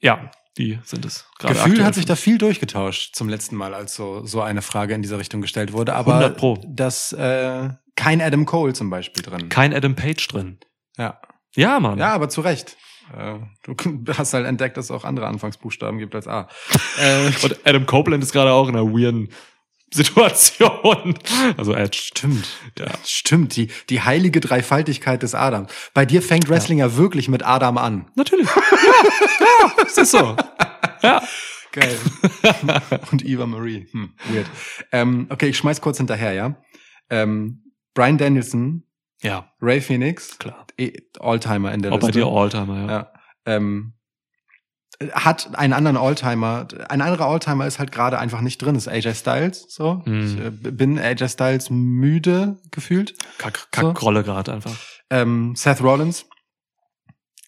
Ja, die sind es. gerade
Gefühl
aktuell.
hat sich da viel durchgetauscht zum letzten Mal, als so, so eine Frage in diese Richtung gestellt wurde. Aber
100 pro.
dass äh, kein Adam Cole zum Beispiel drin.
kein Adam Page drin.
Ja.
Ja, Mann.
ja, aber zu Recht. Äh, du hast halt entdeckt, dass es auch andere Anfangsbuchstaben gibt als A. äh,
Und Adam Copeland ist gerade auch in einer weirden Situation. Also Edge.
Stimmt, ja. stimmt, die, die heilige Dreifaltigkeit des Adam. Bei dir fängt Wrestling ja, wirklich mit Adam an.
Natürlich. Ja, ja, es ist so. Ja.
Geil. Und Eva Marie. Hm, weird. Ähm, okay, ich schmeiß kurz hinterher, ja. Ähm, Brian Danielson,
Ja,
Ray Phoenix,
klar.
eh, Alltimer in der
Auch bei
Liste.
dir Alltimer, ja.
ja. Ähm, hat einen anderen Alltimer. Ein anderer Alltimer ist halt gerade einfach nicht drin. Ist AJ Styles so.
Hm.
Ich äh, bin AJ Styles müde gefühlt.
Kack, Kackrolle gerade einfach.
Ähm, Seth Rollins.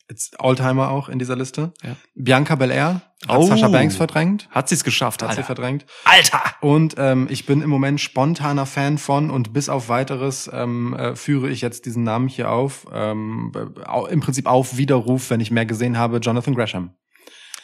It's Alltimer auch in dieser Liste.
Ja.
Bianca Belair hat
Oh.
Sascha Banks verdrängt.
Hat sie's geschafft,
Hat sie
Alter.
verdrängt.
Alter!
Und ähm, ich bin im Moment spontaner Fan von und bis auf weiteres ähm, äh, führe ich jetzt diesen Namen hier auf. Ähm, äh, au- Im Prinzip auf Widerruf, wenn ich mehr gesehen habe, Jonathan Gresham.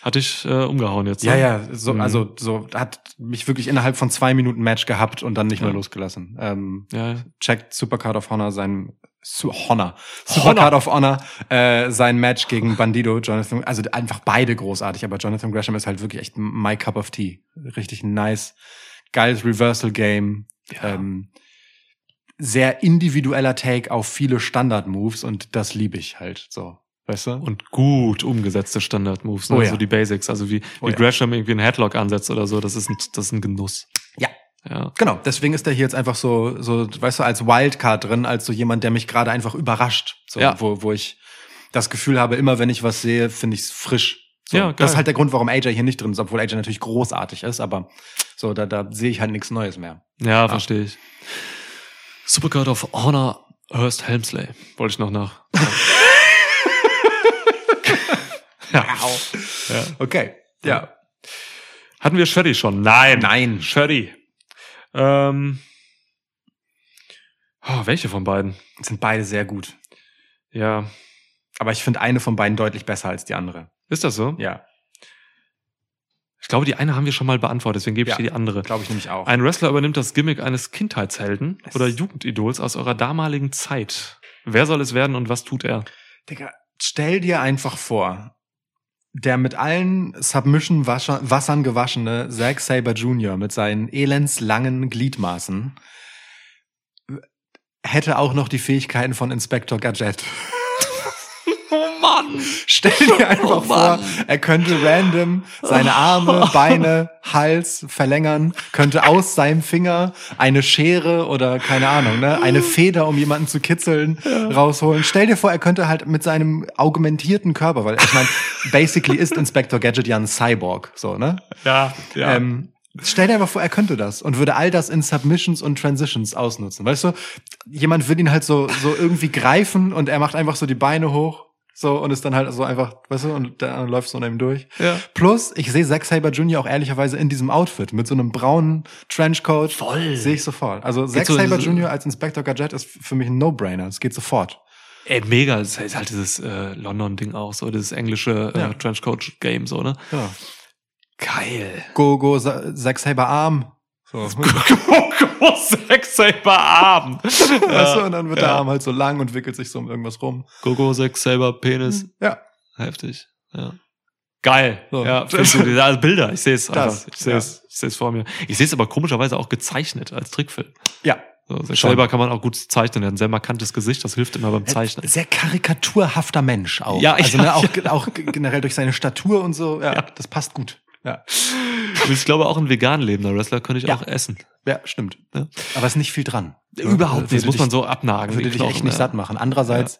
Hat dich äh, umgehauen jetzt. ne?
Ja, ja, so,
Mhm.
also so hat mich wirklich innerhalb von zwei Minuten Match gehabt und dann nicht mehr
Ja.
losgelassen. Ähm,
Ja, ja.
checkt Supercard of Honor sein Su Honor. Supercard of Honor äh, sein Match gegen Bandido, Jonathan, also einfach beide großartig, aber Jonathan Gresham ist halt wirklich echt my cup of tea. Richtig nice, geiles Reversal Game. Ähm, sehr individueller Take auf viele Standard-Moves und das liebe ich halt so. Weißt du?
Und gut umgesetzte Standard-Moves, ne?
Oh ja.
also die Basics, also wie,
Oh
wie
ja.
Gresham irgendwie einen Headlock ansetzt oder so, das ist ein, das ist ein Genuss.
Ja.
Ja.
Genau, deswegen ist er hier jetzt einfach so, so, weißt du, als Wildcard drin, als so jemand, der mich gerade einfach überrascht. So,
Ja.
wo, wo ich das Gefühl habe, immer wenn ich was sehe, finde ich es frisch. So,
Ja,
das
geil.
ist halt der Grund, warum AJ hier nicht drin ist, obwohl AJ natürlich großartig ist, aber so, da, da sehe ich halt nichts Neues mehr.
Ja, verstehe ich. Supergirl of Honor Hurst Helmsley. Wollte ich noch nach. Ja.
Okay. Ja.
Hatten wir Sherry schon? Nein.
Nein.
Sherry. Ähm. Oh, welche von beiden?
Sind beide sehr gut.
Ja.
Aber ich finde eine von beiden deutlich besser als die andere.
Ist das so?
Ja,
Ich glaube, die eine haben wir schon mal beantwortet, deswegen gebe ich
Ja.
dir die andere.
glaube ich nämlich auch.
Ein Wrestler übernimmt das Gimmick eines Kindheitshelden
Es-
oder Jugendidols aus eurer damaligen Zeit. Wer soll es werden und was tut er?
Digga, stell dir einfach vor, der mit allen Submission-Wassern gewaschene Zack Saber Jr. mit seinen elendslangen Gliedmaßen hätte auch noch die Fähigkeiten von Inspector Gadget.
Oh Mann!
Stell dir einfach vor,
Mann.
er könnte random seine Arme, Beine, Hals verlängern, könnte aus seinem Finger eine Schere oder keine Ahnung, ne, eine Feder, um jemanden zu kitzeln, rausholen. Stell dir vor, er könnte halt mit seinem augmentierten Körper, weil ich meine, basically ist Inspector Gadget ja ein Cyborg, so, ne?
Ja, ja.
Ähm, stell dir einfach vor, er könnte das und würde all das in Submissions und Transitions ausnutzen. Weißt du, jemand will ihn halt so, so irgendwie greifen und er macht einfach so die Beine hoch. So, und ist dann halt so einfach, weißt du, und der andere läuft so neben durch.
Ja.
Plus, ich sehe Zack Saber Jr. auch ehrlicherweise in diesem Outfit mit so einem braunen Trenchcoat.
Voll.
Sehe ich sofort. Also Zack
so in
Saber
diese-
Jr. als Inspector Gadget ist für mich ein No-Brainer. Es geht sofort.
Ey, mega. Das ist halt dieses äh, London-Ding auch so, dieses englische äh,
Ja.
Trenchcoat-Game so, ne?
Ja.
Geil.
Go, go, Sa- Zack Saber Arm. So.
Sex Saber Arm.
Weißt du, und dann wird der Arm halt so lang und wickelt sich so um irgendwas rum.
Gogo Sex Saber Penis.
Hm, Ja.
Heftig. Ja. Geil.
So.
Ja, findest du diese also Bilder? Ich sehe es
Das,
einfach. Ich sehe es. Ich sehe es vor mir. Ich sehe es aber komischerweise auch gezeichnet als Trickfilm.
Ja,
So, Zack
Schon.
Saber kann man auch gut zeichnen. Er hat ein sehr markantes Gesicht. Das hilft immer beim Zeichnen.
Äh, Sehr karikaturhafter Mensch auch.
Ja,
also
ja,
ne, auch, auch generell durch seine Statur und so. Ja,
Ja.
das passt gut. Ja,
Und Ich glaube, auch ein vegan lebender Wrestler könnte ich
Ja.
auch essen.
ja stimmt.
Ja.
Aber ist nicht viel dran. Äh,
Überhaupt nicht. Das
Würde
muss
dich-
man so abnagen.
Würde
die
dich echt
Knochen,
nicht
ja.
satt machen. Andererseits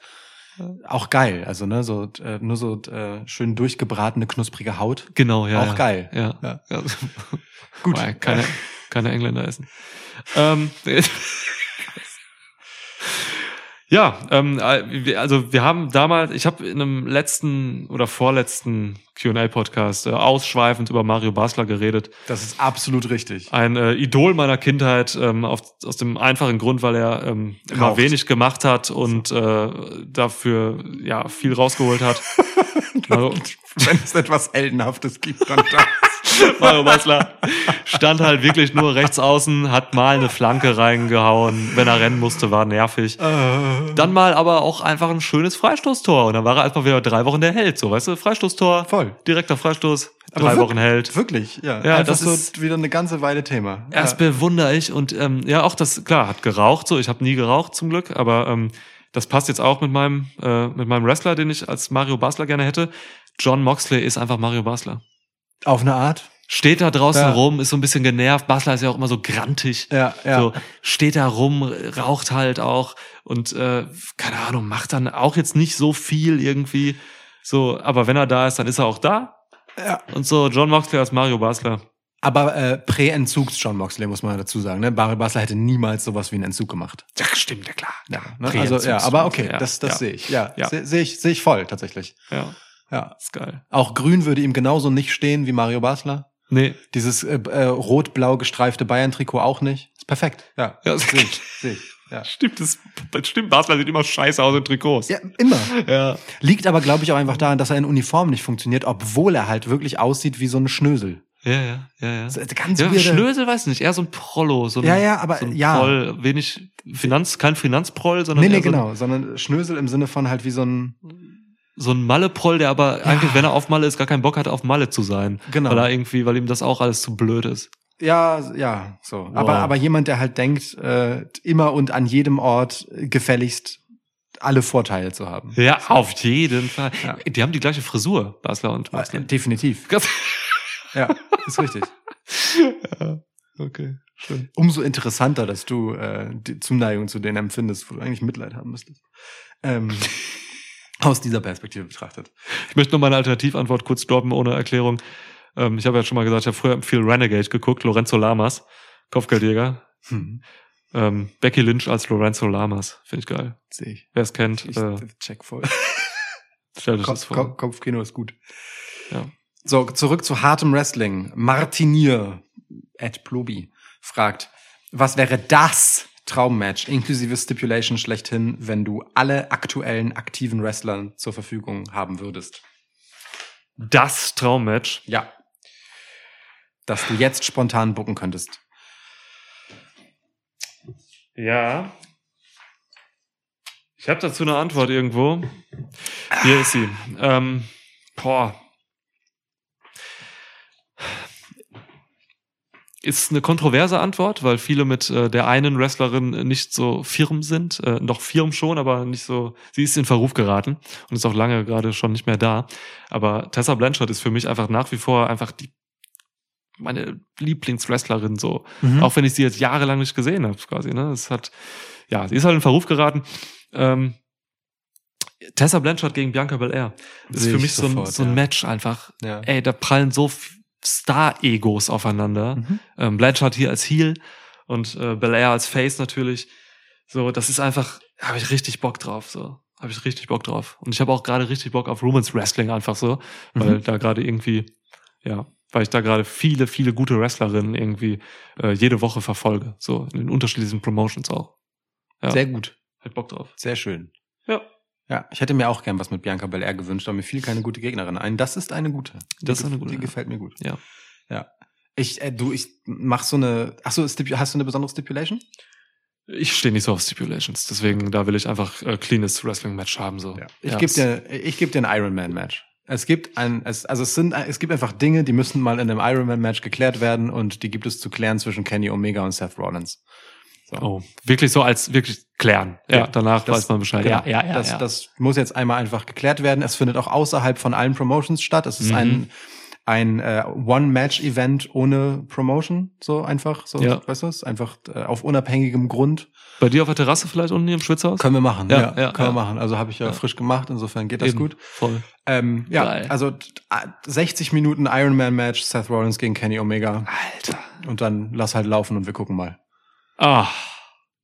auch geil. Also ne, so äh, nur so äh, schön durchgebratene knusprige Haut.
Genau, ja.
auch
ja.
geil.
Ja.
Ja.
ja.
Gut.
Wobei, keine, keine Engländer essen. Ähm, ja, ähm, äh, wir- also wir haben damals, ich habe in einem letzten oder vorletzten QA-Podcast äh, ausschweifend über Mario Basler geredet.
Das ist absolut richtig.
Ein äh, Idol meiner Kindheit, ähm, auf, aus dem einfachen Grund, weil er ähm, immer
Raucht.
wenig gemacht hat und äh, dafür ja viel rausgeholt hat. Also, Mario,
Wenn es etwas Heldenhaftes gibt, dann das.
Mario Basler stand halt wirklich nur rechts außen, hat mal eine Flanke reingehauen, wenn er rennen musste, war nervig. Dann mal aber auch einfach ein schönes Freistoßtor und dann war er erstmal wieder drei Wochen der Held, so weißt du, Freistoßtor,
Voll.
direkter Freistoß,
Aber
drei
wirk-
Wochen Held.
Wirklich, ja.
Ja,
Einfach
das
so
ist-
wieder eine ganze Weile Thema.
Das bewundere ich und ähm, ja, auch das, klar, hat geraucht, so ich habe nie geraucht zum Glück, aber ähm, das passt jetzt auch mit meinem, äh, mit meinem Wrestler, den ich als Mario Basler gerne hätte. John Moxley ist einfach Mario Basler.
ja. Auf eine Art.
Steht da draußen
Ja.
rum, ist so ein bisschen genervt. Basler ist ja auch immer so grantig.
Ja, ja.
So, steht da rum, raucht halt auch und äh, keine Ahnung, macht dann auch jetzt nicht so viel irgendwie. So, aber wenn er da ist, dann ist er auch da.
Ja.
Und so, John Moxley als Mario Basler.
Aber äh, Prä-Entzugs-John Moxley, muss man dazu sagen. Ne? Barry Basler hätte niemals sowas wie einen Entzug gemacht.
Ja, stimmt, ja klar.
Ja, ne?
Prä-Entzugs-
also, ja aber okay,
Ja,
das, das
ja.
sehe ich. Ja,
Ja.
se- sehe ich, sehe ich voll tatsächlich.
Ja,
Ja.
ist geil.
Auch Grün würde ihm genauso nicht stehen wie Mario Basler.
Nee.
Dieses äh, äh, rot-blau gestreifte Bayern-Trikot auch nicht. Ist perfekt. Ja,
Ja,
sehe ich. Sehe ich. Ja.
Stimmt, das, stimmt, Basler sieht immer scheiße aus in Trikots.
ja, immer.
ja.
Liegt aber, glaube ich, auch einfach daran, dass er in Uniform nicht funktioniert, obwohl er halt wirklich aussieht wie so ein Schnösel.
Ja, ja, ja, ja.
Das ist Ganz
Ja,
weirde-
Schnösel weiß nicht, eher so ein Prollo, so ein,
Ja, ja, aber
so ein
ja.
Proll, wenig Finanz, kein Finanzproll, sondern
Nee, nee,
eher so ein-
genau, sondern Schnösel im Sinne von halt wie so ein
so ein Malle-Proll, der aber eigentlich, wenn er auf Malle ist, gar keinen Bock hat, auf Malle zu sein.
Genau.
Weil er irgendwie, weil ihm das auch alles zu blöd ist.
Ja, ja, so. Aber, aber jemand, der halt denkt, äh, immer und an jedem Ort gefälligst alle Vorteile zu haben.
Ja, auf jeden Fall.
Ja.
Die haben die gleiche Frisur, Basler und
Äh,
Basler.
Definitiv. Ja, ist richtig.
okay, schön.
Umso interessanter, dass du äh, die Zuneigung zu denen empfindest, wo du eigentlich Mitleid haben müsstest. Ähm, Aus dieser Perspektive betrachtet.
Ich möchte noch meine Alternativantwort kurz droppen ohne Erklärung. Ähm, ich habe ja schon mal gesagt, ich habe früher viel Renegade geguckt, Lorenzo Lamas, Kopfgeldjäger.
Hm.
Ähm, Becky Lynch als Lorenzo Lamas, finde ich geil.
Sehe ich.
Wer es kennt,
Ich
äh,
check voll.
stellt euch das
Kopf,
vor.
Kopf, Kopfkino ist gut.
Ja.
So, zurück zu hartem Wrestling. Martinier at Plobi fragt, was wäre das Traummatch inklusive Stipulation schlechthin, wenn du alle aktuellen aktiven Wrestlern zur Verfügung haben würdest?
Das Traummatch.
Ja. Dass du jetzt spontan bucken könntest.
Ja. Ich habe dazu eine Antwort irgendwo. Hier ist sie. Ähm, boah. Ist eine kontroverse Antwort, weil viele mit äh, der einen Wrestlerin nicht so firm sind. Äh, doch firm schon, aber nicht so. Sie ist in Verruf geraten und ist auch lange gerade schon nicht mehr da. Aber Tessa Blanchard ist für mich einfach nach wie vor einfach die meine Lieblingswrestlerin so.
Mhm.
Auch wenn ich sie jetzt jahrelang nicht gesehen habe, quasi. Ne? Es hat, ja, sie ist halt in Verruf geraten. Ähm, Tessa Blanchard gegen Bianca Belair ist
Sehe
für
ich
mich so, ein,
sofort,
so ein
ja.
Match einfach.
Ja.
Ey, da prallen so f- Star-Egos aufeinander. Ähm, Blanchard hier als Heel und äh, Belair als Face natürlich. So, das ist einfach, habe ich richtig Bock drauf. So, habe ich richtig Bock drauf. Und ich habe auch gerade richtig Bock auf Romans Wrestling einfach so, weil
Mhm.
da gerade irgendwie, ja, weil ich da gerade viele, viele gute Wrestlerinnen irgendwie äh, jede Woche verfolge. So in den unterschiedlichen Promotions auch. Ja,
Sehr gut.
halt Bock drauf.
Sehr schön.
Ja.
Ja, ich hätte mir auch gern was mit Bianca Belair gewünscht, aber mir fiel keine gute Gegnerin ein. Das ist eine gute.
Das ist
die,
eine
gef-
gute,
Die
ja.
gefällt mir gut.
Ja.
Ja. Ich, äh, du, ich mach so eine. Ach so, Stipu- hast du eine besondere Stipulation?
Ich stehe nicht so auf Stipulations, deswegen da will ich einfach äh, cleanes Wrestling-Match haben. So.
Ich geb dir, ich geb dir ein Ironman Match. Es gibt ein, es, also es sind, es gibt einfach Dinge, die müssen mal in einem Ironman Match geklärt werden und die gibt es zu klären zwischen Kenny Omega und Seth Rollins.
Oh, wirklich so als wirklich klären. Ja,
Ja,
danach
das-
weiß man Bescheid.
Genau. das, das muss jetzt einmal einfach geklärt werden. Es findet auch außerhalb von allen Promotions statt. Es ist
Mhm.
ein, ein äh, One-Match-Event ohne Promotion, so einfach, so,
Ja.
weißt du, es ist einfach äh, auf unabhängigem Grund.
Bei dir auf der Terrasse vielleicht unten im Schwitzhaus?
Können wir machen,
Ja, ja,
können
ja.
wir machen. Also habe ich ja,
Ja.
frisch gemacht, insofern geht das
Eben,
gut.
Voll.
Ähm, ja,
Geil.
also t- a- 60 Minuten Ironman-Match, Seth Rollins gegen Kenny Omega
Alter.
und dann lass halt laufen und wir gucken mal.
Ah,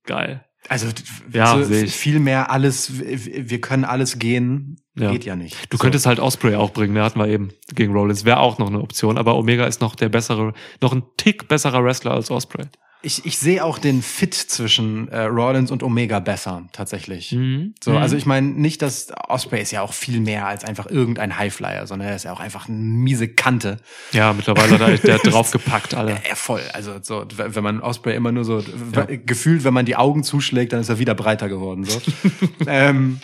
geil.
Also t-
Ja, seh ich.
viel mehr alles, w- w- wir können alles gehen,
Ja.
geht ja nicht.
Du könntest halt Osprey auch bringen, ne? hatten wir eben gegen Rollins. Wäre auch noch eine Option, aber Omega ist noch der bessere, noch ein Tick besserer Wrestler als Osprey.
Ich, ich sehe auch den Fit zwischen äh, Rollins und Omega besser, tatsächlich.
Mhm.
So, also ich meine nicht, dass Osprey ist ja auch viel mehr als einfach irgendein Highflyer, sondern er ist ja auch einfach eine miese Kante.
Ja, mittlerweile hat er der hat draufgepackt, Alter.
Ja, voll. Also so, w- wenn man Osprey immer nur so w- gefühlt, wenn man die Augen zuschlägt, dann ist er wieder breiter geworden. So. ähm,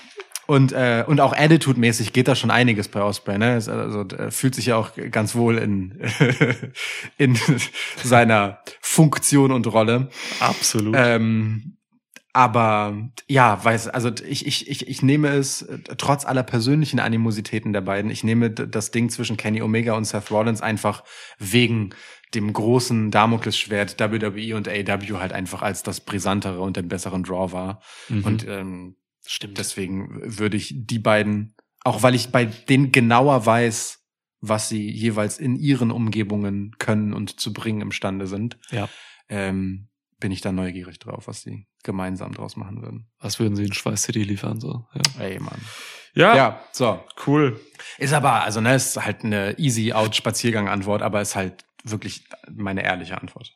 und, äh, und auch Attitude-mäßig geht da schon einiges bei Osprey. Ne? Ist Also äh, fühlt sich ja auch ganz wohl in, in seiner Funktion und Rolle.
Absolut.
Ähm, aber ja, weiß, also ich, ich, ich, ich nehme es, äh, trotz aller persönlichen Animositäten der beiden, ich nehme d- das Ding zwischen Kenny Omega und Seth Rollins einfach wegen dem großen Damoklesschwert WWE und AW halt einfach als das brisantere und den besseren Draw war.
Mhm.
Und ähm,
stimmt.
deswegen würde ich die beiden, auch weil ich bei denen genauer weiß, was sie jeweils in ihren Umgebungen können und zu bringen imstande sind,
Ja.
ähm, bin ich da neugierig drauf, was sie gemeinsam draus machen würden.
Was würden sie in Schweiß City liefern? So? Ja.
Ey, Mann.
Ja,
Ja, so.
cool.
Ist aber, also, ne, ist halt eine Easy-Out-Spaziergang-Antwort, aber ist halt wirklich meine ehrliche Antwort.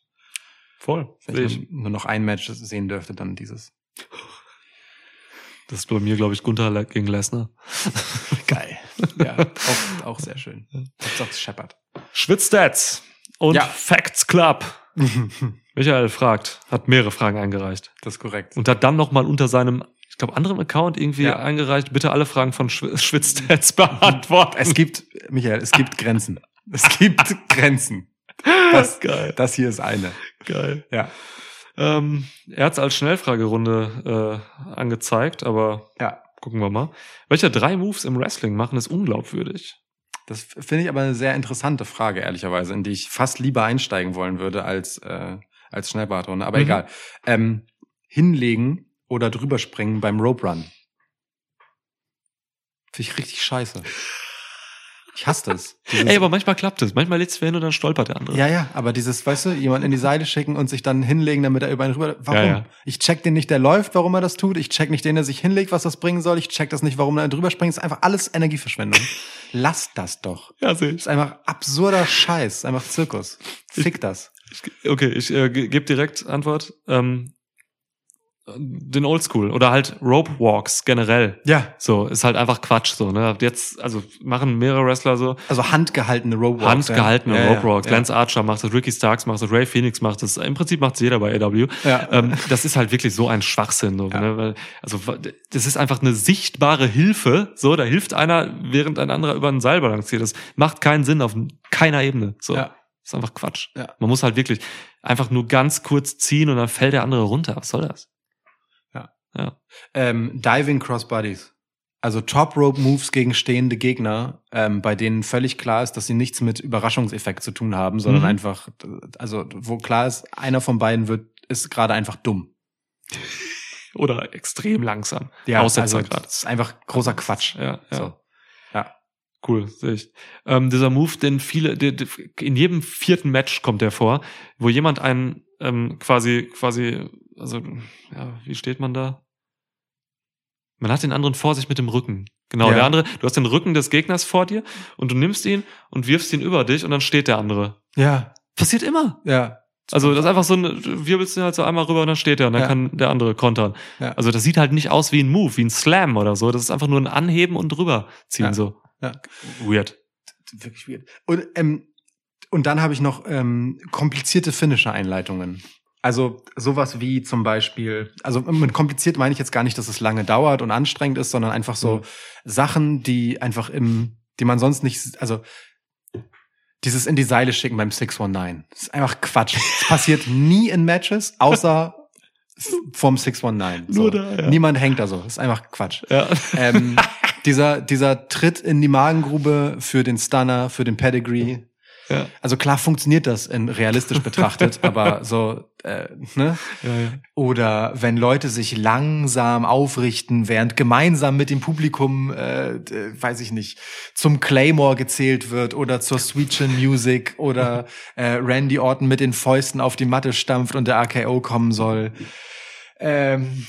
Voll.
Wenn ich nur noch ein Match sehen dürfte, dann dieses.
Das ist bei mir, glaube ich, Gunther Le- gegen Lesnar.
Geil. Ja, auch, auch sehr schön. Hauptsache es scheppert.
Schwitzstats und
Ja.
Facts Club.
das
Michael fragt, hat mehrere Fragen eingereicht.
ist korrekt.
und hat dann nochmal unter seinem, ich glaube, anderen Account irgendwie
Ja.
eingereicht, bitte alle Fragen von Schw- Schwitzstats beantworten.
Es gibt, Michael, es gibt Grenzen. Es gibt Grenzen. Das,
geil,
das hier ist eine.
geil.
Ja.
Ähm, er hat's als Schnellfragerunde äh, angezeigt, aber
Ja.
gucken wir mal. Welche drei Moves im Wrestling machen es unglaubwürdig?
Das finde ich aber eine sehr interessante Frage, ehrlicherweise, in die ich fast lieber einsteigen wollen würde als, äh, als Schnellbadrunde. Aber
Mhm.
egal. Ähm, hinlegen oder drüber springen beim Rope Run. Finde ich richtig scheiße. Ich hasse das. Dieses-
Ey, aber manchmal klappt es. Manchmal lädst du hin und dann stolpert der andere.
ja, ja, aber dieses, weißt du, jemanden in die Seite schicken und sich dann hinlegen, damit er über einen rüber. Warum?
Ja, ja.
Ich check den nicht, der läuft, warum er das tut. Ich check nicht den, der sich hinlegt, was das bringen soll. Ich check das nicht, warum er drüber springt. Ist einfach alles Energieverschwendung. Lasst das doch.
Ja, sehe ich.
Ist einfach absurder Scheiß. Ist einfach Zirkus. Fick das.
Ich- Okay, ich äh, ge- gebe direkt Antwort. Ähm, den Oldschool oder halt Rope Walks generell.
Ja.
So, ist halt einfach Quatsch so, ne? Ab Jetzt, also machen mehrere Wrestler so,
Also handgehaltene Robowalks.
handgehaltene ne?
ja.
Rope Walks. Lance Archer macht das, Ricky Starks macht das, Ray Phoenix macht das. Im Prinzip macht jeder bei AW.
Ja. Ja.
Ähm, das ist halt wirklich so ein Schwachsinn. So,
Ja.
ne? Weil, also wa- das ist einfach eine sichtbare Hilfe. So, da hilft einer, während ein anderer über ein Seil balanciert. Das macht keinen Sinn auf keiner Ebene. So,
Ja.
ist einfach Quatsch.
Ja.
Man muss halt wirklich einfach nur ganz kurz ziehen und dann fällt der andere runter. Was soll das?
Ähm, Diving Crossbodies. Also Top Rope Moves gegen stehende Gegner, ähm, bei denen völlig klar ist, dass sie nichts mit Überraschungseffekt zu tun haben, sondern
Mhm.
einfach, also wo klar ist, einer von beiden wird ist gerade einfach dumm.
Oder extrem langsam. Aussetzer
also,
grad.
das ist einfach großer Quatsch.
Ja, ja.
So.
Cool, sehe ich. Ähm, dieser Move, den viele, der, der, in jedem vierten Match kommt der vor, wo jemand einen ähm, quasi, quasi, also, ja, wie steht man da? Man hat den anderen vor sich mit dem Rücken. Genau,
Ja.
der andere, du hast den Rücken des Gegners vor dir und du nimmst ihn und wirfst ihn über dich und dann steht der andere.
Ja,
Passiert immer.
ja.
Also das ist einfach so ein, du wirbelst ihn halt so einmal rüber und dann steht er und dann
Ja.
kann der andere kontern.
Ja.
Also das sieht halt nicht aus wie ein Move, wie ein Slam oder so. Das ist einfach nur ein Anheben und drüberziehen
Ja.
so.
Ja.
Weird.
Wirklich weird. Und, ähm, und dann habe ich noch ähm, komplizierte finnische Einleitungen. Also sowas wie zum Beispiel, also mit kompliziert meine ich jetzt gar nicht, dass es lange dauert und anstrengend ist, sondern einfach so
Mhm.
Sachen, die einfach im, die man sonst nicht, also dieses in die Seile schicken beim 619. Das ist einfach Quatsch. Es passiert nie in Matches, außer f- vom 619. So.
Nur da, ja.
Niemand hängt da so. Das ist einfach Quatsch.
Ja.
Ähm, dieser, dieser Tritt in die Magengrube für den Stunner, für den Pedigree.
Ja.
Also klar funktioniert das in realistisch betrachtet, aber so, äh, ne?
Ja, ja.
Oder wenn Leute sich langsam aufrichten, während gemeinsam mit dem Publikum, äh, d- weiß ich nicht, zum Claymore gezählt wird oder zur Sweet Chin Music oder äh, Randy Orton mit den Fäusten auf die Matte stampft und der RKO kommen soll. Ähm,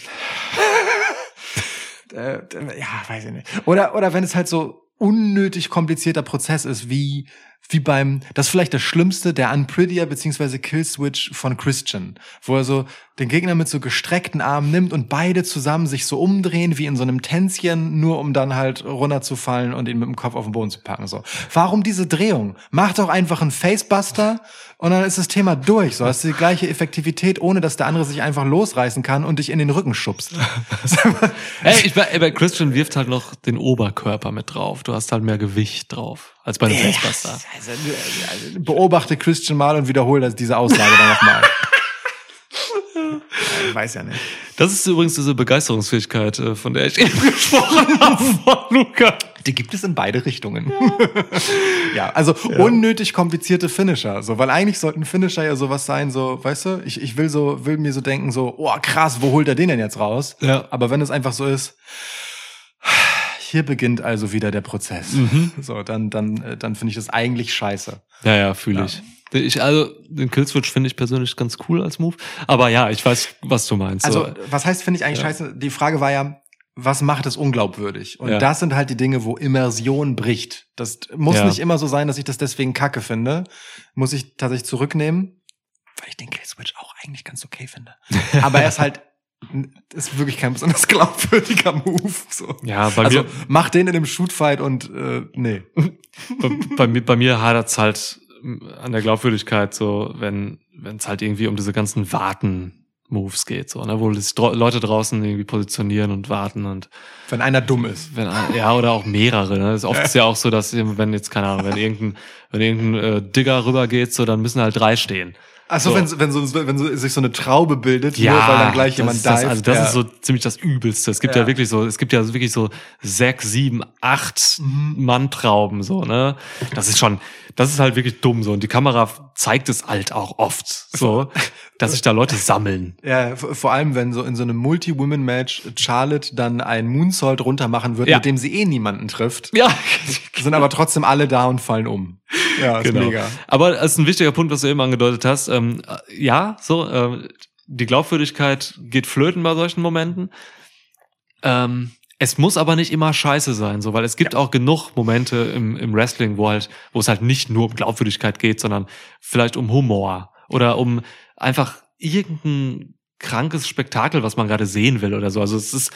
äh, d- ja, weiß ich nicht. Oder, oder wenn es halt so unnötig komplizierter Prozess ist, wie, wie beim, das ist vielleicht das Schlimmste, der Unprettier bzw. Killswitch von Christian, wo er so den Gegner mit so gestreckten Armen nimmt und beide zusammen sich so umdrehen, wie in so einem Tänzchen, nur um dann halt runterzufallen und ihn mit dem Kopf auf den Boden zu packen, so. Warum diese Drehung? Mach doch einfach einen Facebuster und dann ist das Thema durch, so hast du die gleiche Effektivität, ohne dass der andere sich einfach losreißen kann und dich in den Rücken schubst.
Ey, ich, bei bei Christian wirft halt noch den Oberkörper mit drauf. Du hast halt mehr Gewicht drauf als bei einem Facebuster.
Also, also, beobachte Christian mal und wiederhole das, diese Aussage dann nochmal. Ich weiß ja nicht.
Das ist übrigens diese Begeisterungsfähigkeit, äh, von der ich eben gesprochen habe von Luca.
Die gibt es in beide Richtungen. Ja, also unnötig komplizierte Finisher, so, weil eigentlich sollten Finisher ja sowas sein, so, weißt du, ich, ich will so, will mir so denken, so, oh krass, wo holt er den denn jetzt raus?
Ja.
Aber wenn es einfach so ist, hier beginnt also wieder der Prozess. So, dann, dann, äh, dann finde ich das eigentlich scheiße.
Ja, ja, fühle
Ja.
ich. Ich, also, den Killswitch finde ich persönlich ganz cool als Move. Aber ja, ich weiß, was du meinst.
Also,
so.
was heißt, finde ich eigentlich
Ja.
scheiße? Die Frage war ja, was macht es unglaubwürdig? Und
Ja.
das sind halt die Dinge, wo Immersion bricht. Das muss
Ja.
nicht immer so sein, dass ich das deswegen kacke finde. Muss ich tatsächlich zurücknehmen, weil ich den Killswitch auch eigentlich ganz okay finde. Aber er ist halt, ist wirklich kein besonders glaubwürdiger Move. So.
Ja, bei
Also,
mir,
mach den in einem Shootfight und, äh, nee.
bei, bei mir, bei mir hadert's halt m, an der Glaubwürdigkeit so, wenn es halt irgendwie um diese ganzen Warten-Moves geht, so, ne, wo sich dro- Leute draußen irgendwie positionieren und warten und
Wenn einer dumm ist.
Wenn, ein- ja, oder auch mehrere. Ne? Ist oft ist ja auch so, dass eben, wenn jetzt, keine Ahnung, wenn irgendein, wenn irgendein äh, Digger rübergeht, so, dann müssen halt drei stehen.
Achso,
So.
Also, wenn, wenn, so, wenn so, sich so eine Traube bildet, nur weil dann gleich
das,
jemand
ist das,
divet,
also das
ja.
ist so ziemlich das Übelste. Es gibt ja.
Ja.
wirklich so, es gibt ja wirklich so sechs, sieben, acht
Mhm.
Manntrauben so. Ne, das ist schon, das ist halt wirklich dumm so. Und die Kamera zeigt es halt auch oft so, dass sich da Leute sammeln.
Ja, v- vor allem, wenn so in so einem Multi-Women-Match Charlotte dann einen Moonsault runtermachen wird,
Ja.
mit dem sie eh niemanden trifft,
Ja,
sind aber trotzdem alle da und fallen um. Ja, ist
genau.
mega.
Aber das ist ein wichtiger Punkt, was du eben angedeutet hast. Ähm, äh, ja, so, ähm, die Glaubwürdigkeit geht flöten bei solchen Momenten. Ähm, es muss aber nicht immer scheiße sein, so, weil es gibt auch genug Momente im, im Wrestling, wo halt, wo es halt nicht nur um Glaubwürdigkeit geht, sondern vielleicht um Humor oder um einfach irgendein krankes Spektakel, was man gerade sehen will oder so. Also es ist,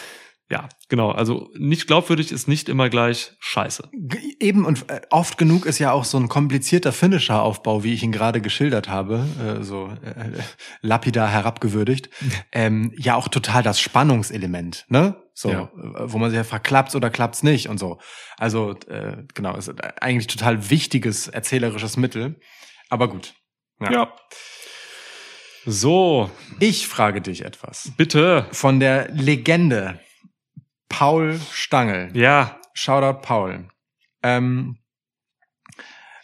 ja, genau. Also nicht glaubwürdig ist nicht immer gleich scheiße.
G- Eben und äh, oft genug ist ja auch so ein komplizierter Finisher-Aufbau, wie ich ihn gerade geschildert habe, äh, so äh, lapidar herabgewürdigt, ähm, ja auch total das Spannungselement, ne? So,
Ja.
äh, wo man sich ja fragt, klappt's oder klappt's nicht und so. Also, äh, genau, ist eigentlich total wichtiges erzählerisches Mittel. Aber gut.
So,
Ich frage dich etwas.
bitte.
Von der Legende Paul Stangl.
Ja,
Shoutout Paul. Ähm,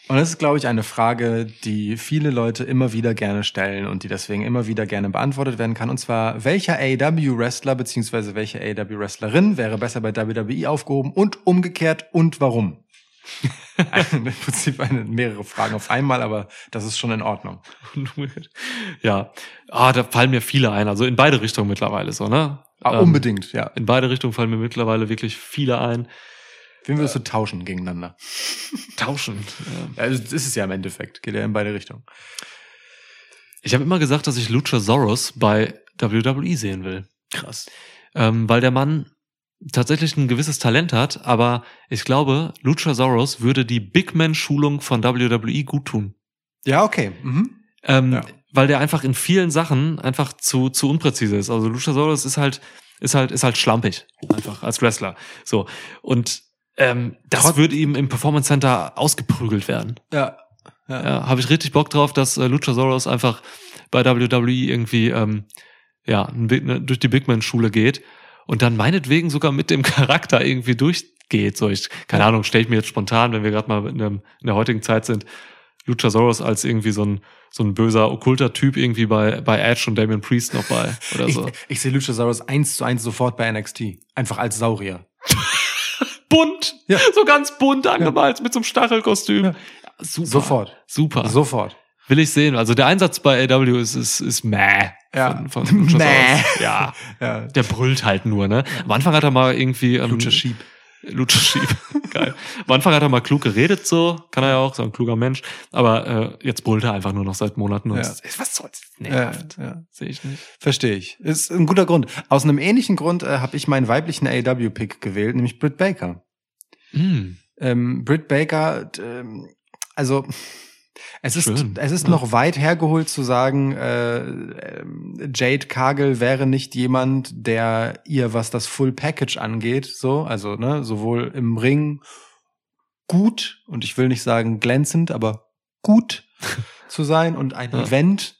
und das ist, glaube ich, eine Frage, die viele Leute immer wieder gerne stellen und die deswegen immer wieder gerne beantwortet werden kann. Und zwar, welcher AEW-Wrestler bzw. welche AEW-Wrestlerin wäre besser bei WWE aufgehoben und umgekehrt und warum? Im Prinzip eine, mehrere Fragen auf einmal, aber das ist schon in Ordnung.
ja. Ah, da fallen mir viele ein. Also in beide Richtungen mittlerweile so, ne?
Ah,
Ähm,
unbedingt, ja.
In beide Richtungen fallen mir mittlerweile wirklich viele ein.
Wen würdest du tauschen gegeneinander?
Tauschen. Ähm,
Also, das ist es ja im Endeffekt. Geht ja in beide Richtungen.
Ich habe immer gesagt, dass ich Lucha Soros bei WWE sehen will. Krass. Ähm, weil der Mann tatsächlich ein gewisses Talent hat, aber ich glaube, Lucha Soros würde die Big Man-Schulung von WWE gut tun.
Ja, okay. Mhm.
Ähm,
Ja.
Weil der einfach in vielen Sachen einfach zu, zu unpräzise ist. Also Luchasaurus ist halt, ist halt, ist halt schlampig. Einfach als Wrestler. So. Und ähm, das
Trotz-
würde ihm im Performance Center ausgeprügelt werden.
Ja.
Ja, Habe Äh, ich richtig Bock drauf, dass äh, Luchasaurus einfach bei WWE irgendwie ähm, ja, ein Big- ne, durch die Big Man-Schule geht und dann meinetwegen sogar mit dem Charakter irgendwie durchgeht. So, ich, keine Ahnung, stelle ich mir jetzt spontan, wenn wir gerade mal in, dem, in der heutigen Zeit sind, Luchasaurus als irgendwie so ein, so ein böser, okkulter Typ irgendwie bei, bei Edge und Damian Priest noch bei oder
Ich,
so.
ich sehe Luchasaurus eins zu eins sofort bei NXT. Einfach als Saurier.
bunt!
Ja.
So ganz bunt angemalt mit so einem Stachelkostüm.
Ja.
Super.
Sofort.
Super.
Sofort.
Will ich sehen. Also der Einsatz bei AW ist, ist, ist mäh.
Ja.
Von, von Luchasaurus.
Mäh.
Ja.
Ja.
Der brüllt halt nur, ne? Am Anfang hat er mal irgendwie. Ähm,
Lucha Sheep.
Lutsche Schieb. Geil. Am Anfang hat er mal klug geredet, so. Kann er ja auch, so ein kluger Mensch. Aber äh, jetzt brüllt er einfach nur noch seit Monaten. Und
Ja.
ist, was soll's?
Ja,
Nervt.
ja.
Sehe ich nicht.
Verstehe ich. Ist ein guter Grund. Aus einem ähnlichen Grund äh, habe ich meinen weiblichen AEW-Pick gewählt, nämlich Britt Baker.
Mm.
Ähm, Britt Baker, d- ähm, also es ist,
Schön,
es ist
ja.
noch weit hergeholt zu sagen, äh, ähm, Jade Cargill wäre nicht jemand, der ihr, was das Full Package angeht, so, also ne, sowohl im Ring gut und ich will nicht sagen glänzend, aber gut zu sein und ein
Ja.
Event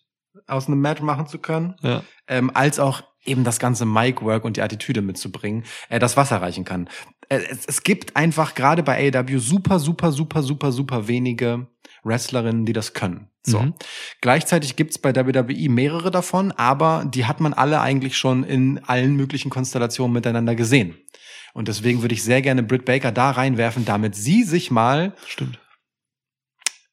aus einem Match machen zu können,
Ja.
ähm, als auch eben das ganze Mic-Work und die Attitüde mitzubringen, äh, das Wasser reichen kann. Äh, es, es gibt einfach gerade bei AEW super, super, super, super, super wenige Wrestlerinnen, die das können. So.
Mhm.
Gleichzeitig gibt's bei WWE mehrere davon, aber die hat man alle eigentlich schon in allen möglichen Konstellationen miteinander gesehen. Und deswegen würde ich sehr gerne Britt Baker da reinwerfen, damit sie sich mal
Stimmt.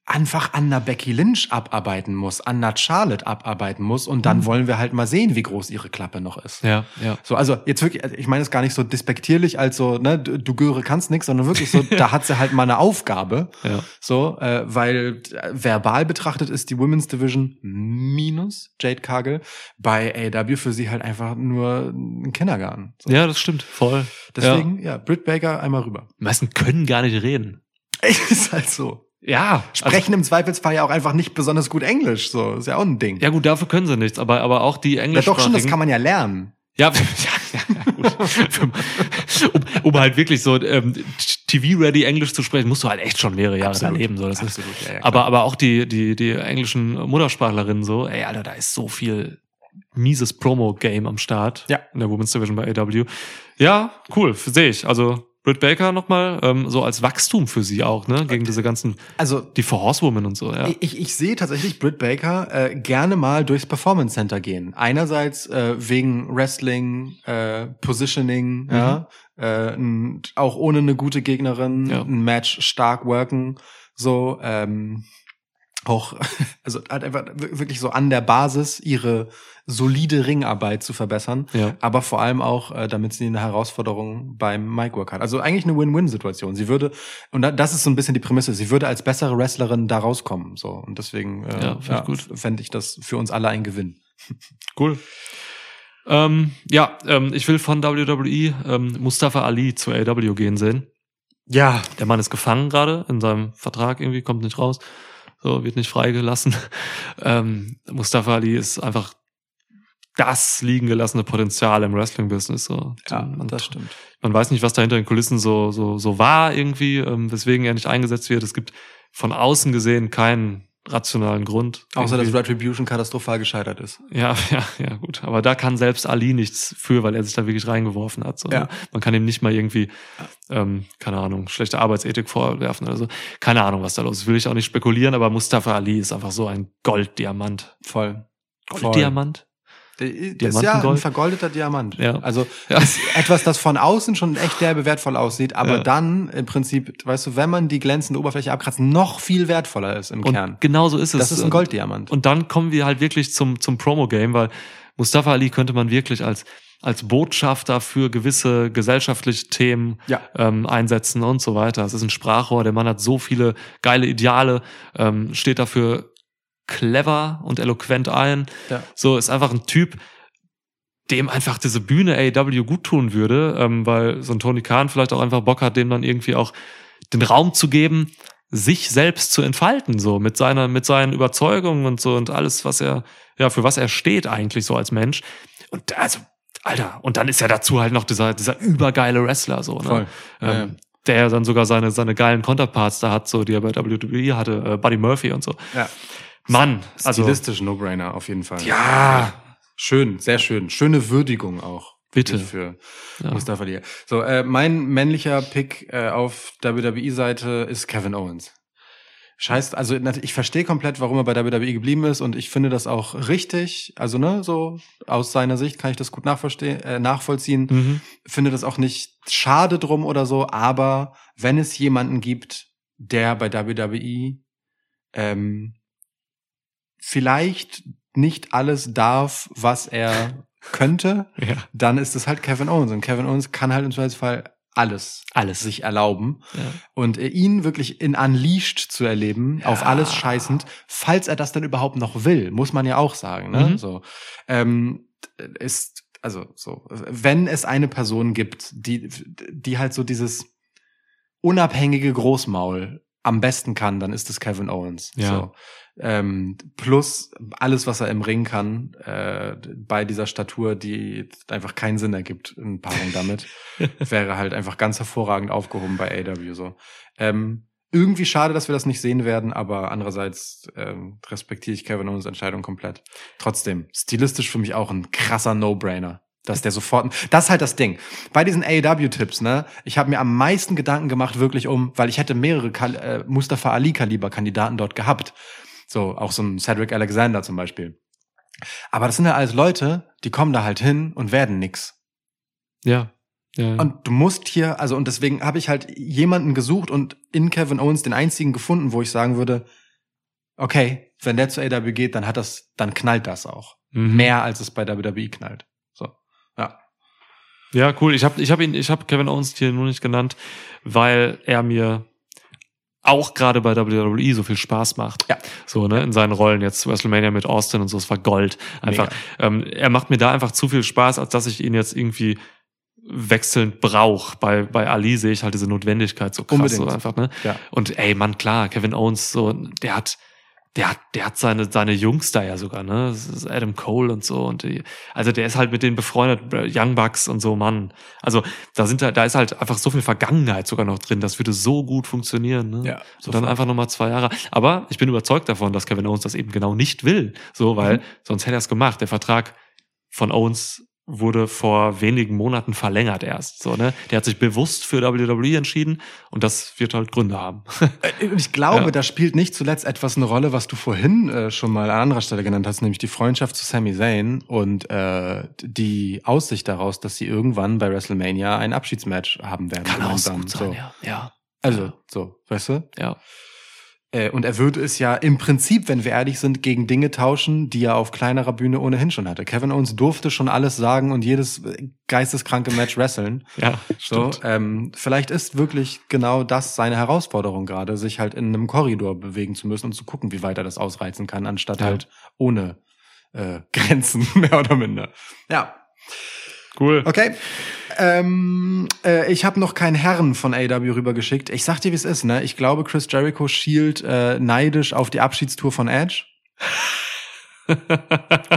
einfach an einer Becky Lynch abarbeiten muss, an einer Charlotte abarbeiten muss und dann
Mhm.
wollen wir halt mal sehen, wie groß ihre Klappe noch ist.
Ja, ja.
So, also jetzt wirklich, also ich meine es gar nicht so despektierlich, als so, ne, du, du Göre kannst nix, sondern wirklich so, da hat sie halt mal eine Aufgabe.
Ja.
So, äh, weil äh, verbal betrachtet ist die Women's Division minus Jade Cargill bei AEW für sie halt einfach nur ein Kindergarten. So.
Ja, das stimmt. Voll.
Deswegen, ja. Britt Baker einmal rüber.
Die meisten können gar nicht reden.
ist halt so.
Ja. Also,
Sprechen im Zweifelsfall ja auch einfach nicht besonders gut Englisch, so, ist ja auch ein Ding.
ja, gut, dafür können sie nichts. Aber, aber auch die
Ja,
Englisch.
doch schon, das kann man ja lernen.
Ja, ja, ja, ja gut. um, um halt wirklich so ähm, TV-ready Englisch zu sprechen, musst du halt echt schon mehrere Jahre
Absolut.
da leben. So. Das ist,
Absolut, ja, ja,
aber, aber auch die, die, die englischen Muttersprachlerinnen so, ey, Alter, da ist so viel mieses Promo-Game am Start
Ja.
in der Women's Division bei AW. Ja, cool, sehe ich. Also Britt Baker nochmal ähm, so als Wachstum für sie auch, ne? Gegen diese ganzen,
Also
die Four Horsewomen und so, ja.
Ich- Ich, ich sehe tatsächlich Britt Baker äh, gerne mal durchs Performance Center gehen. Einerseits äh, wegen Wrestling, äh, Positioning,
Mhm.
ja, äh, und auch ohne eine gute Gegnerin
Ja.
ein Match stark worken, so ähm, auch also halt einfach wir- wirklich so an der Basis ihre solide Ringarbeit zu verbessern,
ja.
aber vor allem auch, äh, damit sie eine Herausforderung beim Micwork hat. Also eigentlich eine Win-Win-Situation. Sie würde, und da- das ist so ein bisschen die Prämisse, sie würde als bessere Wrestlerin da rauskommen. So. Und deswegen äh,
Ja,
ja,
find ich gut.
fände ich das für uns alle ein Gewinn.
Cool. Ähm, ja, ähm, ich will von WWE ähm, Mustafa Ali zu AW gehen sehen.
Ja.
Der Mann ist gefangen gerade in seinem Vertrag irgendwie, kommt nicht raus, so wird nicht freigelassen. Ähm, Mustafa Ali ist einfach das liegen gelassene Potenzial im Wrestling-Business. So. man,
stimmt.
man weiß nicht, was da hinter den Kulissen so, so, so war irgendwie, ähm, weswegen er nicht eingesetzt wird. Es gibt von außen gesehen keinen rationalen Grund.
Außer, dass
Irgendwie-
Retribution katastrophal gescheitert ist.
ja, ja, ja, gut. Aber da kann selbst Ali nichts für, weil er sich da wirklich reingeworfen hat. So.
Ja.
Man kann ihm nicht mal irgendwie, ähm, keine Ahnung, schlechte Arbeitsethik vorwerfen oder so. Keine Ahnung, was da los ist. Will ich auch nicht spekulieren, aber Mustafa Ali ist einfach so ein Golddiamant.
Voll. Voll.
Golddiamant?
Der ist ja ein
Diamantengold?
vergoldeter Diamant.
Ja.
Also
Ja.
Ist etwas, das von außen schon echt derbe wertvoll aussieht, aber
Ja.
dann im Prinzip, weißt du, wenn man die glänzende Oberfläche abkratzt, noch viel wertvoller ist im Kern.
Und genau so ist es.
Das ist ein
Und-
Golddiamant.
Und dann kommen wir halt wirklich zum, zum Promo-Game, weil Mustafa Ali könnte man wirklich als, als Botschafter für gewisse gesellschaftliche Themen
Ja.
ähm, einsetzen und so weiter. Es ist ein Sprachrohr, der Mann hat so viele geile Ideale, ähm, steht dafür clever und eloquent ein.
Ja.
So ist einfach ein Typ, dem einfach diese Bühne AEW gut tun würde, ähm, weil so ein Tony Khan vielleicht auch einfach Bock hat, dem dann irgendwie auch den Raum zu geben, sich selbst zu entfalten, so mit seiner, mit seinen Überzeugungen und so und alles, was er, ja, für was er steht eigentlich so als Mensch. Und also, Alter, und dann ist ja dazu halt noch dieser, dieser übergeile Wrestler, so, ne?
Voll. Ja, ja.
Ähm, der ja dann sogar seine, seine geilen Counterparts da hat, so, die er bei WWE hatte, äh, Buddy Murphy und so.
Ja.
Mann, also,
Stilistisch No-Brainer auf jeden Fall.
ja,
Schön, sehr schön. Schöne Würdigung auch.
Bitte.
Für
Ja.
Mustafa Lee. So, äh, mein männlicher Pick äh, auf WWE-Seite ist Kevin Owens. Scheiß, also nat- ich verstehe komplett, warum er bei WWE geblieben ist und ich finde das auch richtig. Also, ne, so aus seiner Sicht kann ich das gut nachverste- äh, nachvollziehen.
mhm.
finde das auch nicht schade drum oder so, aber wenn es jemanden gibt, der bei WWE ähm, vielleicht nicht alles darf, was er könnte,
ja,
dann ist es halt Kevin Owens. Und Kevin Owens kann halt im Zweifelsfall alles
alles.
sich erlauben.
Ja.
Und äh, ihn wirklich in Unleashed zu erleben, auf alles scheißend, falls er das denn überhaupt noch will, muss man ja auch sagen. Ne?
Mhm.
So, ähm, ist, also so, wenn es eine Person gibt, die, die halt so dieses unabhängige Großmaul am besten kann, dann ist es Kevin Owens.
Ja.
So. Ähm, plus alles, was er im Ring kann, äh, bei dieser Statur, die einfach keinen Sinn ergibt in Paarung damit, wäre halt einfach ganz hervorragend aufgehoben bei AW. So. Ähm, irgendwie schade, dass wir das nicht sehen werden, aber andererseits ähm, respektiere ich Kevin Owens Entscheidung komplett. Trotzdem, stilistisch für mich auch ein krasser No-Brainer. Dass der sofort, das ist halt das Ding. Bei diesen AEW-Tipps, ne, ich habe mir am meisten Gedanken gemacht wirklich um, weil ich hätte mehrere Kal äh, Mustafa Ali-Kaliber-Kandidaten dort gehabt. So, auch so ein Cedric Alexander zum Beispiel. Aber das sind ja alles Leute, die kommen da halt hin und werden nix.
Ja. ja.
Und du musst hier, also und deswegen habe ich halt jemanden gesucht und in Kevin Owens den einzigen gefunden, wo ich sagen würde, okay, wenn der zu AW geht, dann hat das, dann knallt das auch.
Mhm.
Mehr als es bei WWE knallt. So. Ja.
Ja, cool. Ich habe ich hab ihn, ich habe Kevin Owens hier nur nicht genannt, weil er mir auch gerade bei WWE so viel Spaß macht.
Ja.
So, ne, in seinen Rollen jetzt WrestleMania mit Austin und so, es war Gold. Einfach. Ähm, er macht mir da einfach zu viel Spaß, als dass ich ihn jetzt irgendwie wechselnd brauche. Bei, bei Ali sehe ich halt diese Notwendigkeit so krass
Unbedingt.
so einfach, ne?
Ja.
Und ey, Mann, klar, Kevin Owens, so, der hat der hat, der hat seine, seine Jungs da ja sogar, ne? Das ist Adam Cole und so. Und die, also der ist halt mit denen befreundet, Young Bucks und so, Mann. Also da sind da, da ist halt einfach so viel Vergangenheit sogar noch drin. Das würde so gut funktionieren, ne?
Ja,
und dann einfach nochmal zwei Jahre. Aber ich bin überzeugt davon, dass Kevin Owens das eben genau nicht will. So, weil sonst hätte er es gemacht. Der Vertrag von Owens wurde vor wenigen Monaten verlängert erst. So, ne? Der hat sich bewusst für WWE entschieden und das wird halt Gründe haben.
Ich glaube,
Ja.
da spielt nicht zuletzt etwas eine Rolle, was du vorhin äh, schon mal an anderer Stelle genannt hast, nämlich die Freundschaft zu Sami Zayn und äh, die Aussicht daraus, dass sie irgendwann bei WrestleMania ein Abschiedsmatch haben werden. gemeinsam. so.
ja. ja.
Also, so, weißt du?
Ja.
Äh, und er würde es ja im Prinzip, wenn wir ehrlich sind, gegen Dinge tauschen, die er auf kleinerer Bühne ohnehin schon hatte. Kevin Owens durfte schon alles sagen und jedes äh, geisteskranke Match wresteln.
Ja,
So,
stimmt.
ähm, vielleicht ist wirklich genau das seine Herausforderung gerade, sich halt in einem Korridor bewegen zu müssen und zu gucken, wie weit er das ausreizen kann, anstatt
Ja.
halt ohne äh, Grenzen, mehr oder minder. Ja,
Cool.
Okay. Ähm, äh, ich habe noch keinen Herren von AW rübergeschickt. Ich sag dir, wie es ist, ne? Ich glaube, Chris Jericho schielt äh, neidisch auf die Abschiedstour von Edge.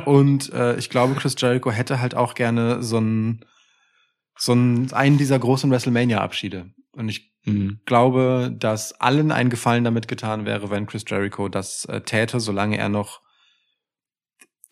Und äh, ich glaube, Chris Jericho hätte halt auch gerne so einen, so einen, einen dieser großen WrestleMania-Abschiede. Und ich
Mhm.
glaube, dass allen ein Gefallen damit getan wäre, wenn Chris Jericho das äh, täte, solange er noch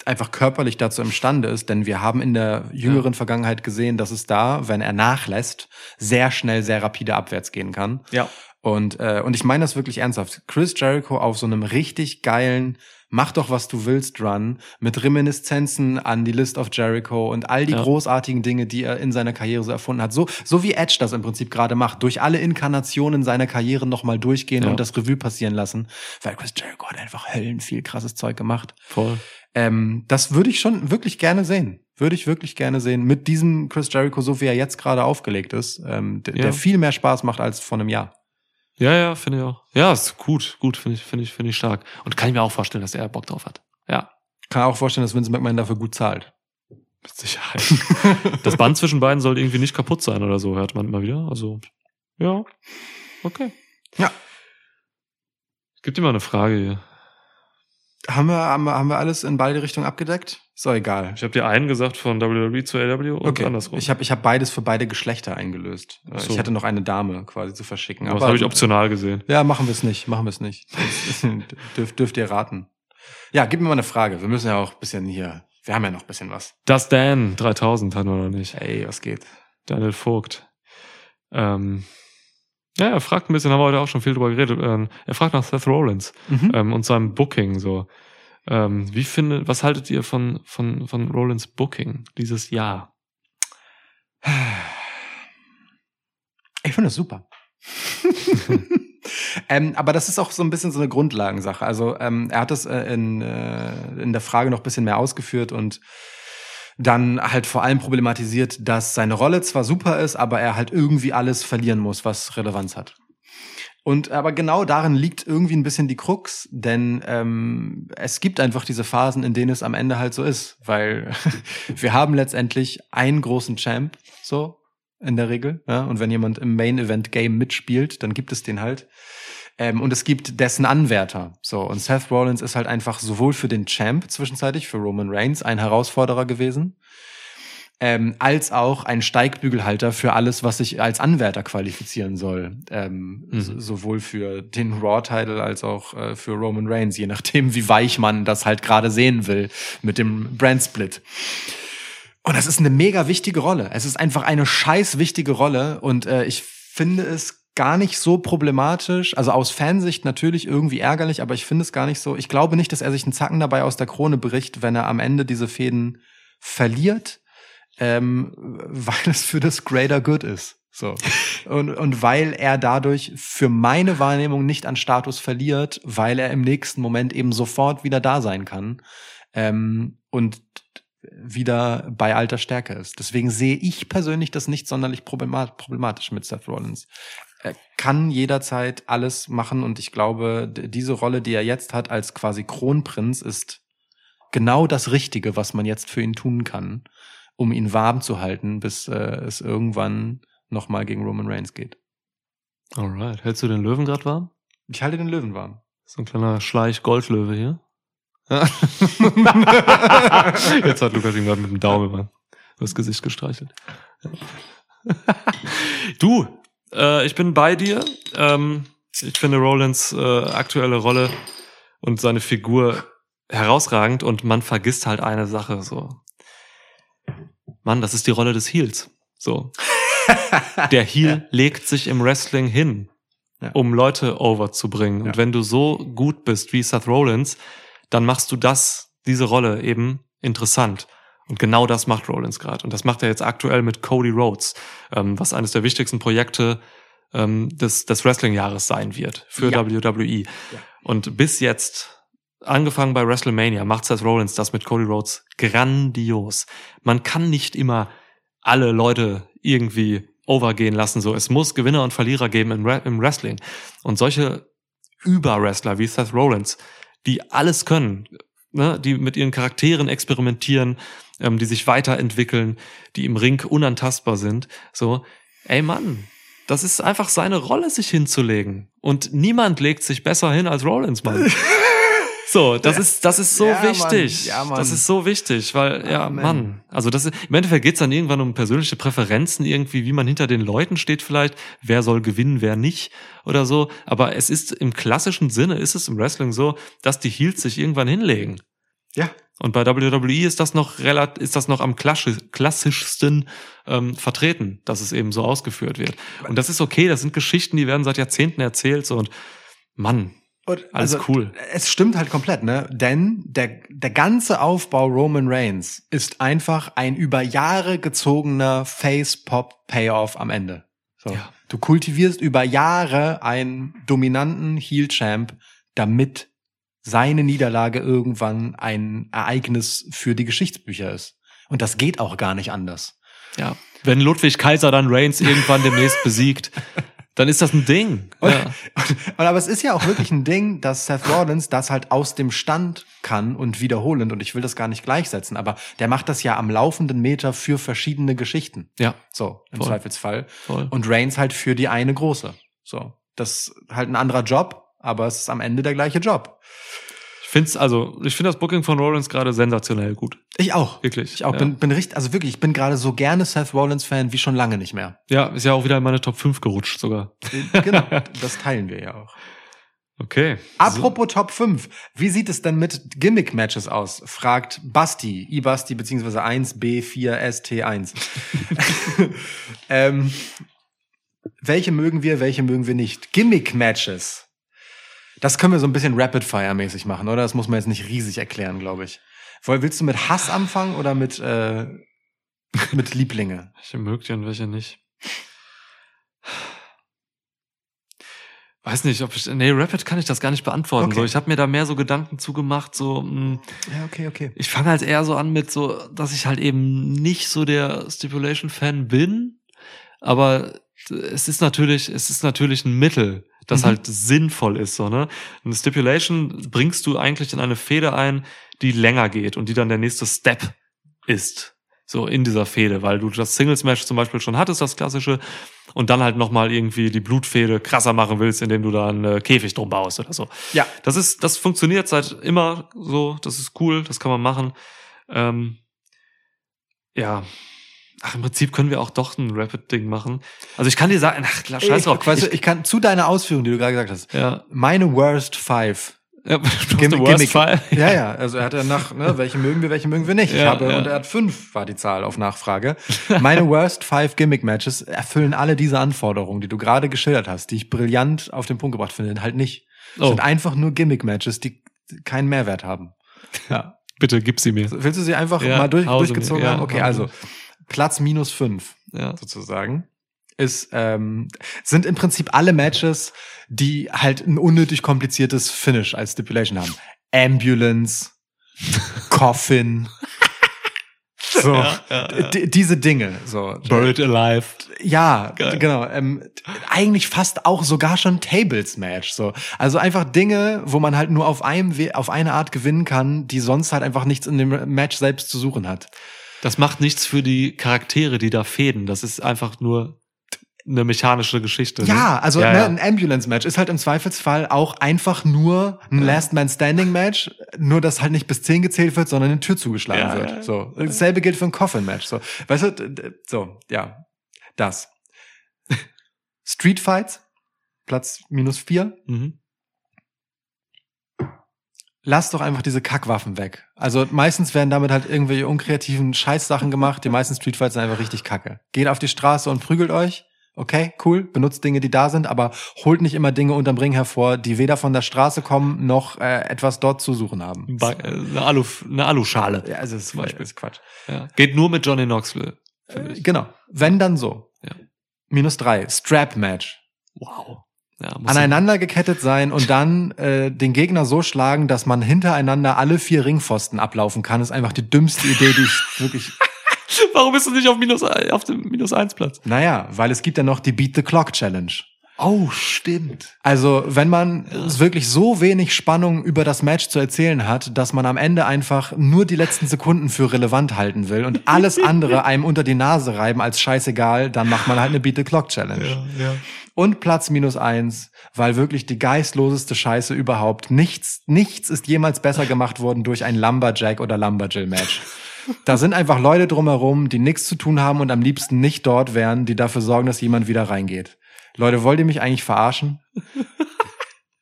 einfach körperlich dazu imstande ist. Denn wir haben in der jüngeren Vergangenheit gesehen, dass es da, wenn er nachlässt, sehr schnell, sehr rapide abwärts gehen kann.
Ja.
Und, äh, und ich meine das wirklich ernsthaft. Chris Jericho auf so einem richtig geilen Mach doch, was du willst, Run, mit Reminiszenzen an die List of Jericho und all die
Ja.
großartigen Dinge, die er in seiner Karriere so erfunden hat. So, so wie Edge das im Prinzip gerade macht, durch alle Inkarnationen seiner Karriere nochmal durchgehen
Ja.
und das Revue passieren lassen. Weil Chris Jericho hat einfach höllen viel krasses Zeug gemacht.
Voll.
Ähm, das würde ich schon wirklich gerne sehen. Würde ich wirklich gerne sehen. Mit diesem Chris Jericho, so wie er jetzt gerade aufgelegt ist, ähm, der,
Ja.
der viel mehr Spaß macht als vor einem Jahr.
Ja, ja, finde ich auch. Ja, ist gut, gut, finde ich, finde ich, finde ich stark. Und kann ich mir auch vorstellen, dass er Bock drauf hat. Ja,
Kann auch vorstellen, dass Vince McMahon dafür gut zahlt.
mit Sicherheit. das Band zwischen beiden soll irgendwie nicht kaputt sein oder so, hört man immer wieder. Also, ja, okay.
Ja.
Gibt immer eine Frage hier.
Haben wir, haben wir, haben wir alles in beide Richtungen abgedeckt? Ist doch egal.
Ich habe dir einen gesagt von WWE zu AW und
Okay,
andersrum.
ich habe ich hab beides für beide Geschlechter eingelöst. Äh,
So.
Ich hatte noch eine Dame quasi zu verschicken.
das habe ich optional gesehen.
Ja, machen wir es nicht, machen wir es nicht. Dürf, dürft ihr raten. Ja, gib mir mal eine Frage. Wir müssen ja auch ein bisschen hier, wir haben ja noch ein bisschen was.
Das Dan 3000 hatten wir noch nicht.
Ey, was geht?
Daniel Vogt. Ähm, ja, er fragt ein bisschen, haben wir heute auch schon viel drüber geredet. Ähm, er fragt nach Seth Rollins
Mhm.
ähm, und seinem Booking so. Ähm, wie findet, was haltet ihr von, von, von Rollins Booking dieses Jahr?
Ich finde das super. ähm, aber das ist auch so ein bisschen so eine Grundlagensache. Also ähm, er hat das äh, in, äh, in der Frage noch ein bisschen mehr ausgeführt und dann halt vor allem problematisiert, dass seine Rolle zwar super ist, aber er halt irgendwie alles verlieren muss, was Relevanz hat. Und aber genau darin liegt irgendwie ein bisschen die Krux, denn ähm, es gibt einfach diese Phasen, in denen es am Ende halt so ist, weil wir haben letztendlich einen großen Champ, so in der Regel. Ja? Und wenn jemand im Main Event Game mitspielt, dann gibt es den halt. Ähm, und es gibt dessen Anwärter. So und Seth Rollins ist halt einfach sowohl für den Champ zwischenzeitlich für Roman Reigns ein Herausforderer gewesen. Ähm, als auch ein Steigbügelhalter für alles, was sich als Anwärter qualifizieren soll. Ähm,
Mhm.
so- sowohl für den Raw-Title als auch äh, für Roman Reigns, je nachdem, wie weich man das halt gerade sehen will mit dem Brand-Split. Und das ist eine mega wichtige Rolle. Es ist einfach eine scheiß wichtige Rolle und äh, ich finde es gar nicht so problematisch. Also aus Fansicht natürlich irgendwie ärgerlich, aber ich finde es gar nicht so. Ich glaube nicht, dass er sich einen Zacken dabei aus der Krone bricht, wenn er am Ende diese Fäden verliert, ähm, weil es für das Greater Good ist. So. Und, und weil er dadurch für meine Wahrnehmung nicht an Status verliert, weil er im nächsten Moment eben sofort wieder da sein kann ähm, und wieder bei alter Stärke ist. Deswegen sehe ich persönlich das nicht sonderlich problema- problematisch mit Seth Rollins. Er kann jederzeit alles machen und ich glaube, d- diese Rolle, die er jetzt hat als quasi Kronprinz, ist genau das Richtige, was man jetzt für ihn tun kann, um ihn warm zu halten, bis äh, es irgendwann nochmal gegen Roman Reigns geht.
Alright. Hältst du den Löwen gerade warm?
Ich halte den Löwen warm.
So ein kleiner Schleich-Goldlöwe hier. Jetzt hat Lukas ihm gerade mit dem Daumen über das Gesicht gestreichelt. Du, äh, ich bin bei dir. Ähm, ich finde Rolands äh, aktuelle Rolle und seine Figur herausragend und man vergisst halt eine Sache so. Mann, das ist die Rolle des Heels. So. Der Heel legt sich im Wrestling hin,
Ja.
um Leute overzubringen.
Ja.
Und wenn du so gut bist wie Seth Rollins, dann machst du das, diese Rolle eben interessant. Und genau das macht Rollins gerade. Und das macht er jetzt aktuell mit Cody Rhodes, ähm, was eines der wichtigsten Projekte ähm, des, des Wrestling-Jahres sein wird für
Ja.
WWE. Und bis jetzt, angefangen bei WrestleMania, macht Seth Rollins das mit Cody Rhodes grandios. Man kann nicht immer alle Leute irgendwie overgehen lassen. So, es muss Gewinner und Verlierer geben im, Wre- im Wrestling. Und solche Überwrestler wie Seth Rollins, die alles können, ne, die mit ihren Charakteren experimentieren, ähm, die sich weiterentwickeln, die im Ring unantastbar sind, so, ey Mann, das ist einfach seine Rolle, sich hinzulegen. Und niemand legt sich besser hin als Rollins, Mann. So, das ist, das ist so
Ja, Mann.
wichtig.
Ja, Mann.
Das ist so wichtig, weil, ja,
Amen.
Mann. Also das ist, im Endeffekt geht's dann irgendwann um persönliche Präferenzen, irgendwie, wie man hinter den Leuten steht vielleicht, wer soll gewinnen, wer nicht oder so. Aber es ist im klassischen Sinne, ist es im Wrestling so, dass die Heels sich irgendwann hinlegen.
Ja.
Und bei WWE ist das noch relat ist das noch am klassisch- klassischsten ähm, vertreten, dass es eben so ausgeführt wird. Und das ist okay, das sind Geschichten, die werden seit Jahrzehnten erzählt so, und Mann,
Und
alles cool.
Es stimmt halt komplett, ne? Denn der, der ganze Aufbau Roman Reigns ist einfach ein über Jahre gezogener Face-Pop-Payoff am Ende. So.
Ja.
Du kultivierst über Jahre einen dominanten Heel-Champ, damit seine Niederlage irgendwann ein Ereignis für die Geschichtsbücher ist. Und das geht auch gar nicht anders.
Ja. Wenn Ludwig Kaiser dann Reigns irgendwann demnächst besiegt, dann ist das ein Ding. Ja.
Und, aber es ist ja auch wirklich ein Ding, dass Seth Rollins das halt aus dem Stand kann und wiederholend. Und ich will das gar nicht gleichsetzen, aber der macht das ja am laufenden Meter für verschiedene Geschichten.
ja,
So, im
Voll.
Zweifelsfall.
voll.
Und Reigns halt für die eine große. So, das ist halt ein anderer Job, aber es ist am Ende der gleiche Job.
Ich find's, also, ich finde das Booking von Rollins gerade sensationell gut.
Ich auch.
Wirklich.
Ich auch
ja.
bin, bin richtig, also wirklich, ich bin gerade so gerne Seth Rollins Fan wie schon lange nicht mehr.
Ja, ist ja auch wieder in meine Top 5 gerutscht sogar.
Genau, das teilen wir ja auch.
Okay.
Apropos Top 5, wie sieht es denn mit Gimmick-Matches aus? Fragt Basti, iBasti bzw. 1B4ST1. ähm, welche mögen wir, welche mögen wir nicht? Gimmick-Matches. Das können wir so ein bisschen Rapid-Fire-mäßig machen, oder? Das muss man jetzt nicht riesig erklären, glaube ich. Woll- Willst du mit Hass anfangen oder mit, äh, mit Lieblinge?
Welche mögt ihr und welche nicht? Weiß nicht, ob ich. Nee, Rapid kann ich das gar nicht beantworten.
Okay.
So, ich habe mir da mehr so Gedanken zugemacht, so. hm, Mh,
Ja, okay, okay.
ich fange halt eher so an mit so, dass ich halt eben nicht so der Stipulation-Fan bin, aber es ist natürlich, es ist natürlich ein Mittel, das
Mhm.
halt sinnvoll ist, so, ne? Eine Stipulation bringst du eigentlich in eine Fehde ein, die länger geht und die dann der nächste Step ist. So in dieser Fehde, weil du das Singles-Match zum Beispiel schon hattest, das klassische, und dann halt nochmal irgendwie die Blutfehde krasser machen willst, indem du da einen äh, Käfig drum baust oder so.
Ja,
Das ist, das funktioniert seit immer so. Das ist cool, das kann man machen. Ähm, ja. Ach, im Prinzip können wir auch doch ein Rapid-Ding machen. Also ich kann dir sagen, ach klar, scheiß drauf.
Ich, weißt du, ich kann zu deiner Ausführung, die du gerade gesagt hast,
ja,
meine Worst Five
ja, du hast
Gimmick-
the worst
Gimmick.
Fall.
Ja, ja, also er hat ja nach, ne, welche mögen wir, welche mögen wir nicht. ich
Ja,
habe,
ja.
Und er hat fünf, war die Zahl auf Nachfrage. Meine Worst Five Gimmick Matches erfüllen alle diese Anforderungen, die du gerade geschildert hast, die ich brillant auf den Punkt gebracht finde, halt nicht. Es
Oh.
sind einfach nur Gimmick Matches, die keinen Mehrwert haben. Ja.
Bitte gib sie mir.
Willst du sie einfach
Also Ja,
mal durch,
hau sie
durchgezogen
mir, ja,
haben? Okay,
hau
also
durch.
Platz minus fünf
Ja.
sozusagen, ist, ähm, sind im Prinzip alle Matches, die halt ein unnötig kompliziertes Finish als Stipulation haben. Ambulance, Coffin. So, D diese Dinge. So.
Buried alive.
Ja,
Geil.
genau. Ähm, eigentlich fast auch sogar schon Tables Match. So, also einfach Dinge, wo man halt nur auf einem We auf eine Art gewinnen kann, die sonst halt einfach nichts in dem Match selbst zu suchen hat.
Das macht nichts für die Charaktere, die da fäden. Das ist einfach nur eine mechanische Geschichte.
Ja,
ne?
also
ja,
ne,
ja.
ein Ambulance-Match ist halt im Zweifelsfall auch einfach nur ein Last Man Standing-Match, nur dass halt nicht bis 10 gezählt wird, sondern eine Tür zugeschlagen
Ja,
wird.
ja.
So. Dasselbe gilt für ein Coffin-Match. So. Weißt du, d- d- so, ja. Das. Street Fights, Platz minus vier.
Mhm.
Lass doch einfach diese Kackwaffen weg. Also meistens werden damit halt irgendwelche unkreativen Scheißsachen gemacht. Die meisten Street Fights sind einfach richtig kacke. Geht auf die Straße und prügelt euch. Okay, cool. Benutzt Dinge, die da sind, aber holt nicht immer Dinge unterm Ring hervor, die weder von der Straße kommen noch äh, etwas dort zu suchen haben.
Ba- äh, Eine, Alu, eine Aluschale.
Ja, also ist,
Zum Beispiel.
ist Quatsch.
Ja. Geht nur mit Johnny Knoxville. für
Äh,
mich.
genau. Wenn dann so.
Ja.
Minus drei. Strap Match.
Wow. Ja, muss
aneinander gekettet sein und dann äh, den Gegner so schlagen, dass man hintereinander alle vier Ringpfosten ablaufen kann, ist einfach die dümmste Idee, die ich wirklich.
ich- Warum bist du nicht auf, minus, äh, auf dem minus eins Platz?
Naja, weil es gibt ja noch die Beat the Clock Challenge.
Oh, stimmt.
Also, wenn man wirklich so wenig Spannung über das Match zu erzählen hat, dass man am Ende einfach nur die letzten Sekunden für relevant halten will und alles andere einem unter die Nase reiben als scheißegal, dann macht man halt eine Beat the Clock Challenge.
ja.
Und Platz minus eins, weil wirklich die geistloseste Scheiße überhaupt. Nichts, nichts ist jemals besser gemacht worden durch ein Lumberjack oder Lumberjill-Match. Da sind einfach Leute drumherum, die nichts zu tun haben und am liebsten nicht dort wären, die dafür sorgen, dass jemand wieder reingeht. Leute, wollt ihr mich eigentlich verarschen?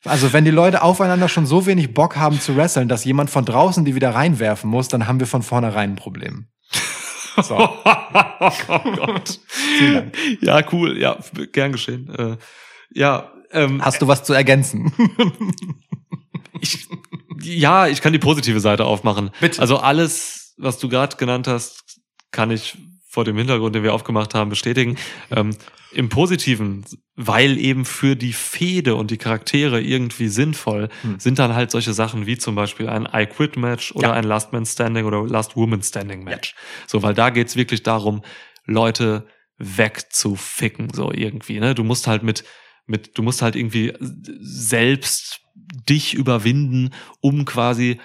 Also, wenn die Leute aufeinander schon so wenig Bock haben zu wresteln, dass jemand von draußen die wieder reinwerfen muss, dann haben wir von vornherein ein Problem. So.
oh Gott. ja, cool. Ja, gern geschehen. Äh, ja, ähm,
Hast du was zu ergänzen?
ich, ja, ich kann die positive Seite aufmachen.
Bitte.
Also alles, was du gerade genannt hast, kann ich vor dem Hintergrund, den wir aufgemacht haben, bestätigen. Ähm, Im Positiven, weil eben für die Fehde und die Charaktere irgendwie sinnvoll,
Hm.
sind dann halt solche Sachen wie zum Beispiel ein I Quit Match oder
Ja.
ein Last Man Standing oder Last Woman Standing Match. So, weil da geht's wirklich darum, Leute wegzuficken, so irgendwie. Ne? Du musst halt mit, mit, du musst halt irgendwie selbst dich überwinden, um quasi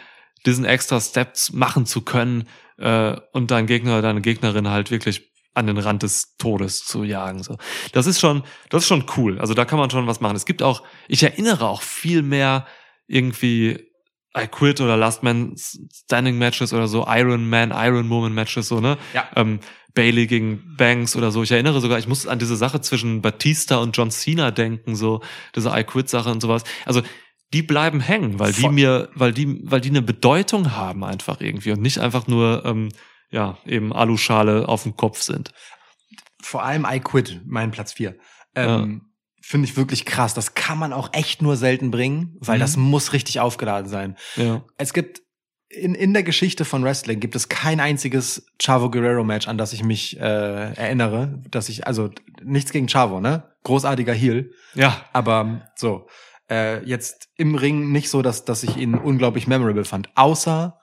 diesen extra Steps machen zu können äh, und deinen Gegner oder deine Gegnerin halt wirklich an den Rand des Todes zu jagen. So. Das ist schon, das ist schon cool. Also da kann man schon was machen. Es gibt auch, ich erinnere auch viel mehr irgendwie I Quit oder Last Man Standing Matches oder so, Iron Man, Iron Woman Matches, so, ne?
Ja.
Ähm, Bailey gegen Banks oder so. Ich erinnere sogar, ich muss an diese Sache zwischen Batista und John Cena denken, so, diese I Quit Sache und sowas. Also, die bleiben hängen, weil die
Voll.
mir, weil die, weil die eine Bedeutung haben einfach irgendwie und nicht einfach nur, ähm, ja, eben Aluschale auf dem Kopf sind.
vor allem I Quit, mein Platz vier Ähm, Finde ich wirklich krass. Das kann man auch echt nur selten bringen, weil
Mhm.
das muss richtig aufgeladen sein.
Ja.
Es gibt in, in der Geschichte von Wrestling gibt es kein einziges Chavo Guerrero Match, an das ich mich äh, erinnere, dass ich also nichts gegen Chavo, ne? Großartiger Heel,
Ja.
aber so äh, jetzt im Ring nicht so, dass dass ich ihn unglaublich memorable fand, außer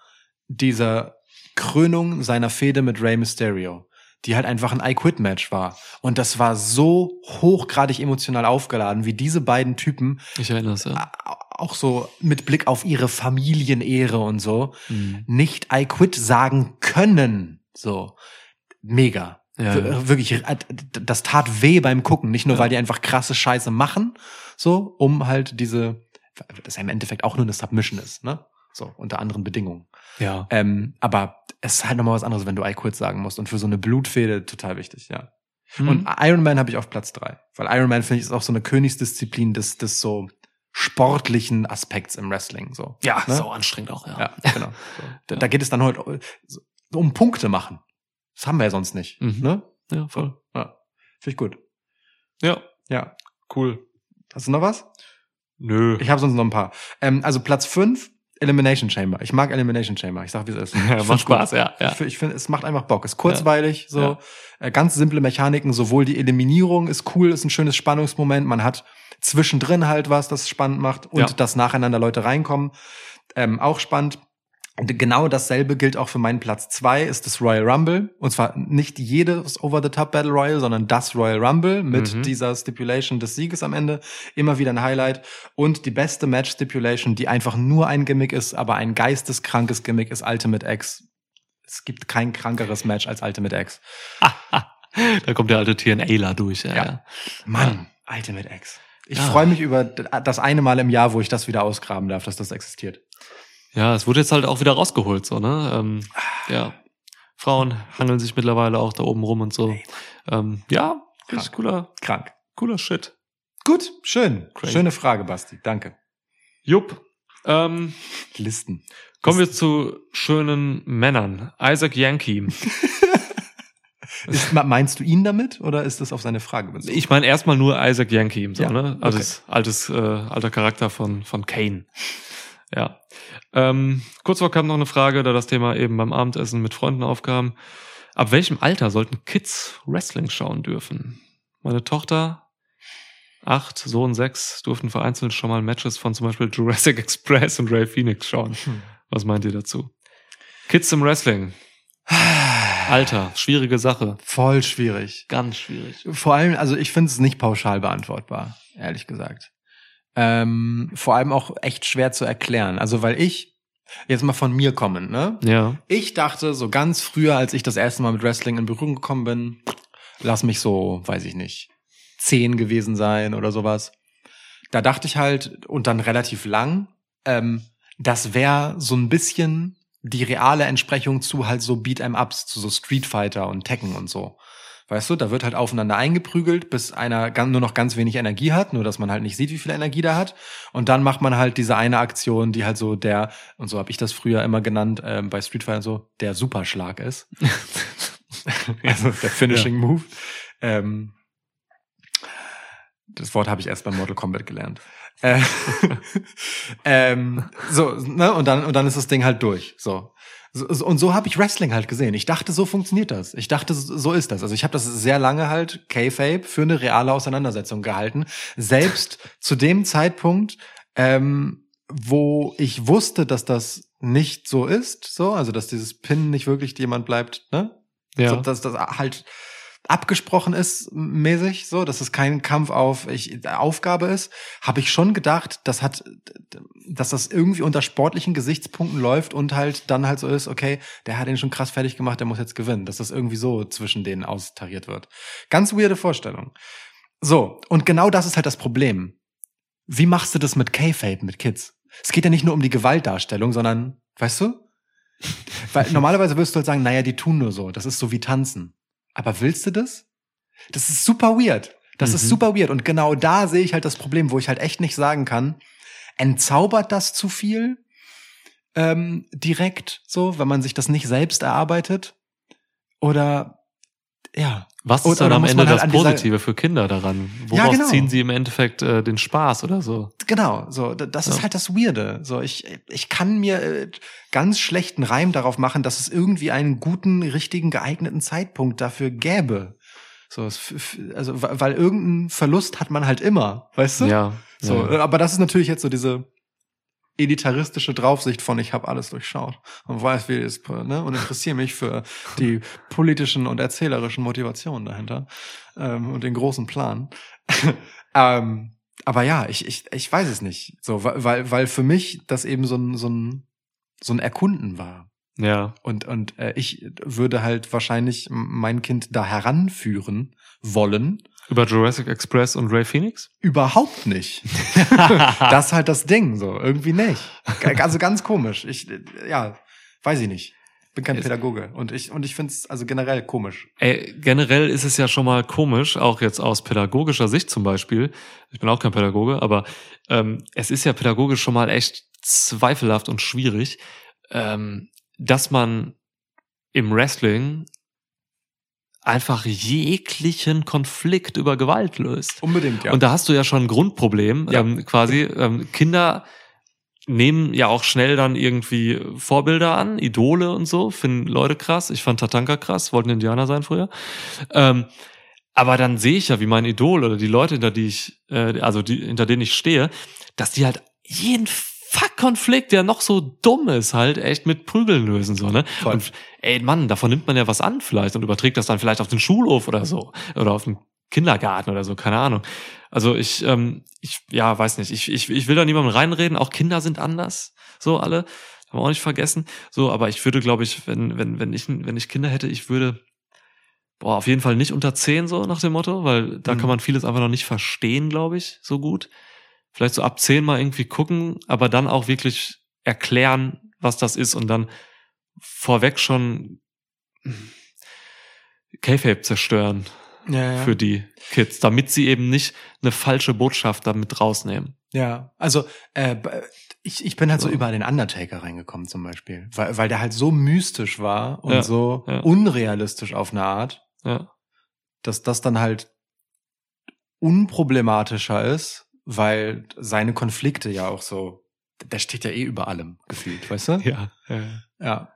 dieser Krönung seiner Fehde mit Rey Mysterio, die halt einfach ein I-Quit-Match war. Und das war so hochgradig emotional aufgeladen, wie diese beiden Typen,
Ich erinnere es, ja.
a- auch so mit Blick auf ihre Familienehre und so,
Mhm.
nicht I-Quit sagen können. So, mega.
Ja,
Wir-
ja.
Wirklich, äh, das tat weh beim Gucken. Nicht nur, weil die einfach krasse Scheiße machen, so, um halt diese, das ja im Endeffekt auch nur eine Submission ist, ne? So, unter anderen Bedingungen.
ja.
Ähm, aber es ist halt nochmal was anderes, wenn du I quit sagen musst. Und für so eine Blutfehde total wichtig, ja. Und
Und
Iron Man habe ich auf Platz drei, Weil Iron Man, finde ich, ist auch so eine Königsdisziplin des, des so sportlichen Aspekts im Wrestling. So.
ja,
ne?
so anstrengend auch, ja.
Ja, genau. So. Da,
Ja.
da geht es dann heute so um Punkte machen. Das haben wir ja sonst nicht.
Mhm.
Ne?
Ja, voll.
Ja. Finde ich gut.
Ja,
Ja.
cool.
Hast du noch was?
Nö.
Ich habe sonst noch ein paar. Ähm, also Platz fünf Elimination Chamber. Ich mag Elimination Chamber. Ich sag, wie es ist. Ich
Ja,
find's
macht Spaß,
gut.
ja, ja.
Ich, find- ich finde, es macht einfach Bock. Ist kurzweilig, so.
Ja.
Äh, ganz simple Mechaniken. Sowohl die Eliminierung ist cool, ist ein schönes Spannungsmoment. Man hat zwischendrin halt was, das spannend macht und
Ja.
dass nacheinander Leute reinkommen. Ähm, auch spannend. Und genau dasselbe gilt auch für meinen Platz zwei ist das Royal Rumble. Und zwar nicht jedes Over-the-Top Battle Royal, sondern das Royal Rumble mit
Mhm.
dieser Stipulation des Sieges am Ende. Immer wieder ein Highlight. Und die beste Match-Stipulation, die einfach nur ein Gimmick ist, aber ein geisteskrankes Gimmick ist Ultimate X. Es gibt kein krankeres Match als Ultimate X.
Da kommt der alte TNAler durch. Ja. ja.
Mann, Ultimate X. Ich
Ja.
freue mich über d- das eine Mal im Jahr, wo ich das wieder ausgraben darf, dass das existiert.
Ja, es wurde jetzt halt auch wieder rausgeholt, so, ne? Ähm, ja. Frauen hangeln sich mittlerweile auch da oben rum und so. Ähm, ja, richtig
Krank.
cooler,
Krank.
cooler Shit.
Gut, schön.
Crazy.
Schöne Frage, Basti. Danke.
Jupp. Ähm,
Listen.
kommen wir zu schönen Männern. Isaac Yankee.
Ist, me- meinst du ihn damit oder ist das auf seine Frage bezogen?
Ich meine erstmal nur Isaac Yankee, so,
Ja,
ne? Altes, altes, äh, alter Charakter von, von Kane. Ja. Ähm, kurz vor kam noch eine Frage, da das Thema eben beim Abendessen mit Freunden aufkam. Ab welchem Alter sollten Kids Wrestling schauen dürfen? Meine Tochter, acht, Sohn sechs, durften vereinzelt schon mal Matches von zum Beispiel Jurassic Express und Ray Phoenix schauen. Was meint ihr dazu? Kids im Wrestling. Alter, schwierige Sache.
Voll schwierig.
Ganz schwierig.
Vor allem, also ich finde es nicht pauschal beantwortbar, ehrlich gesagt. Ähm, vor allem auch echt schwer zu erklären. Also weil ich, jetzt mal von mir kommen, ne?
Ja.
Ich dachte so ganz früher, als ich das erste Mal mit Wrestling in Berührung gekommen bin, lass mich so, weiß ich nicht, zehn gewesen sein oder sowas. Da dachte ich halt, und dann relativ lang, ähm, das wäre so ein bisschen die reale Entsprechung zu halt so Beat-em-Ups, zu so Street Fighter und Tekken und so. Weißt du, da wird halt aufeinander eingeprügelt, bis einer gan- nur noch ganz wenig Energie hat, nur dass man halt nicht sieht, wie viel Energie da hat. Und dann macht man halt diese eine Aktion, die halt so der, und so habe ich das früher immer genannt, ähm, bei Street Fighter und so, der Superschlag ist. also der Finishing Move. Ähm, das Wort habe ich erst bei Mortal Kombat gelernt. Äh, ähm, so, ne, und dann, und dann ist das Ding halt durch. So. So, so- und so habe ich Wrestling halt gesehen. Ich dachte, so funktioniert das. Ich dachte, so so ist das. Also ich habe das sehr lange halt K-Fape für eine reale Auseinandersetzung gehalten. Selbst zu dem Zeitpunkt, ähm, wo ich wusste, dass das nicht so ist, so, also dass dieses Pin nicht wirklich jemand bleibt, ne?
Ja.
So, dass das halt abgesprochen ist mäßig, so, dass es kein Kampf auf ich, Aufgabe ist, habe ich schon gedacht, das hat, dass das irgendwie unter sportlichen Gesichtspunkten läuft und halt dann halt so ist, okay, der hat ihn schon krass fertig gemacht, der muss jetzt gewinnen, dass das irgendwie so zwischen denen austariert wird. Ganz weirde Vorstellung. So, und genau das ist halt das Problem. Wie machst du das mit K-Fape, mit Kids? Es geht ja nicht nur um die Gewaltdarstellung, sondern, weißt du? Weil normalerweise würdest du halt sagen, naja, die tun nur so. Das ist so wie tanzen. Aber willst du das? Das ist super weird. Das
Mhm.
ist super weird. Und genau da sehe ich halt das Problem, wo ich halt echt nicht sagen kann, entzaubert das zu viel? Ähm, direkt so, wenn man sich das nicht selbst erarbeitet? Oder, ja,
Was
Oder-
ist dann
oder
am
muss
Ende
man halt
das
an dieser-
Positive für Kinder daran? Woraus
genau.
ziehen sie im Endeffekt äh, den Spaß oder so?
Genau, so d- das
Ja.
ist halt das Weirde. So ich ich kann mir äh, ganz schlechten Reim darauf machen, dass es irgendwie einen guten, richtigen, geeigneten Zeitpunkt dafür gäbe. So es, f- f- also wa- weil irgendeinen Verlust hat man halt immer, weißt du?
Ja.
So,
ja.
äh, aber das ist natürlich jetzt so diese elitaristische Draufsicht von ich habe alles durchschaut und weiß wie es ne und interessiere mich für die politischen und erzählerischen Motivationen dahinter ähm, und den großen Plan. ähm, aber ja, ich, ich, ich weiß es nicht. So, wa- weil, weil für mich das eben so ein, so ein, so ein Erkunden war.
ja.
Und, und äh, ich würde halt wahrscheinlich m- mein Kind da heranführen wollen.
Über Jurassic Express und Ray Phoenix?
Überhaupt nicht. Das ist halt das Ding, so. Irgendwie nicht. G- Also ganz komisch. Ich, äh, ja, weiß ich nicht. Bin kein
Ist-
Pädagoge. Und ich, und ich finde es also generell komisch.
Ey, generell ist es ja schon mal komisch, auch jetzt aus pädagogischer Sicht zum Beispiel. Ich bin auch kein Pädagoge, aber ähm, es ist ja pädagogisch schon mal echt zweifelhaft und schwierig, ähm, dass man im Wrestling einfach jeglichen Konflikt über Gewalt löst.
Unbedingt, ja.
Und da hast du ja schon ein Grundproblem,
Ja.
ähm, quasi. Ähm, Kinder nehmen ja auch schnell dann irgendwie Vorbilder an, Idole und so, finden Leute krass. Ich fand Tatanka krass, wollten Indianer sein früher. Ähm, aber dann sehe ich ja, wie mein Idol oder die Leute, hinter die ich, äh, also die, hinter denen ich stehe, dass die halt jeden Fuck-Konflikt, der noch so dumm ist, halt echt mit Prügeln lösen, so, ne?
Voll.
Und, ey, Mann, davon nimmt man ja was an vielleicht und überträgt das dann vielleicht auf den Schulhof oder so. Oder auf den Kindergarten oder so, keine Ahnung. Also ich, ähm, ich, ja, weiß nicht, ich, ich, ich will da niemandem reinreden, auch Kinder sind anders, so alle. Haben wir auch nicht vergessen. So, aber ich würde, glaube ich, wenn, wenn, wenn ich, wenn ich Kinder hätte, ich würde, boah, auf jeden Fall nicht unter 10 so nach dem Motto, weil da
Mhm.
kann man vieles einfach noch nicht verstehen, glaube ich, so gut. Vielleicht so ab 10 mal irgendwie gucken, aber dann auch wirklich erklären, was das ist und dann vorweg schon K-Fape zerstören
Ja, ja.
für die Kids, damit sie eben nicht eine falsche Botschaft damit rausnehmen.
ja. also äh, ich, ich bin halt so
So.
über den Undertaker reingekommen zum Beispiel, weil, weil der halt so mystisch war und
Ja,
so
ja.
unrealistisch auf eine Art,
Ja.
dass das dann halt unproblematischer ist, weil seine Konflikte ja auch so, der steht ja eh über allem gefühlt, weißt du?
Ja.
Ja.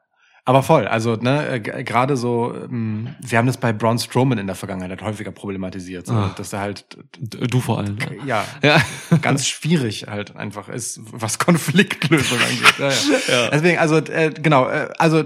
Aber voll, also ne, äh, g- gerade so, ähm, wir haben das bei Braun Strowman in der Vergangenheit halt häufiger problematisiert, so,
Ah.
dass er halt,
Du vor allem. ne?
äh, ja,
Ja.
ganz schwierig halt einfach ist, was Konfliktlösung angeht. Ja, ja.
ja.
Deswegen, also äh, genau, äh, also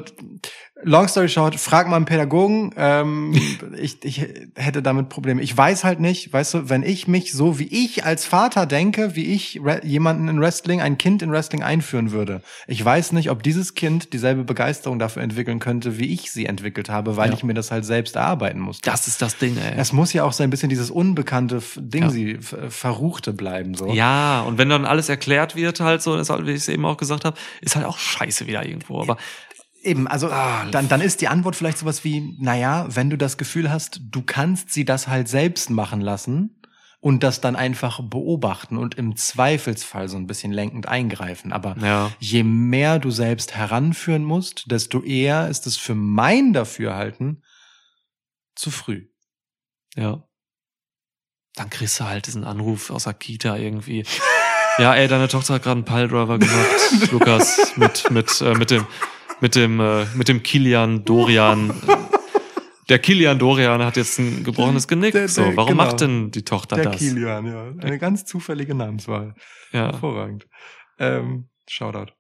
long story short, frag mal einen Pädagogen, ähm, ich, ich hätte damit Probleme. Ich weiß halt nicht, weißt du, wenn ich mich so, wie ich als Vater denke, wie ich re- jemanden in Wrestling, ein Kind in Wrestling einführen würde, ich weiß nicht, ob dieses Kind dieselbe Begeisterung dafür entwickeln könnte, wie ich sie entwickelt habe, weil
Ja.
ich mir das halt selbst erarbeiten musste.
Das ist das Ding, ey.
es muss ja auch so ein bisschen dieses unbekannte F- Ding,
Ja.
sie f- verruchte bleiben so.
Ja, und wenn dann alles erklärt wird, halt so, ist halt, wie ich es eben auch gesagt habe, ist halt auch scheiße wieder irgendwo. Aber
Eben, also
Ah,
dann, dann ist die Antwort vielleicht sowas wie, naja, wenn du das Gefühl hast, du kannst sie das halt selbst machen lassen und das dann einfach beobachten und im Zweifelsfall so ein bisschen lenkend eingreifen. Aber
ja,
je mehr du selbst heranführen musst, desto eher ist es für mein Dafürhalten zu früh.
ja. Dann kriegst du halt diesen Anruf aus der Kita irgendwie. Ja, ey, deine Tochter hat gerade einen Piledriver gemacht, Lukas, mit, mit, äh, mit dem, mit dem, äh, mit dem Kilian Dorian. Der Kilian Dorian hat jetzt ein gebrochenes Genick.
Der- der-
so, warum
genau.
macht denn die Tochter das?
Kilian, ja. Eine ganz zufällige Namenswahl.
Ja.
Hervorragend. Ähm, Shoutout.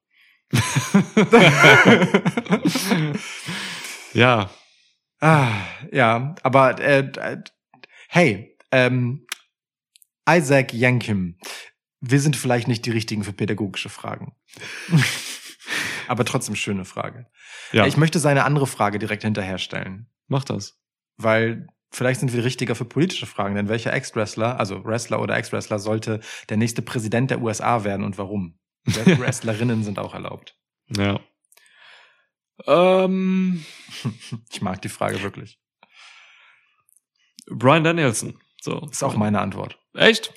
ja,
Ah, ja, aber äh, äh, hey, ähm, Isaac Yankim, wir sind vielleicht nicht die richtigen für pädagogische Fragen. aber trotzdem schöne Frage.
ja,
Ich möchte seine andere Frage direkt hinterherstellen,
mach das.
weil vielleicht sind wir richtiger für politische Fragen, denn welcher Ex-Wrestler, also Wrestler oder Ex-Wrestler, sollte der nächste Präsident der USA werden und warum? Wrestlerinnen sind auch erlaubt.
Ja. Ähm,
Ich mag die Frage wirklich.
Brian Danielson. So.
Ist auch meine Antwort.
Echt?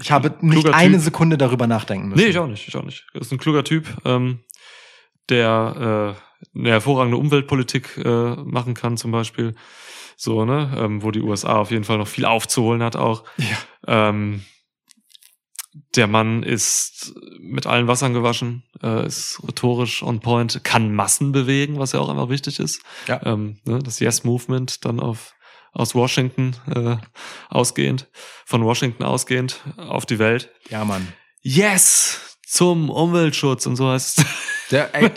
Ich habe nicht
Kluger
eine
Typ.
Sekunde darüber nachdenken müssen.
Nee, ich auch nicht. Ich auch nicht. Ist ein kluger Typ, ähm, der äh, eine hervorragende Umweltpolitik äh, machen kann, zum Beispiel. So, ne? Ähm, wo die USA auf jeden Fall noch viel aufzuholen hat auch.
Ja.
Ähm, der Mann ist mit allen Wassern gewaschen, äh, ist rhetorisch on point, kann Massen bewegen, was ja auch immer wichtig ist.
Ja.
Ähm, ne, das Yes-Movement dann auf aus Washington äh, ausgehend, von Washington ausgehend auf die Welt.
Ja, Mann.
Yes! Zum Umweltschutz und so heißt es.
Der, ey,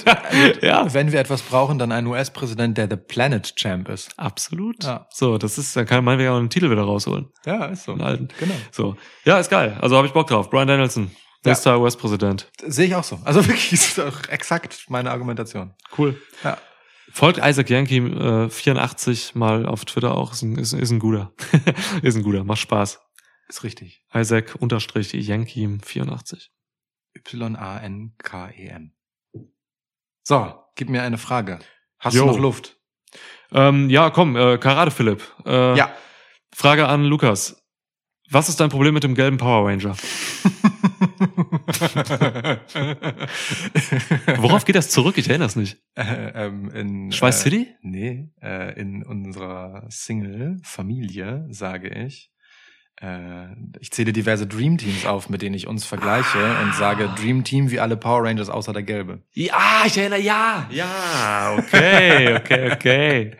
Ja.
Wenn wir etwas brauchen, dann einen US-Präsident, der The Planet Champ ist.
Absolut.
Ja.
So, das ist, dann kann man ja auch einen Titel wieder rausholen.
Ja, ist so.
Einen alten.
Genau.
So. Ja, ist geil. Also habe ich Bock drauf. Brian Danielson,
Ja.
nächster US-Präsident.
Sehe ich auch so. Also wirklich, ist auch exakt meine Argumentation.
Cool.
Ja.
Folgt Isaac Yankee äh, 84 mal auf Twitter auch. Ist ein, ist, ist ein guter. ist ein guter. Macht Spaß.
Ist richtig.
Isaac unterstrich Yankee 84.
Y-A-N-K-E-M. E So, gib mir eine Frage. Hast
Jo.
du noch Luft?
Ähm, ja, komm, äh, Karate Philipp. Äh,
Ja.
Frage an Lukas. Was ist dein Problem mit dem gelben Power Ranger? Worauf geht das zurück? Ich erinnere es nicht.
äh, ähm, in,
Schweiß
äh,
City?
Nee, äh, in unserer Single-Familie, sage ich. Äh, ich zähle diverse Dream Teams auf, mit denen ich uns vergleiche
Ah.
und sage Dream Team wie alle Power Rangers außer der gelbe.
Ja, ah, ich erinnere, ja, ja, okay, okay, okay.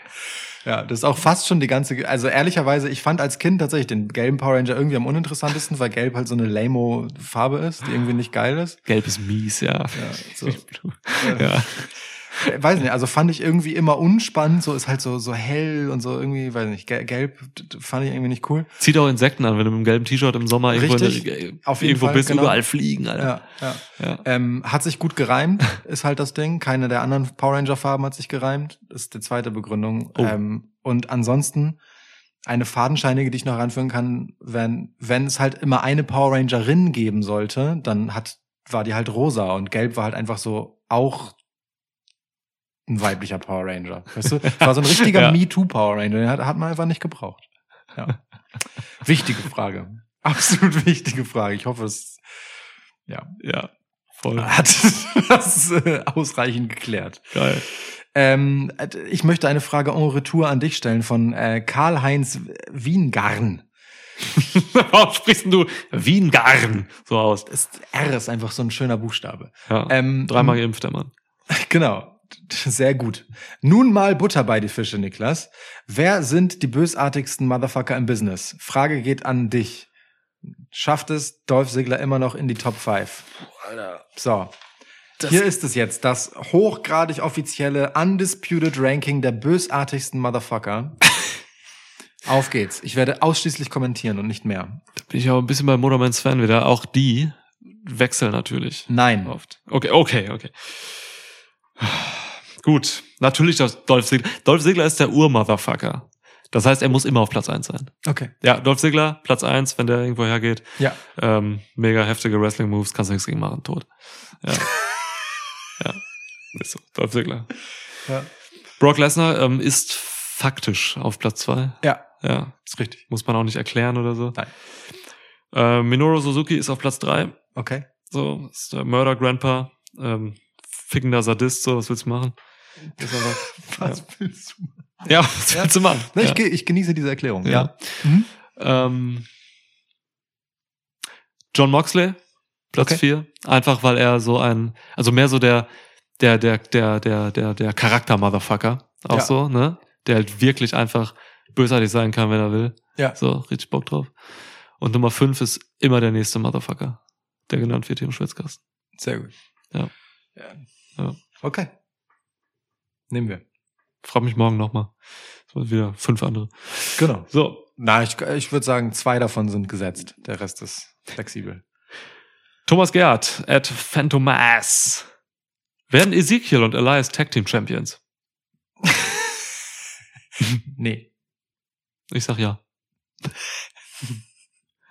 Ja, das ist auch fast schon die ganze. Ge- Also ehrlicherweise, ich fand als Kind tatsächlich den gelben Power Ranger irgendwie am uninteressantesten, weil gelb halt so eine lame Farbe ist, die irgendwie nicht geil ist.
Gelb ist mies, ja.
Ja, so.
ja.
Äh, Weiß nicht, also fand ich irgendwie immer unspannend, so ist halt so, so hell und so irgendwie, weiß nicht, gel- gelb d- d- fand ich irgendwie nicht cool.
Zieht auch Insekten an, wenn du mit einem gelben T-Shirt im Sommer irgendwo,
Richtig,
in der,
auf jeden
irgendwo
Fall,
bist,
genau.
überall fliegen, Alter.
Ja, ja.
Ja.
Ähm, hat sich gut gereimt, ist halt das Ding. Keine der anderen Power Ranger Farben hat sich gereimt. Das ist die zweite Begründung.
Oh.
Ähm, Und ansonsten eine fadenscheinige, die ich noch ranführen kann, wenn, wenn es halt immer eine Power Rangerin geben sollte, dann hat, war die halt rosa und gelb war halt einfach so auch ein weiblicher Power Ranger. Weißt du? War so ein richtiger
Ja.
MeToo Power Ranger, den hat, hat man einfach nicht gebraucht. Ja. wichtige Frage. Absolut wichtige Frage. Ich hoffe, es
Ja, voll
hat das äh, ausreichend geklärt.
geil.
Ähm, ich möchte eine Frage en retour an dich stellen von äh, Karl-Heinz Wiengarn.
Warum sprichst denn du Wiengarn so aus?
Das R ist einfach so ein schöner Buchstabe.
Ja,
Ähm,
dreimal geimpft, der Mann.
Genau. Sehr gut. Nun mal Butter bei die Fische, Niklas. Wer sind die bösartigsten Motherfucker im Business? Frage geht an dich. Schafft es Dolph Sigler immer noch in die Top 5?
Alter.
So. Hier ist es jetzt, das hochgradig offizielle Undisputed Ranking der bösartigsten Motherfucker. Auf geht's. Ich werde ausschließlich kommentieren und nicht mehr.
Bin ich aber ein bisschen bei Motorman Sven wieder. Auch die wechseln natürlich
Nein.
oft. Okay, okay, okay. Gut, natürlich das Dolph Segler. Dolph Segler ist der Ur-Motherfucker. Das heißt, er muss immer auf Platz eins sein.
Okay.
Ja, Dolph Segler, Platz eins, wenn der irgendwo hergeht.
Ja.
Ähm, mega heftige Wrestling-Moves, kannst du nichts gegen machen, tot. Ja. ja. Ist so, Dolph Segler.
Ja.
Brock Lesnar ähm, ist faktisch auf Platz zwei.
Ja,
Ja,
ist richtig.
muss man auch nicht erklären oder so.
Nein.
Äh, Minoru Suzuki ist auf Platz drei.
Okay.
So, ist der Murder Grandpa, ähm, fickender Sadist, so, was willst du machen? Ist einfach,
Was willst du?
ja, was
Ja.
willst du machen?
Na,
ja.
ich, ge- ich genieße diese Erklärung.
Ja.
Ja.
Ähm, John Moxley, Platz
Okay.
vier Einfach weil er so ein, also mehr so der, der, der, der, der, der, der Charakter-Motherfucker. Auch
Ja.
so, ne? Der halt wirklich einfach bösartig sein kann, wenn er will.
Ja.
So, richtig Bock drauf. Und Nummer fünf ist immer der nächste Motherfucker, der genannt wird hier im Schwitzkasten.
Sehr gut.
Ja.
ja.
Ja.
Okay. Nehmen wir.
Frag mich morgen nochmal. Wieder fünf andere.
Genau.
So,
Na, ich, ich würde sagen, zwei davon sind gesetzt. Der Rest ist flexibel.
Thomas Gerhardt at Phantomass. Werden Ezekiel und Elias Tag Team Champions?
Nee.
Ich sag ja.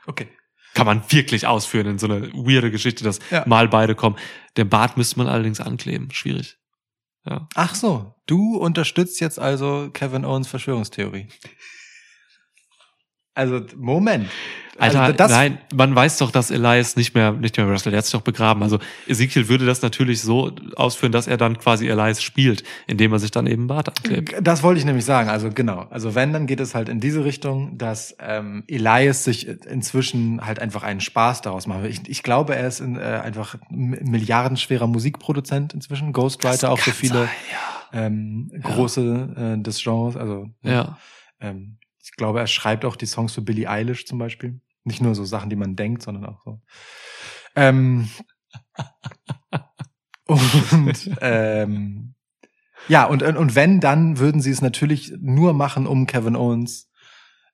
Okay.
Kann man wirklich ausführen in so eine weirde Geschichte, dass
Ja.
mal beide kommen. Den Bart müsste man allerdings ankleben. Schwierig.
Ach so. Du unterstützt jetzt also Kevin Owens Verschwörungstheorie. Also, Moment.
Alter,
also, das,
nein, man weiß doch, dass Elias nicht mehr, nicht mehr wrestelt. Er hat sich doch begraben. Also Ezekiel würde das natürlich so ausführen, dass er dann quasi Elias spielt, indem er sich dann eben Bart anklebt.
Das wollte ich nämlich sagen. Also, genau. Also, wenn, dann geht es halt in diese Richtung, dass ähm, Elias sich inzwischen halt einfach einen Spaß daraus macht. Ich, ich glaube, er ist in, äh, einfach m- milliardenschwerer Musikproduzent inzwischen, Ghostwriter auch für viele ähm, große äh, des Genres. Also,
Ja.
Ähm, ich glaube, er schreibt auch die Songs für Billie Eilish zum Beispiel. Nicht nur so Sachen, die man denkt, sondern auch so. Ähm, und ähm, ja, und, und und wenn, dann würden sie es natürlich nur machen, um Kevin Owens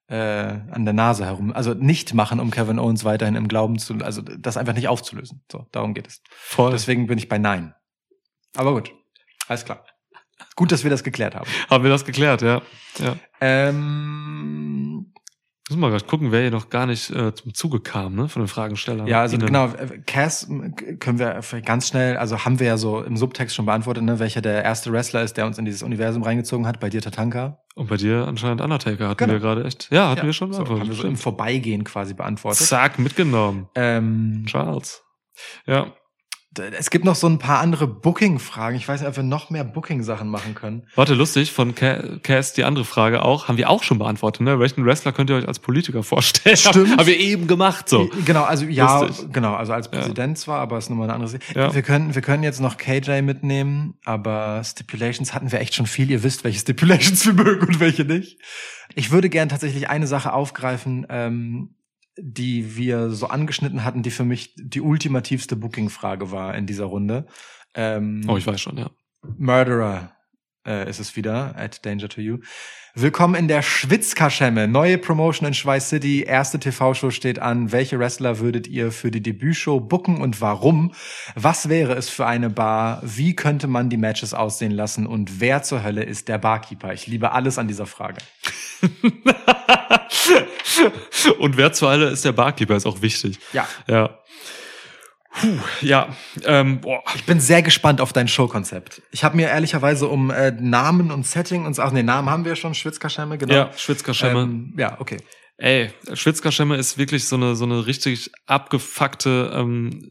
äh, an der Nase herum, also nicht machen, um Kevin Owens weiterhin im Glauben zu, also das einfach nicht aufzulösen. So, darum geht es.
Voll.
Deswegen bin ich bei Nein. Aber gut, alles klar. Gut, dass wir das geklärt haben.
Haben wir das geklärt, ja. ja.
Ähm,
Müssen wir mal grad gucken, wer hier noch gar nicht äh, zum Zuge kam, ne, von den Fragestellern.
Ja, also
Ihnen.
genau, äh, Cass m, k- können wir vielleicht ganz schnell, also haben wir ja so im Subtext schon beantwortet, ne, welcher der erste Wrestler ist, der uns in dieses Universum reingezogen hat, bei dir Tatanka.
Und bei dir anscheinend Undertaker hatten
Genau.
wir gerade echt. Ja, hatten
Ja,
wir schon
so, haben wir so im
beantwortet.
Vorbeigehen quasi beantwortet.
Zack, mitgenommen.
Ähm,
Charles. Ja,
d- es gibt noch so ein paar andere Booking-Fragen. Ich weiß nicht, ob wir noch mehr Booking-Sachen machen können.
warte, lustig, von Ca- Cass die andere Frage auch, haben wir auch schon beantwortet, ne? Welchen Wrestler könnt ihr euch als Politiker vorstellen?
Stimmt.
Haben wir eben gemacht, so.
I- Genau, also ja,
Lustig.
genau, also als Präsident zwar, aber ist nochmal ein anderes.
Ja.
Wir können, wir können jetzt noch KJ mitnehmen, aber Stipulations hatten wir echt schon viel. Ihr wisst, welche Stipulations wir mögen und welche nicht. Ich würde gern tatsächlich eine Sache aufgreifen, ähm, die wir so angeschnitten hatten, die für mich die ultimativste Booking-Frage war in dieser Runde. Ähm,
Oh, ich weiß schon, ja.
Murderer äh, ist es wieder, at Danger to You. Willkommen in der Schwitzkaschemme. Neue Promotion in Schweiß City. Erste TV-Show steht an. Welche Wrestler würdet ihr für die Debütshow bucken und warum? Was wäre es für eine Bar? Wie könnte man die Matches aussehen lassen? Und wer zur Hölle ist der Barkeeper? Ich liebe alles an dieser Frage.
Und wer zur Hölle ist der Barkeeper, ist auch wichtig.
Ja.
Ja. Puh, ja. Ähm, boah.
Ich bin sehr gespannt auf dein Showkonzept. Ich habe mir ehrlicherweise um äh, Namen und Setting und so, ach nee, Namen haben wir schon, Schwitzkaschemme, genau.
Ja, Schwitzkaschemme.
Ähm, ja, okay.
Ey, Schwitzkaschemme ist wirklich so eine, so eine richtig abgefuckte ähm,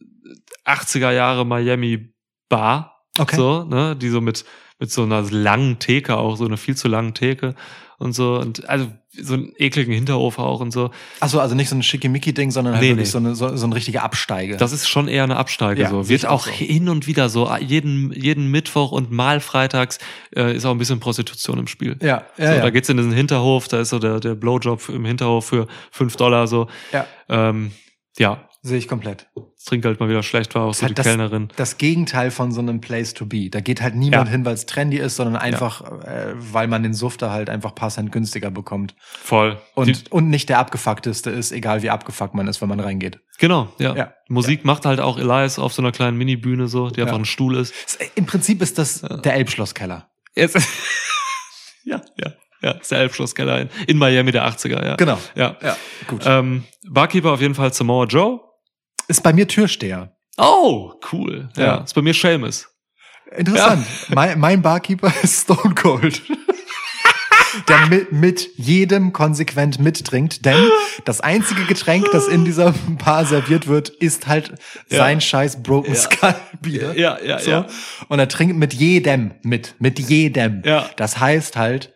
80er Jahre Miami Bar.
Okay.
So, ne, die so mit, mit so einer langen Theke auch, so einer viel zu langen Theke und so und also so einen ekligen Hinterhof auch und so.
Achso, also nicht so ein Schickimicki-Ding, sondern halt
Nee,
wirklich
nee.
So, eine, so, so ein richtiger Absteige.
Das ist schon eher eine Absteige.
Ja,
so.
sehe
Wird
ich
auch
auch so.
hin und wieder so. ah, Jeden, jeden Mittwoch und mal freitags äh, ist auch ein bisschen Prostitution im Spiel.
ja,
so,
ja,
Da
ja.
geht's in diesen Hinterhof, da ist so der, der Blowjob im Hinterhof für 5 Dollar so.
ja.
Ähm, ja,
Sehe ich komplett.
das Trinkgeld mal wieder schlecht war, auch so
Halt
die
das-
Kellnerin.
Das Gegenteil von so einem Place to be. Da geht halt niemand
Ja.
hin, weil es trendy ist, sondern einfach, äh, weil man den Suff da halt einfach passend günstiger bekommt.
Voll. die,
Und, und nicht der abgefuckteste ist, egal wie abgefuckt man ist, wenn man reingeht.
genau, ja.
Ja.
Musik macht halt auch Elias auf so einer kleinen Minibühne so, die einfach
Ja.
ein Stuhl ist.
Es- äh, Im Prinzip ist das der Elbschlosskeller.
Jetzt. ja, ja, ja. Ist der Elbschlosskeller in, in Miami der 80er, ja.
Genau.
Ja.
Ja, gut.
Ähm, Barkeeper auf jeden Fall Samoa Joe.
Ist bei mir Türsteher.
Oh, cool. Ja.
Ja.
Ist bei mir Seamus.
Interessant. Mein, mein Barkeeper ist Stone Cold. Der mit, mit jedem konsequent mittrinkt, denn das einzige Getränk, das in dieser Bar serviert wird, ist halt
Ja.
sein scheiß Broken
Ja.
Skull Bier.
Ja, ja,
so.
ja.
Und er trinkt mit jedem mit, mit jedem.
Ja.
Das heißt halt,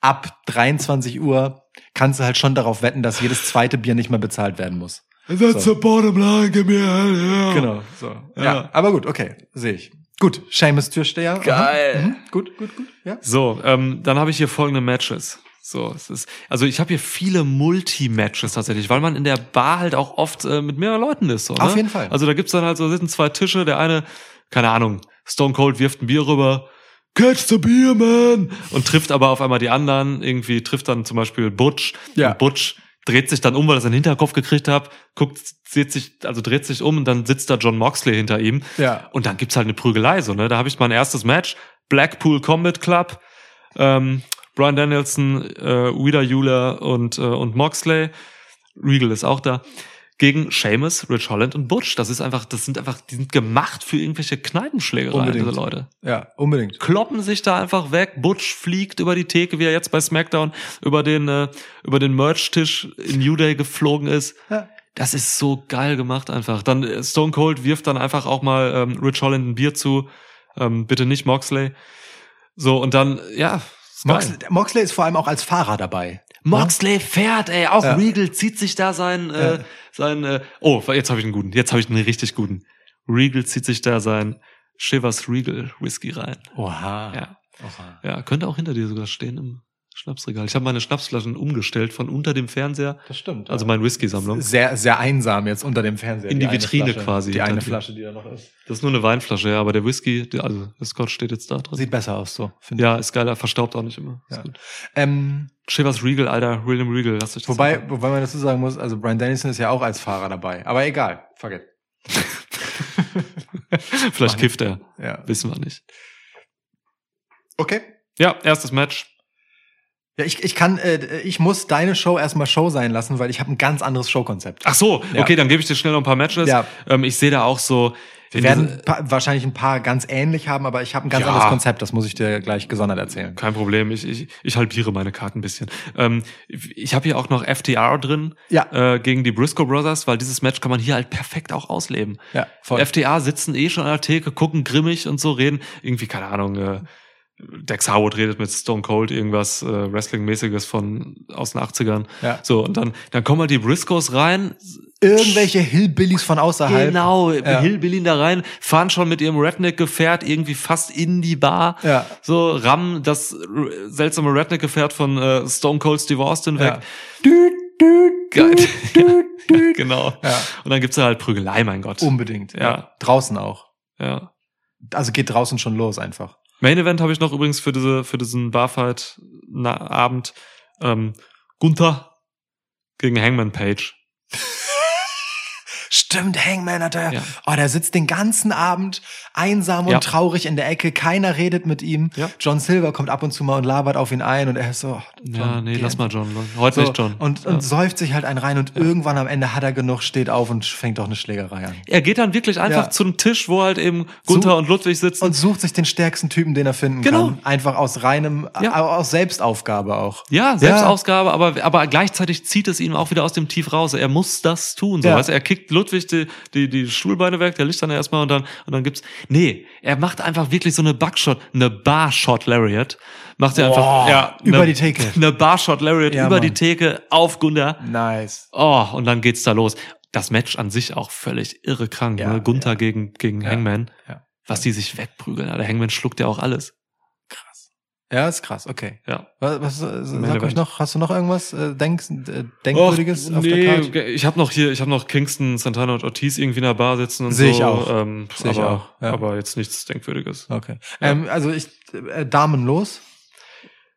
ab 23 Uhr kannst du halt schon darauf wetten, dass jedes zweite Bier nicht mehr bezahlt werden muss.
That's
So.
the bottom line, gib mir hell, ja.
Genau, so. Ja.
Ja.
aber gut, okay, sehe ich. Gut, Seamus Türsteher.
Geil.
Aha. Mhm. Gut, gut, gut. Ja.
So, ähm, dann habe ich hier folgende Matches. So, es ist, also ich habe hier viele Multi-Matches tatsächlich, weil man in der Bar halt auch oft äh, mit mehreren Leuten ist. So, ne?
Auf jeden Fall.
Also da gibt's dann halt so, sitzen zwei Tische, der eine, keine Ahnung, Stone Cold wirft ein Bier rüber, catch the beer, man! Und trifft aber auf einmal die anderen, irgendwie trifft dann zum Beispiel Butch.
Ja.
Und Butch dreht sich dann um, weil er seinen Hinterkopf gekriegt hat, guckt, sieht sich, also dreht sich um und dann sitzt da John Moxley hinter ihm.
Ja.
Und dann gibt's halt eine Prügelei, so, ne? Da habe ich mein erstes Match. Blackpool Combat Club, ähm, Brian Danielson, äh, Wida Euler und, äh, und Moxley. Regal ist auch da. Gegen Seamus, Rich Holland und Butch. Das ist einfach, das sind einfach, die sind gemacht für irgendwelche Kneipenschlägereien,
Unbedingt.
diese Leute.
Ja, unbedingt.
Kloppen sich da einfach weg. Butch fliegt über die Theke, wie er jetzt bei SmackDown über den, äh, über den Merch-Tisch in New Day geflogen ist.
Ja.
Das ist so geil gemacht einfach. Dann äh, Stone Cold wirft dann einfach auch mal ähm, Rich Holland ein Bier zu. Ähm, bitte nicht Moxley. So, und dann, ja. ist geil.
Moxley, Moxley ist vor allem auch als Fahrer dabei.
Moxley fährt, ey. Auch
Ja.
Regal zieht sich da sein, äh,
Ja.
sein, äh, oh, jetzt habe ich einen guten. Jetzt habe ich einen richtig guten. Regal zieht sich da sein Shivers Regal Whisky rein.
Oha.
Ja.
Oha.
Ja, könnte auch hinter dir sogar stehen im Schnapsregal. Ich habe meine Schnapsflaschen umgestellt von unter dem Fernseher,
Das stimmt.
also
Also
meine Whisky-Sammlung.
sehr, sehr einsam jetzt unter dem Fernseher.
In die
eine
Vitrine
Flasche,
quasi.
Die eine
Dann-
Flasche, die da noch ist.
Das ist nur eine Weinflasche, ja, aber der Whisky, der, also der Scotch steht jetzt da drin.
Sieht besser aus so, finde
Ja, ist geil, er verstaubt auch nicht immer. Ist
Ja.
gut.
ich. Ähm,
Shivers Regal, Alter, William Regal, lasst euch das
wobei,
sagen.
wobei man dazu sagen muss, also Brian Dennison ist ja auch als Fahrer dabei. Aber egal, fuck it.
Vielleicht kifft er,
Ja.
wissen wir nicht.
Okay.
Ja, erstes Match.
Ja, ich, ich kann, äh, ich muss deine Show erstmal Show sein lassen, weil ich habe ein ganz anderes Showkonzept.
Ach so,
Ja.
okay, dann gebe ich dir schnell noch ein paar Matches.
Ja.
Ähm, ich sehe da auch so.
Wir
in
werden
diese-
ein paar- wahrscheinlich ein paar ganz ähnlich haben, aber ich habe ein ganz
Ja.
anderes Konzept, das muss ich dir gleich gesondert erzählen.
Kein Problem, ich, ich, ich halbiere meine Karten ein bisschen. Ähm, ich habe hier auch noch FTR drin
Ja,
äh, gegen die Briscoe Brothers, weil dieses Match kann man hier halt perfekt auch ausleben.
ja, voll.
FTA sitzen eh schon an der Theke, gucken grimmig und so, reden irgendwie, keine Ahnung, äh, Dex Howard redet mit Stone Cold irgendwas äh, Wrestling-mäßiges von aus den 80ern.
Ja.
So, und dann, dann kommen halt die Briscoes rein,
Irgendwelche Hillbillies von außerhalb.
genau,
Ja.
Hillbilly da rein, fahren schon mit ihrem Redneck-Gefährt irgendwie fast in die Bar.
Ja.
So, rammen das r- seltsame Redneck-Gefährt von äh, Stone Cold Steve Austin weg.
Ja. Dü, dü,
Geil.
dü, dü, dü.
Genau.
Ja. Um.
Und dann gibt's da halt Prügelei, mein Gott.
Unbedingt.
Ja.
Draußen auch.
Ja.
also geht draußen schon los einfach.
Main Event habe ich noch übrigens für diese für diesen Barfight Abend ähm, Gunther gegen Hangman Page.
Stimmt, Hangman hat er.
Ja.
Oh, der sitzt den ganzen Abend einsam und
Ja.
traurig in der Ecke. Keiner redet mit ihm.
Ja.
John Silver kommt ab und zu mal und labert auf ihn ein und er ist so. oh,
Ja,
John,
nee,
geh
lass
endlich.
mal John. Heute
So,
nicht John.
Und,
ja.
und säuft sich halt einen rein und irgendwann am Ende hat er genug, steht auf und fängt auch eine Schlägerei an.
er geht dann wirklich einfach
Ja.
zum Tisch, wo halt eben Gunther und Ludwig sitzen.
Und sucht sich den stärksten Typen, den er finden
Genau.
kann. Einfach aus reinem,
Ja.
au- aus Selbstaufgabe auch.
ja, Selbstausgabe, aber, aber gleichzeitig zieht es ihn auch wieder aus dem Tief raus. Er muss das tun. So.
Ja.
Weißt, du, er kickt Ludwig die, die, die Stuhlbeine weg, der liegt dann erstmal und dann, und dann gibt's. Nee, er macht einfach wirklich so eine Backshot, eine Barshot Lariat. Macht er
Boah,
einfach ja,
über
eine,
die Theke.
Eine Barshot Lariat
Ja,
über
Mann.
die Theke auf Gunther.
Nice.
Oh, und dann geht's da los. Das Match an sich auch völlig irre krank.
Ja,
ne? Gunther
ja.
gegen, gegen
Ja,
Hangman.
ja.
Was die sich wegprügeln. Der Hangman schluckt ja auch alles.
Ja, ist krass, okay.
Ja.
Was, was äh,
Main
sag
Event.
euch noch, hast du noch irgendwas äh, denkst, äh, Denkwürdiges auf der Karte?
Ich habe noch hier, ich habe noch Kingston, Santana und Ortiz irgendwie in der Bar sitzen und
Sehe ich
so.
auch.
Ähm,
Sehe ich
aber,
auch, ja.
aber jetzt nichts Denkwürdiges.
Okay. Ähm, also ich, äh, Damen los.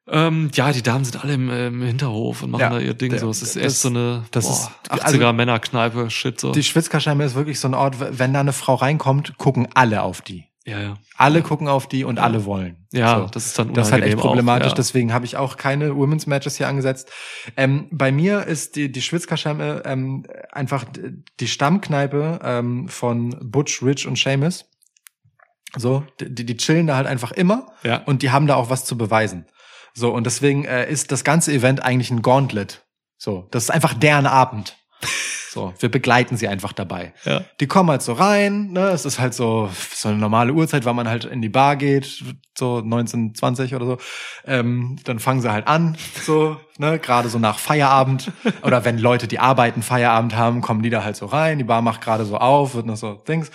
Ähm, ja, die Damen sind alle im, im Hinterhof und machen
Ja,
da ihr Ding
der-
so. Es ist
das-
echt so eine
das
boah,
ist-
80er
also-
Männerkneipe, shit so.
Die Schwitzkascheibe ist wirklich so ein Ort, w- wenn da eine Frau reinkommt, gucken alle auf die.
ja, ja.
Alle gucken auf die und alle wollen.
Ja,
So.
das ist dann
Das ist halt echt
unangenehm auch,
problematisch,
ja.
deswegen habe ich auch keine Women's Matches hier angesetzt. Ähm, bei mir ist die, die Schwitzkaschemme ähm, einfach d- die Stammkneipe ähm, von Butch, Rich und Seamus. So, die, die chillen da halt einfach immer
ja.
und die haben da auch was zu beweisen. So, und deswegen äh, ist das ganze Event eigentlich ein Gauntlet. So, das ist einfach deren Abend. So, wir begleiten sie einfach dabei.
Ja.
Die kommen halt so rein, ne? Es ist halt so, so eine normale Uhrzeit, weil man halt in die Bar geht, so 19, 20 oder so. Ähm, dann fangen sie halt an, so, ne? Gerade so nach Feierabend. Oder wenn Leute, die arbeiten, Feierabend haben, kommen die da halt so rein. Die Bar macht gerade so auf, wird noch so Dings.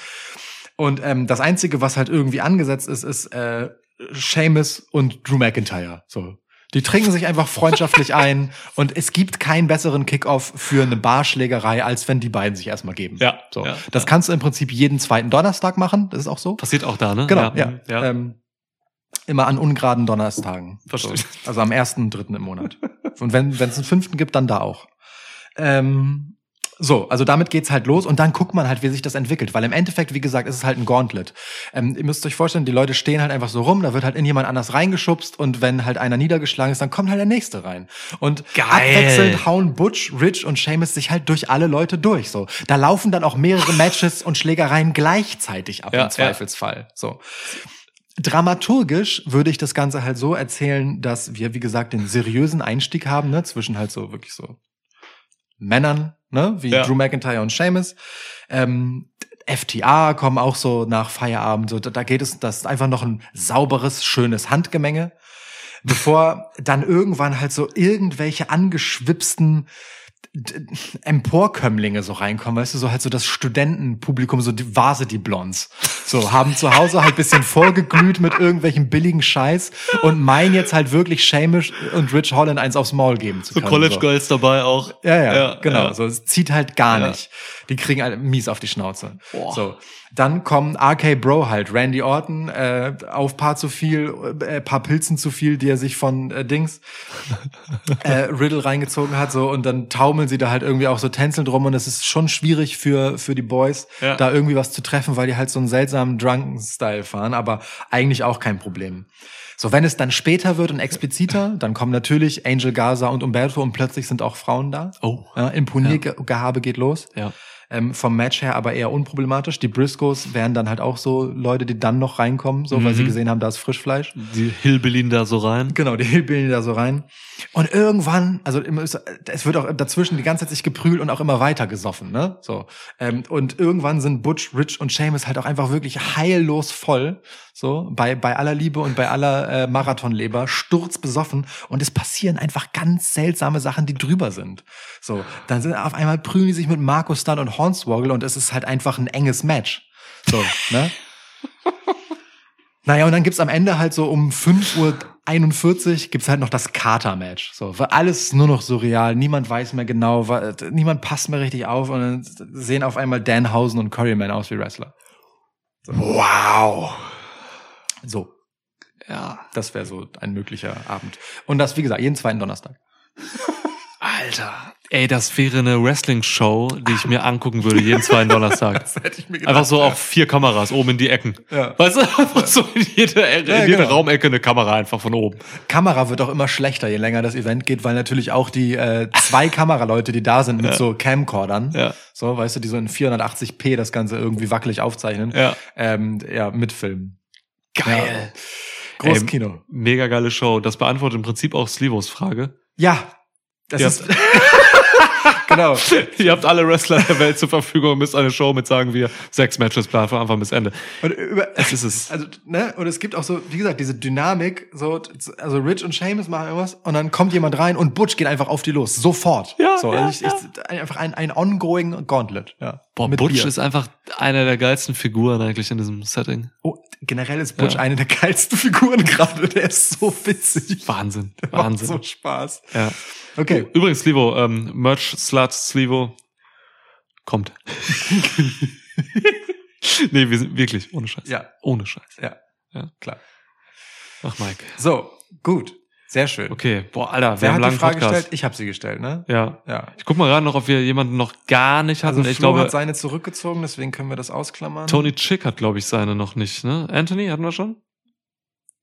Und ähm, das Einzige, was halt irgendwie angesetzt ist, ist äh, Seamus und Drew McIntyre. So. Die trinken sich einfach freundschaftlich ein und es gibt keinen besseren Kickoff für eine Barschlägerei, als wenn die beiden sich erstmal geben.
Ja,
So.
ja,
das kannst du im Prinzip jeden zweiten Donnerstag machen, das ist auch so.
Passiert auch da, ne?
Genau, ja.
ja.
Ähm, immer an ungeraden Donnerstagen.
Verstehe.
Also am ersten, und dritten im Monat. Und wenn es einen fünften gibt, dann da auch. Ähm, so, also damit geht's halt los und dann guckt man halt, wie sich das entwickelt, weil im Endeffekt, wie gesagt, ist es halt ein Gauntlet. Ähm, ihr müsst euch vorstellen, die Leute stehen halt einfach so rum, da wird halt in jemand anders reingeschubst und wenn halt einer niedergeschlagen ist, dann kommt halt der nächste rein. Und
Geil.
abwechselnd hauen Butch, Rich und Seamus sich halt durch alle Leute durch. So, da laufen dann auch mehrere Matches und Schlägereien gleichzeitig ab
Ja,
im
ja.
Zweifelsfall. So. Dramaturgisch würde ich das Ganze halt so erzählen, dass wir, wie gesagt, den seriösen Einstieg haben, ne, zwischen halt so wirklich so Männern, ne, wie
Ja.
Drew McIntyre und Seamus. Ähm, FTA kommen auch so nach Feierabend, so, da, da geht es, das ist einfach noch ein sauberes, schönes Handgemenge, bevor dann irgendwann halt so irgendwelche angeschwipsten d- Emporkömmlinge so reinkommen, weißt du, so halt so das Studentenpublikum, so die Varsity Blondes. So, haben zu Hause halt bisschen vorgeglüht mit irgendwelchen billigen Scheiß und meinen jetzt halt wirklich Seamus und Rich Holland eins aufs Maul geben zu
So
können.
College Girls dabei auch.
Ja, ja,
Ja,
genau.
ja.
So, es zieht halt gar
Ja.
nicht. Die kriegen halt mies auf die Schnauze.
Boah.
So. Dann kommen RK Bro halt, Randy Orton, äh, auf paar zu viel, äh, paar Pilzen zu viel, die er sich von äh, Dings äh, Riddle reingezogen hat, so und dann taumeln sie da halt irgendwie auch so tänzelnd rum und es ist schon schwierig für für die Boys,
Ja.
da irgendwie was zu treffen, weil die halt so einen seltsamen drunken Style fahren, aber eigentlich auch kein Problem. So, wenn es dann später wird und expliziter, dann kommen natürlich Angel Gaza und Umberto und plötzlich sind auch Frauen da.
Oh.
Ja, Imponiergehabe geht los.
Ja.
Ähm, vom Match her aber eher unproblematisch. Die Briscoes wären dann halt auch so Leute, die dann noch reinkommen, so weil
Mhm.
sie gesehen haben, da ist Frischfleisch.
Die Hillbillin da so rein.
Genau, die Hillbilly da so rein. Und irgendwann, also immer ist- es wird auch dazwischen die ganze Zeit sich geprügelt und auch immer weiter gesoffen, ne? So. Ähm, und irgendwann sind Butch, Rich und Seamus halt auch einfach wirklich heillos voll, so bei bei aller Liebe und bei aller äh, Marathonleber, sturzbesoffen und es passieren einfach ganz seltsame Sachen, die drüber sind. So, dann sind auf einmal prügeln die sich mit Markus Dunn und Hornswoggle und es ist halt einfach ein enges Match. So, ne? Naja, und dann gibt's am Ende halt so um 5.41 Uhr gibt's halt noch das Kater-Match. So, weil alles nur noch surreal. Niemand weiß mehr genau, wa- niemand passt mehr richtig auf und dann sehen auf einmal Danhausen und Curryman aus wie Wrestler.
Wow.
So,
Ja.
das wäre so ein möglicher Abend. Und das, wie gesagt, jeden zweiten Donnerstag.
Alter. Ey, das wäre eine Wrestling-Show, die ich mir angucken würde, jeden zweiten Donnerstag.
hätte ich mir
Einfach so auf vier Kameras oben in die Ecken.
Genau. Ja.
Weißt du, einfach so in jede, in
Ja,
jede
genau.
Raumecke eine Kamera einfach von oben.
Kamera wird auch immer schlechter, je länger das Event geht, weil natürlich auch die äh, zwei Kameraleute, die da sind mit so Camcordern,
Ja.
so, weißt du, die so in 480p das Ganze irgendwie wackelig aufzeichnen,
Ja.
ähm, ja mitfilmen.
Geil. Ähm,
Ja. Großes
Ey,
Kino.
Mega geile Show. Das beantwortet im Prinzip auch Slivos Frage.
Ja, das
Ja.
ist genau.
Ihr habt alle Wrestler der Welt zur Verfügung und müsst eine Show mit, sagen wir, sechs Matches planen von Anfang bis Ende.
Und über,
Das ist es.
Also, ne, und es gibt auch so, wie gesagt, diese Dynamik, so, also Rich und Seamus machen irgendwas und dann kommt jemand rein und Butch geht einfach auf die los, sofort.
Ja,
so,
ja,
also ich, ich, ein- einfach ein, ein ongoing Gauntlet, ja.
Boah,
Mit
Butch
Bier.
ist einfach einer der geilsten Figuren eigentlich in diesem Setting.
Oh, generell ist Butch
Ja.
eine der geilsten Figuren gerade, der ist so witzig.
Wahnsinn,
Der macht
Wahnsinn.
So Spaß.
Ja.
Okay.
Übrigens, Slivo, ähm, Merch, Slut, Slivo, kommt. nee, wir sind wirklich, ohne Scheiß.
Ja.
Ohne Scheiß.
Ja.
Ja.
Klar.
Ach, Mike.
So, gut. Sehr schön.
Okay, boah, Alter, wir
Wer
haben einen
hat die
langen
Frage
Podcast.
gestellt? Ich habe sie gestellt, ne?
Ja.
Ja.
Ich guck mal gerade noch, ob wir jemanden noch gar nicht hatten.
Also
ich
Flo
glaube,
hat seine zurückgezogen, deswegen können wir das ausklammern.
Tony Chick hat, glaube ich, seine noch nicht, ne? Anthony hatten wir schon?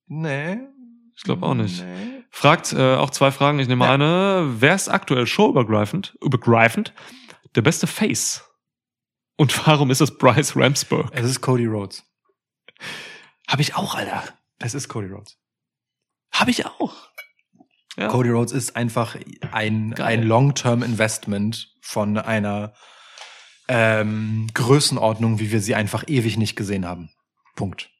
Nee.
Ich glaube auch nicht.
Nee.
Fragt äh, auch zwei Fragen, ich nehme
Ja.
eine. Wer ist aktuell showübergreifend übergreifend, der beste Face? Und warum ist es Bryce Ramsburg?
Es ist Cody Rhodes.
Habe ich auch, Alter.
Es ist Cody Rhodes.
Habe ich auch. Ja.
Cody Rhodes ist einfach ein,
Geil.
ein Long-Term-Investment von einer ähm, Größenordnung, wie wir sie einfach ewig nicht gesehen haben. Punkt.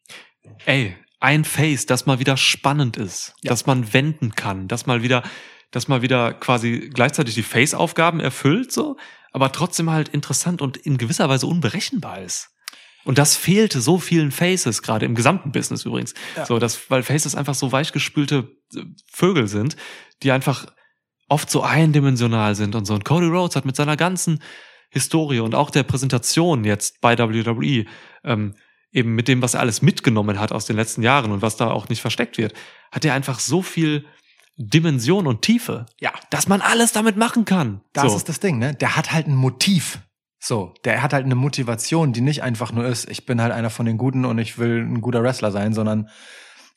Ey, ein Face, das mal wieder spannend ist,
Ja.
dass man wenden kann, dass mal wieder, dass mal wieder quasi gleichzeitig die Face-Aufgaben erfüllt, so, aber trotzdem halt interessant und in gewisser Weise unberechenbar ist. Und das fehlte so vielen Faces, gerade im gesamten Business übrigens.
Ja.
So, dass, weil Faces einfach so weichgespülte äh, Vögel sind, die einfach oft so eindimensional sind und so. Und Cody Rhodes hat mit seiner ganzen Historie und auch der Präsentation jetzt bei WWE ähm, eben mit dem, was er alles mitgenommen hat aus den letzten Jahren und was da auch nicht versteckt wird, hat er einfach so viel Dimension und Tiefe,
Ja.
dass man alles damit machen kann.
Das
so.
ist das Ding, ne? Der hat halt ein Motiv. So, der hat halt eine Motivation, die nicht einfach nur ist, ich bin halt einer von den Guten und ich will ein guter Wrestler sein, sondern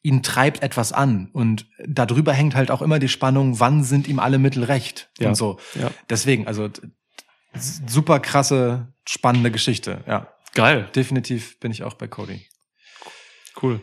ihn treibt etwas an. Und darüber hängt halt auch immer die Spannung, wann sind ihm alle Mittel recht
Ja.
und so.
ja.
Deswegen, also d- s- super krasse, spannende Geschichte. Ja,
Geil,
definitiv bin ich auch bei Cody.
cool.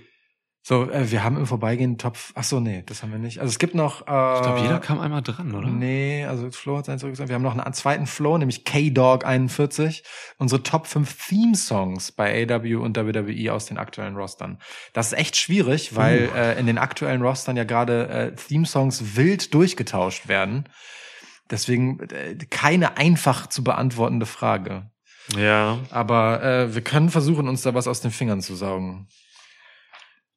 So, äh, wir haben im Vorbeigehen Topf. Ach so, nee, das haben wir nicht. Also es gibt noch. Äh,
Ich glaube, jeder kam einmal dran, oder?
Nee, also Flo hat seinen zurückgesagt. Wir haben noch einen zweiten Flo, nämlich K-Dog 41. Unsere Top 5 Theme-Songs bei AW und WWE aus den aktuellen Rostern. Das ist echt schwierig, weil äh, in den aktuellen Rostern ja gerade äh, Theme-Songs wild durchgetauscht werden. Deswegen äh, keine einfach zu beantwortende Frage.
Ja.
Aber äh, wir können versuchen, uns da was aus den Fingern zu saugen.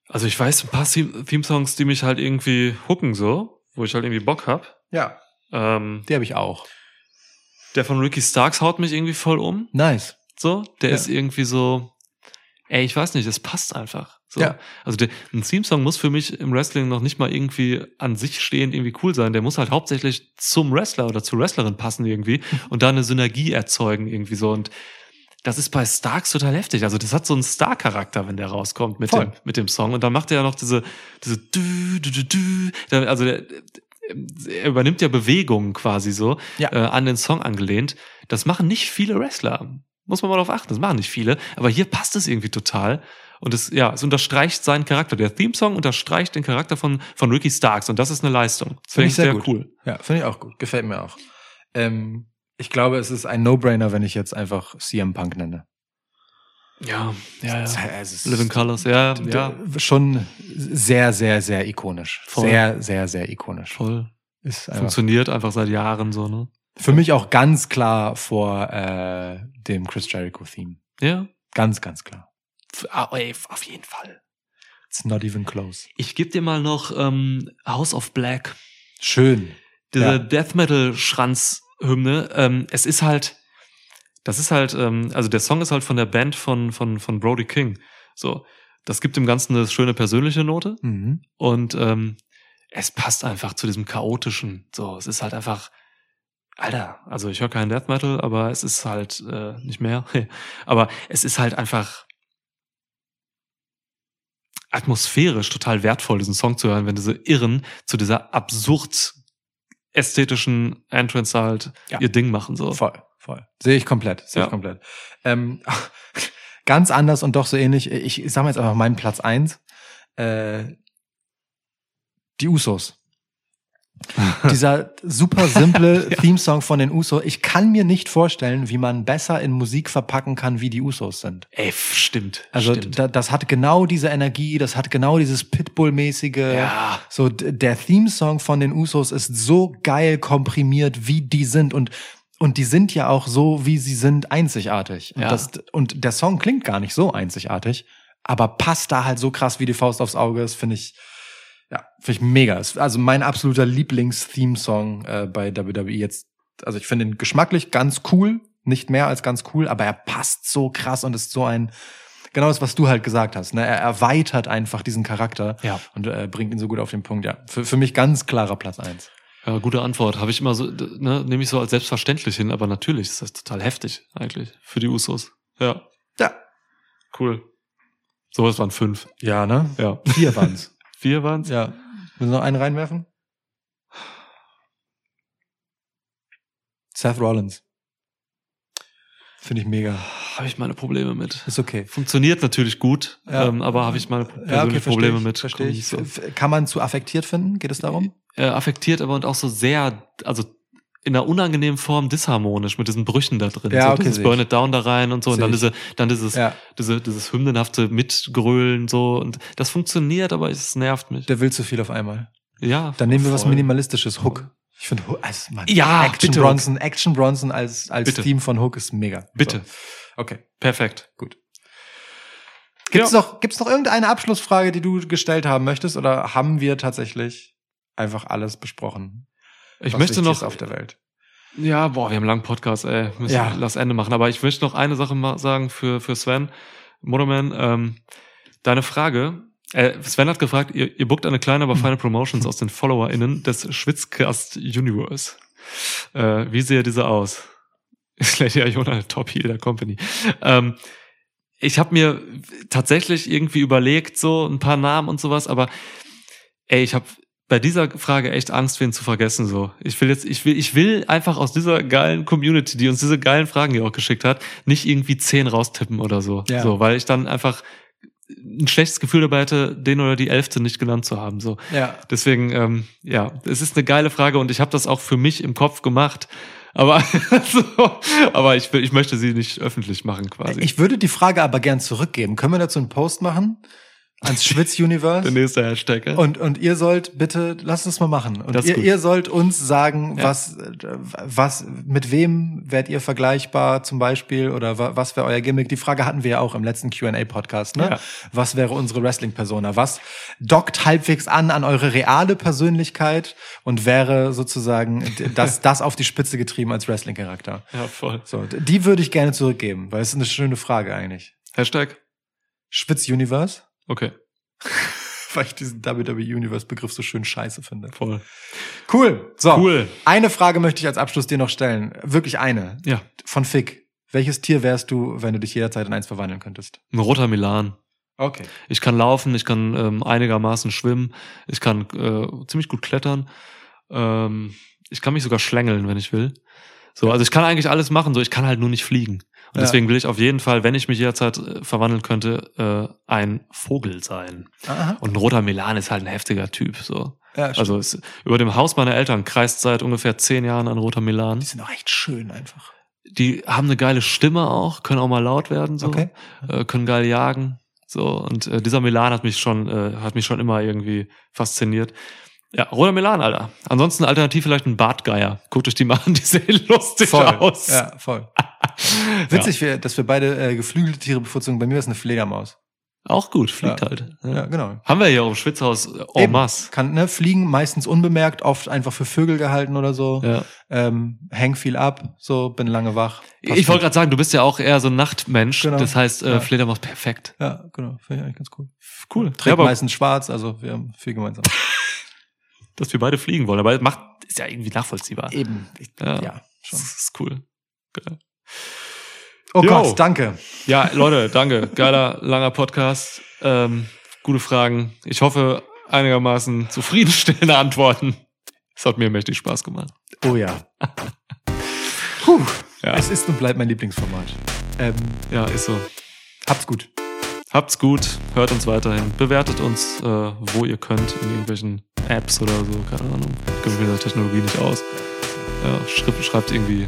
Also ich weiß ein paar The- Theme-Songs, die mich halt irgendwie hooken so, wo ich halt irgendwie Bock hab.
Ja,
Ähm,
die habe ich auch.
der von Ricky Starks haut mich irgendwie voll um.
Nice.
So, der
Ja.
ist irgendwie so, ey, ich weiß nicht, das passt einfach. So.
Ja.
Also der, ein Theme-Song muss für mich im Wrestling noch nicht mal irgendwie an sich stehend irgendwie cool sein. Der muss halt hauptsächlich zum Wrestler oder zur Wrestlerin passen irgendwie und da eine Synergie erzeugen irgendwie so. Und das ist bei Starks total heftig. Also das hat so einen Star-Charakter, wenn der rauskommt mit
Voll.
dem, mit dem Song. Und dann macht er ja noch diese, diese dü, dü, dü, dü. Dann- Also der, er übernimmt ja Bewegungen quasi so
Ja.
äh, an den Song angelehnt. Das machen nicht viele Wrestler. Muss man mal drauf achten. Das machen nicht viele. Aber hier passt es irgendwie total. Und es, ja, es unterstreicht seinen Charakter. Der Theme-Song unterstreicht den Charakter von, von Ricky Starks. Und das ist eine Leistung. Das
Finde
finde
ich
ich
sehr
sehr
gut.
cool.
Ja, finde ich auch gut. Gefällt mir auch. Ähm, ich glaube, es ist ein No-Brainer, wenn ich jetzt einfach CM Punk nenne.
Ja, ja,
Es-
ja.
es ist
Living Colors, ja,
d-
ja.
schon sehr, sehr, sehr ikonisch.
Voll.
Sehr, sehr, sehr ikonisch.
Voll.
Ist einfach
Funktioniert einfach seit Jahren so, ne?
für mich auch ganz klar vor äh, dem Chris Jericho-Theme.
Ja.
Ganz, ganz klar.
F- ah, ey, f- Auf jeden Fall.
It's not even close.
Ich gebe dir mal noch ähm, House of Black.
Schön.
diese
Ja.
Death Metal Schranz Hymne, ähm, es ist halt, das ist halt, ähm, also der Song ist halt von der Band von von von Brody King. So, Das gibt dem Ganzen eine schöne persönliche Note.
Mhm.
Und ähm, es passt einfach zu diesem chaotischen. So, es ist halt einfach, Alter, also ich höre keinen Death Metal, aber es ist halt äh, nicht mehr. aber es ist halt einfach atmosphärisch total wertvoll, diesen Song zu hören, wenn diese Irren zu dieser absurd ästhetischen Entrance halt
Ja.
ihr Ding machen. So.
Voll, voll. Sehe ich komplett, sehe
Ja.
ich komplett. Ähm, ganz anders und doch so ähnlich. Ich, ich sag mal jetzt einfach meinen Platz eins. Äh, die Usos. Dieser super simple Theme-Song von den Usos. Ich kann mir nicht vorstellen, wie man besser in Musik verpacken kann, wie die Usos sind.
Ey, f- stimmt.
Also
stimmt.
da, das hat genau diese Energie, das hat genau dieses Pitbull-mäßige.
ja.
So, d- der Theme-Song von den Usos ist so geil komprimiert, wie die sind und und die sind ja auch so, wie sie sind, einzigartig. Und,
Ja.
das, und der Song klingt gar nicht so einzigartig, aber passt da halt so krass wie die Faust aufs Auge. Das finde ich, ja, finde ich mega. Ist Also mein absoluter Lieblings-Theme-Song äh, bei WWE jetzt. Also ich finde ihn geschmacklich ganz cool, nicht mehr als ganz cool, aber er passt so krass und ist so ein, genau das, was du halt gesagt hast. Ne? Er erweitert einfach diesen Charakter
Ja.
und äh, bringt ihn so gut auf den Punkt. Ja, für, für mich ganz klarer Platz eins.
ja, gute Antwort. Habe ich immer so, d- ne, nehme ich so als selbstverständlich hin, aber natürlich ist das total heftig eigentlich für die Usos. Ja,
Ja.
cool. So, es waren fünf.
Ja, ne?
Ja.
Vier waren's.
Vier waren's.
ja. Müssen wir noch einen reinwerfen? Seth Rollins. Finde ich mega.
Habe ich meine Probleme mit.
Ist okay.
Funktioniert natürlich gut,
Ja.
ähm, aber habe ich meine persönlichen
versteh
Probleme
ich,
mit.
Verstehe ich.
Komm,
F- f- Kann man zu affektiert finden? Geht es darum?
so. Äh, affektiert, aber und auch so sehr, also in einer unangenehmen Form disharmonisch mit diesen Brüchen da drin.
Ja,
so
okay,
dieses
seh
Burn
ich.
It Down da rein und so und
Seh
dann
ich.
diese, dann dieses,
Ja.
diese, dieses hymnenhafte Mitgrölen so und das funktioniert, aber es nervt mich.
Der will zu viel auf einmal.
Ja.
Dann nehmen wir was
voll.
Minimalistisches. Hook. Ich finde Hook, also, Mann,
Ja,
Action
bitte, Hook.
Bronson, Action Bronson als, als
Bitte.
Theme von Hook ist mega.
Bitte.
So. Okay.
Perfekt.
Gibt's noch, gibt's noch irgendeine Abschlussfrage, die du gestellt haben möchtest? Oder haben wir tatsächlich einfach alles besprochen?
Ich
was
möchte
wichtig
noch,
ist auf der Welt.
ja, boah, wir haben einen langen Podcast, ey. Müssen
Ja.
Lass Ende machen. Aber ich möchte noch eine Sache mal sagen für, für Sven. Motorman, ähm, deine Frage. Äh, Sven hat gefragt, ihr, ihr bookt eine kleine,
Hm.
aber feine Promotions aus den FollowerInnen des Schwitzcast Universe. Äh, wie sehe diese aus? Lady Iona, Top Heel der Company. Ähm, ich habe mir tatsächlich irgendwie überlegt, so ein paar Namen und sowas, aber ey, ich habe bei dieser Frage echt Angst, wen zu vergessen. So, ich will jetzt, ich will, ich will einfach aus dieser geilen Community, die uns diese geilen Fragen hier auch geschickt hat, nicht irgendwie zehn raustippen oder so,
Ja.
so, weil ich dann einfach ein schlechtes Gefühl dabei hätte, den oder die Elfte nicht genannt zu haben. So,
Ja.
deswegen, ähm, ja, es ist eine geile Frage und ich habe das auch für mich im Kopf gemacht. Aber, so, aber ich, will, ich möchte sie nicht öffentlich machen quasi.
Ich würde die Frage aber gern zurückgeben. Können wir dazu einen Post machen? Ans
Der
Schwitz-Universe?
nächste Hashtag. ja?
Und, und ihr sollt bitte, lasst es mal machen. Und
Das ist
ihr,
gut.
ihr sollt uns sagen,
Ja.
was, äh, was, mit wem werdet ihr vergleichbar zum Beispiel oder wa- was wäre euer Gimmick? Die Frage hatten wir ja auch im letzten Q&A-Podcast, ne?
Ja.
Was wäre unsere Wrestling-Persona? Was dockt halbwegs an an eure reale Persönlichkeit und wäre sozusagen d- das, das auf die Spitze getrieben als Wrestling-Charakter?
ja, voll.
So, d- die würde ich gerne zurückgeben, weil es ist eine schöne Frage eigentlich.
Hashtag?
Spitz-Universe?
Okay,
Weil ich diesen WWE-Universe-Begriff so schön scheiße finde.
voll.
Cool. So.
Cool.
Eine Frage möchte ich als Abschluss dir noch stellen. Wirklich eine.
Ja,
Von Fick. Welches Tier wärst du, wenn du dich jederzeit in eins verwandeln könntest?
ein roter Milan.
Okay.
Ich kann laufen, ich kann ähm, einigermaßen schwimmen, ich kann äh, ziemlich gut klettern, ähm, ich kann mich sogar schlängeln, wenn ich will. So, also ich kann eigentlich alles machen, so ich kann halt nur nicht fliegen. Und
Ja.
deswegen will ich auf jeden Fall, wenn ich mich jederzeit äh, verwandeln könnte, äh, ein Vogel sein.
Aha.
Und ein roter Milan ist halt ein heftiger Typ. So,
Ja, stimmt.
also ist, über dem Haus meiner Eltern kreist seit ungefähr zehn Jahren ein roter Milan.
die sind auch echt schön einfach.
die haben eine geile Stimme auch, können auch mal laut werden, so,
Okay.
äh, können geil jagen. So, und äh, dieser Milan hat mich schon, äh, hat mich schon immer irgendwie fasziniert. Ja, roter Milan, Alter. Ansonsten alternativ vielleicht ein Bartgeier. Guckt euch die mal an, die sehen lustig aus.
Ja, voll. Witzig, wir, dass wir beide äh, geflügelte Tiere bevorzugen. Bei mir ist eine Fledermaus.
Auch gut, fliegt
Ja.
halt.
Ja, genau.
Haben wir ja auch im Schwitzhaus en
Eben.
masse.
Kann, ne, fliegen meistens unbemerkt, oft einfach für Vögel gehalten oder so.
Ja.
Ähm, häng viel ab, so, bin lange wach. Passt
Ich wollte gerade sagen, du bist ja auch eher so ein Nachtmensch.
Genau.
Das heißt, äh,
Ja.
Fledermaus perfekt.
gut. Ja, genau. Finde ich eigentlich ganz cool.
Cool. Ja,
Trägt
aber
meistens schwarz, also wir haben viel gemeinsam.
dass wir beide fliegen wollen, aber macht ist ja irgendwie nachvollziehbar.
Eben.
Ja.
ja.
ja,
schon.
Das ist cool. Geil.
Oh
Jo.
Gott, danke.
Ja, Leute, danke. Geiler, langer Podcast. Ähm, gute Fragen. Ich hoffe, einigermaßen zufriedenstellende Antworten. Es hat mir mächtig Spaß gemacht.
Oh ja. Puh.
Ja.
Es ist und bleibt mein Lieblingsformat. Ähm,
Ja, ist so.
habt's gut.
Habt's gut, hört uns weiterhin, bewertet uns, äh, wo ihr könnt, in irgendwelchen Apps oder so, keine Ahnung. Können wir mit der Technologie nicht aus. Ja, schreibt, schreibt irgendwie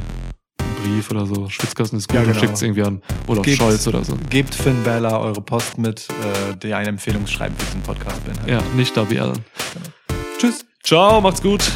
einen Brief oder so. Schwitzkasten ist gut
Ja,
und
genau.
schickt's irgendwie an Olaf
Gebt's.
Scholz oder so.
Gebt Finn Bella eure Post mit, äh, der ein Empfehlungsschreiben für diesen Podcast beinhaltet.
Ja, nicht Darby Allen.
Tschüss.
Ciao, macht's gut.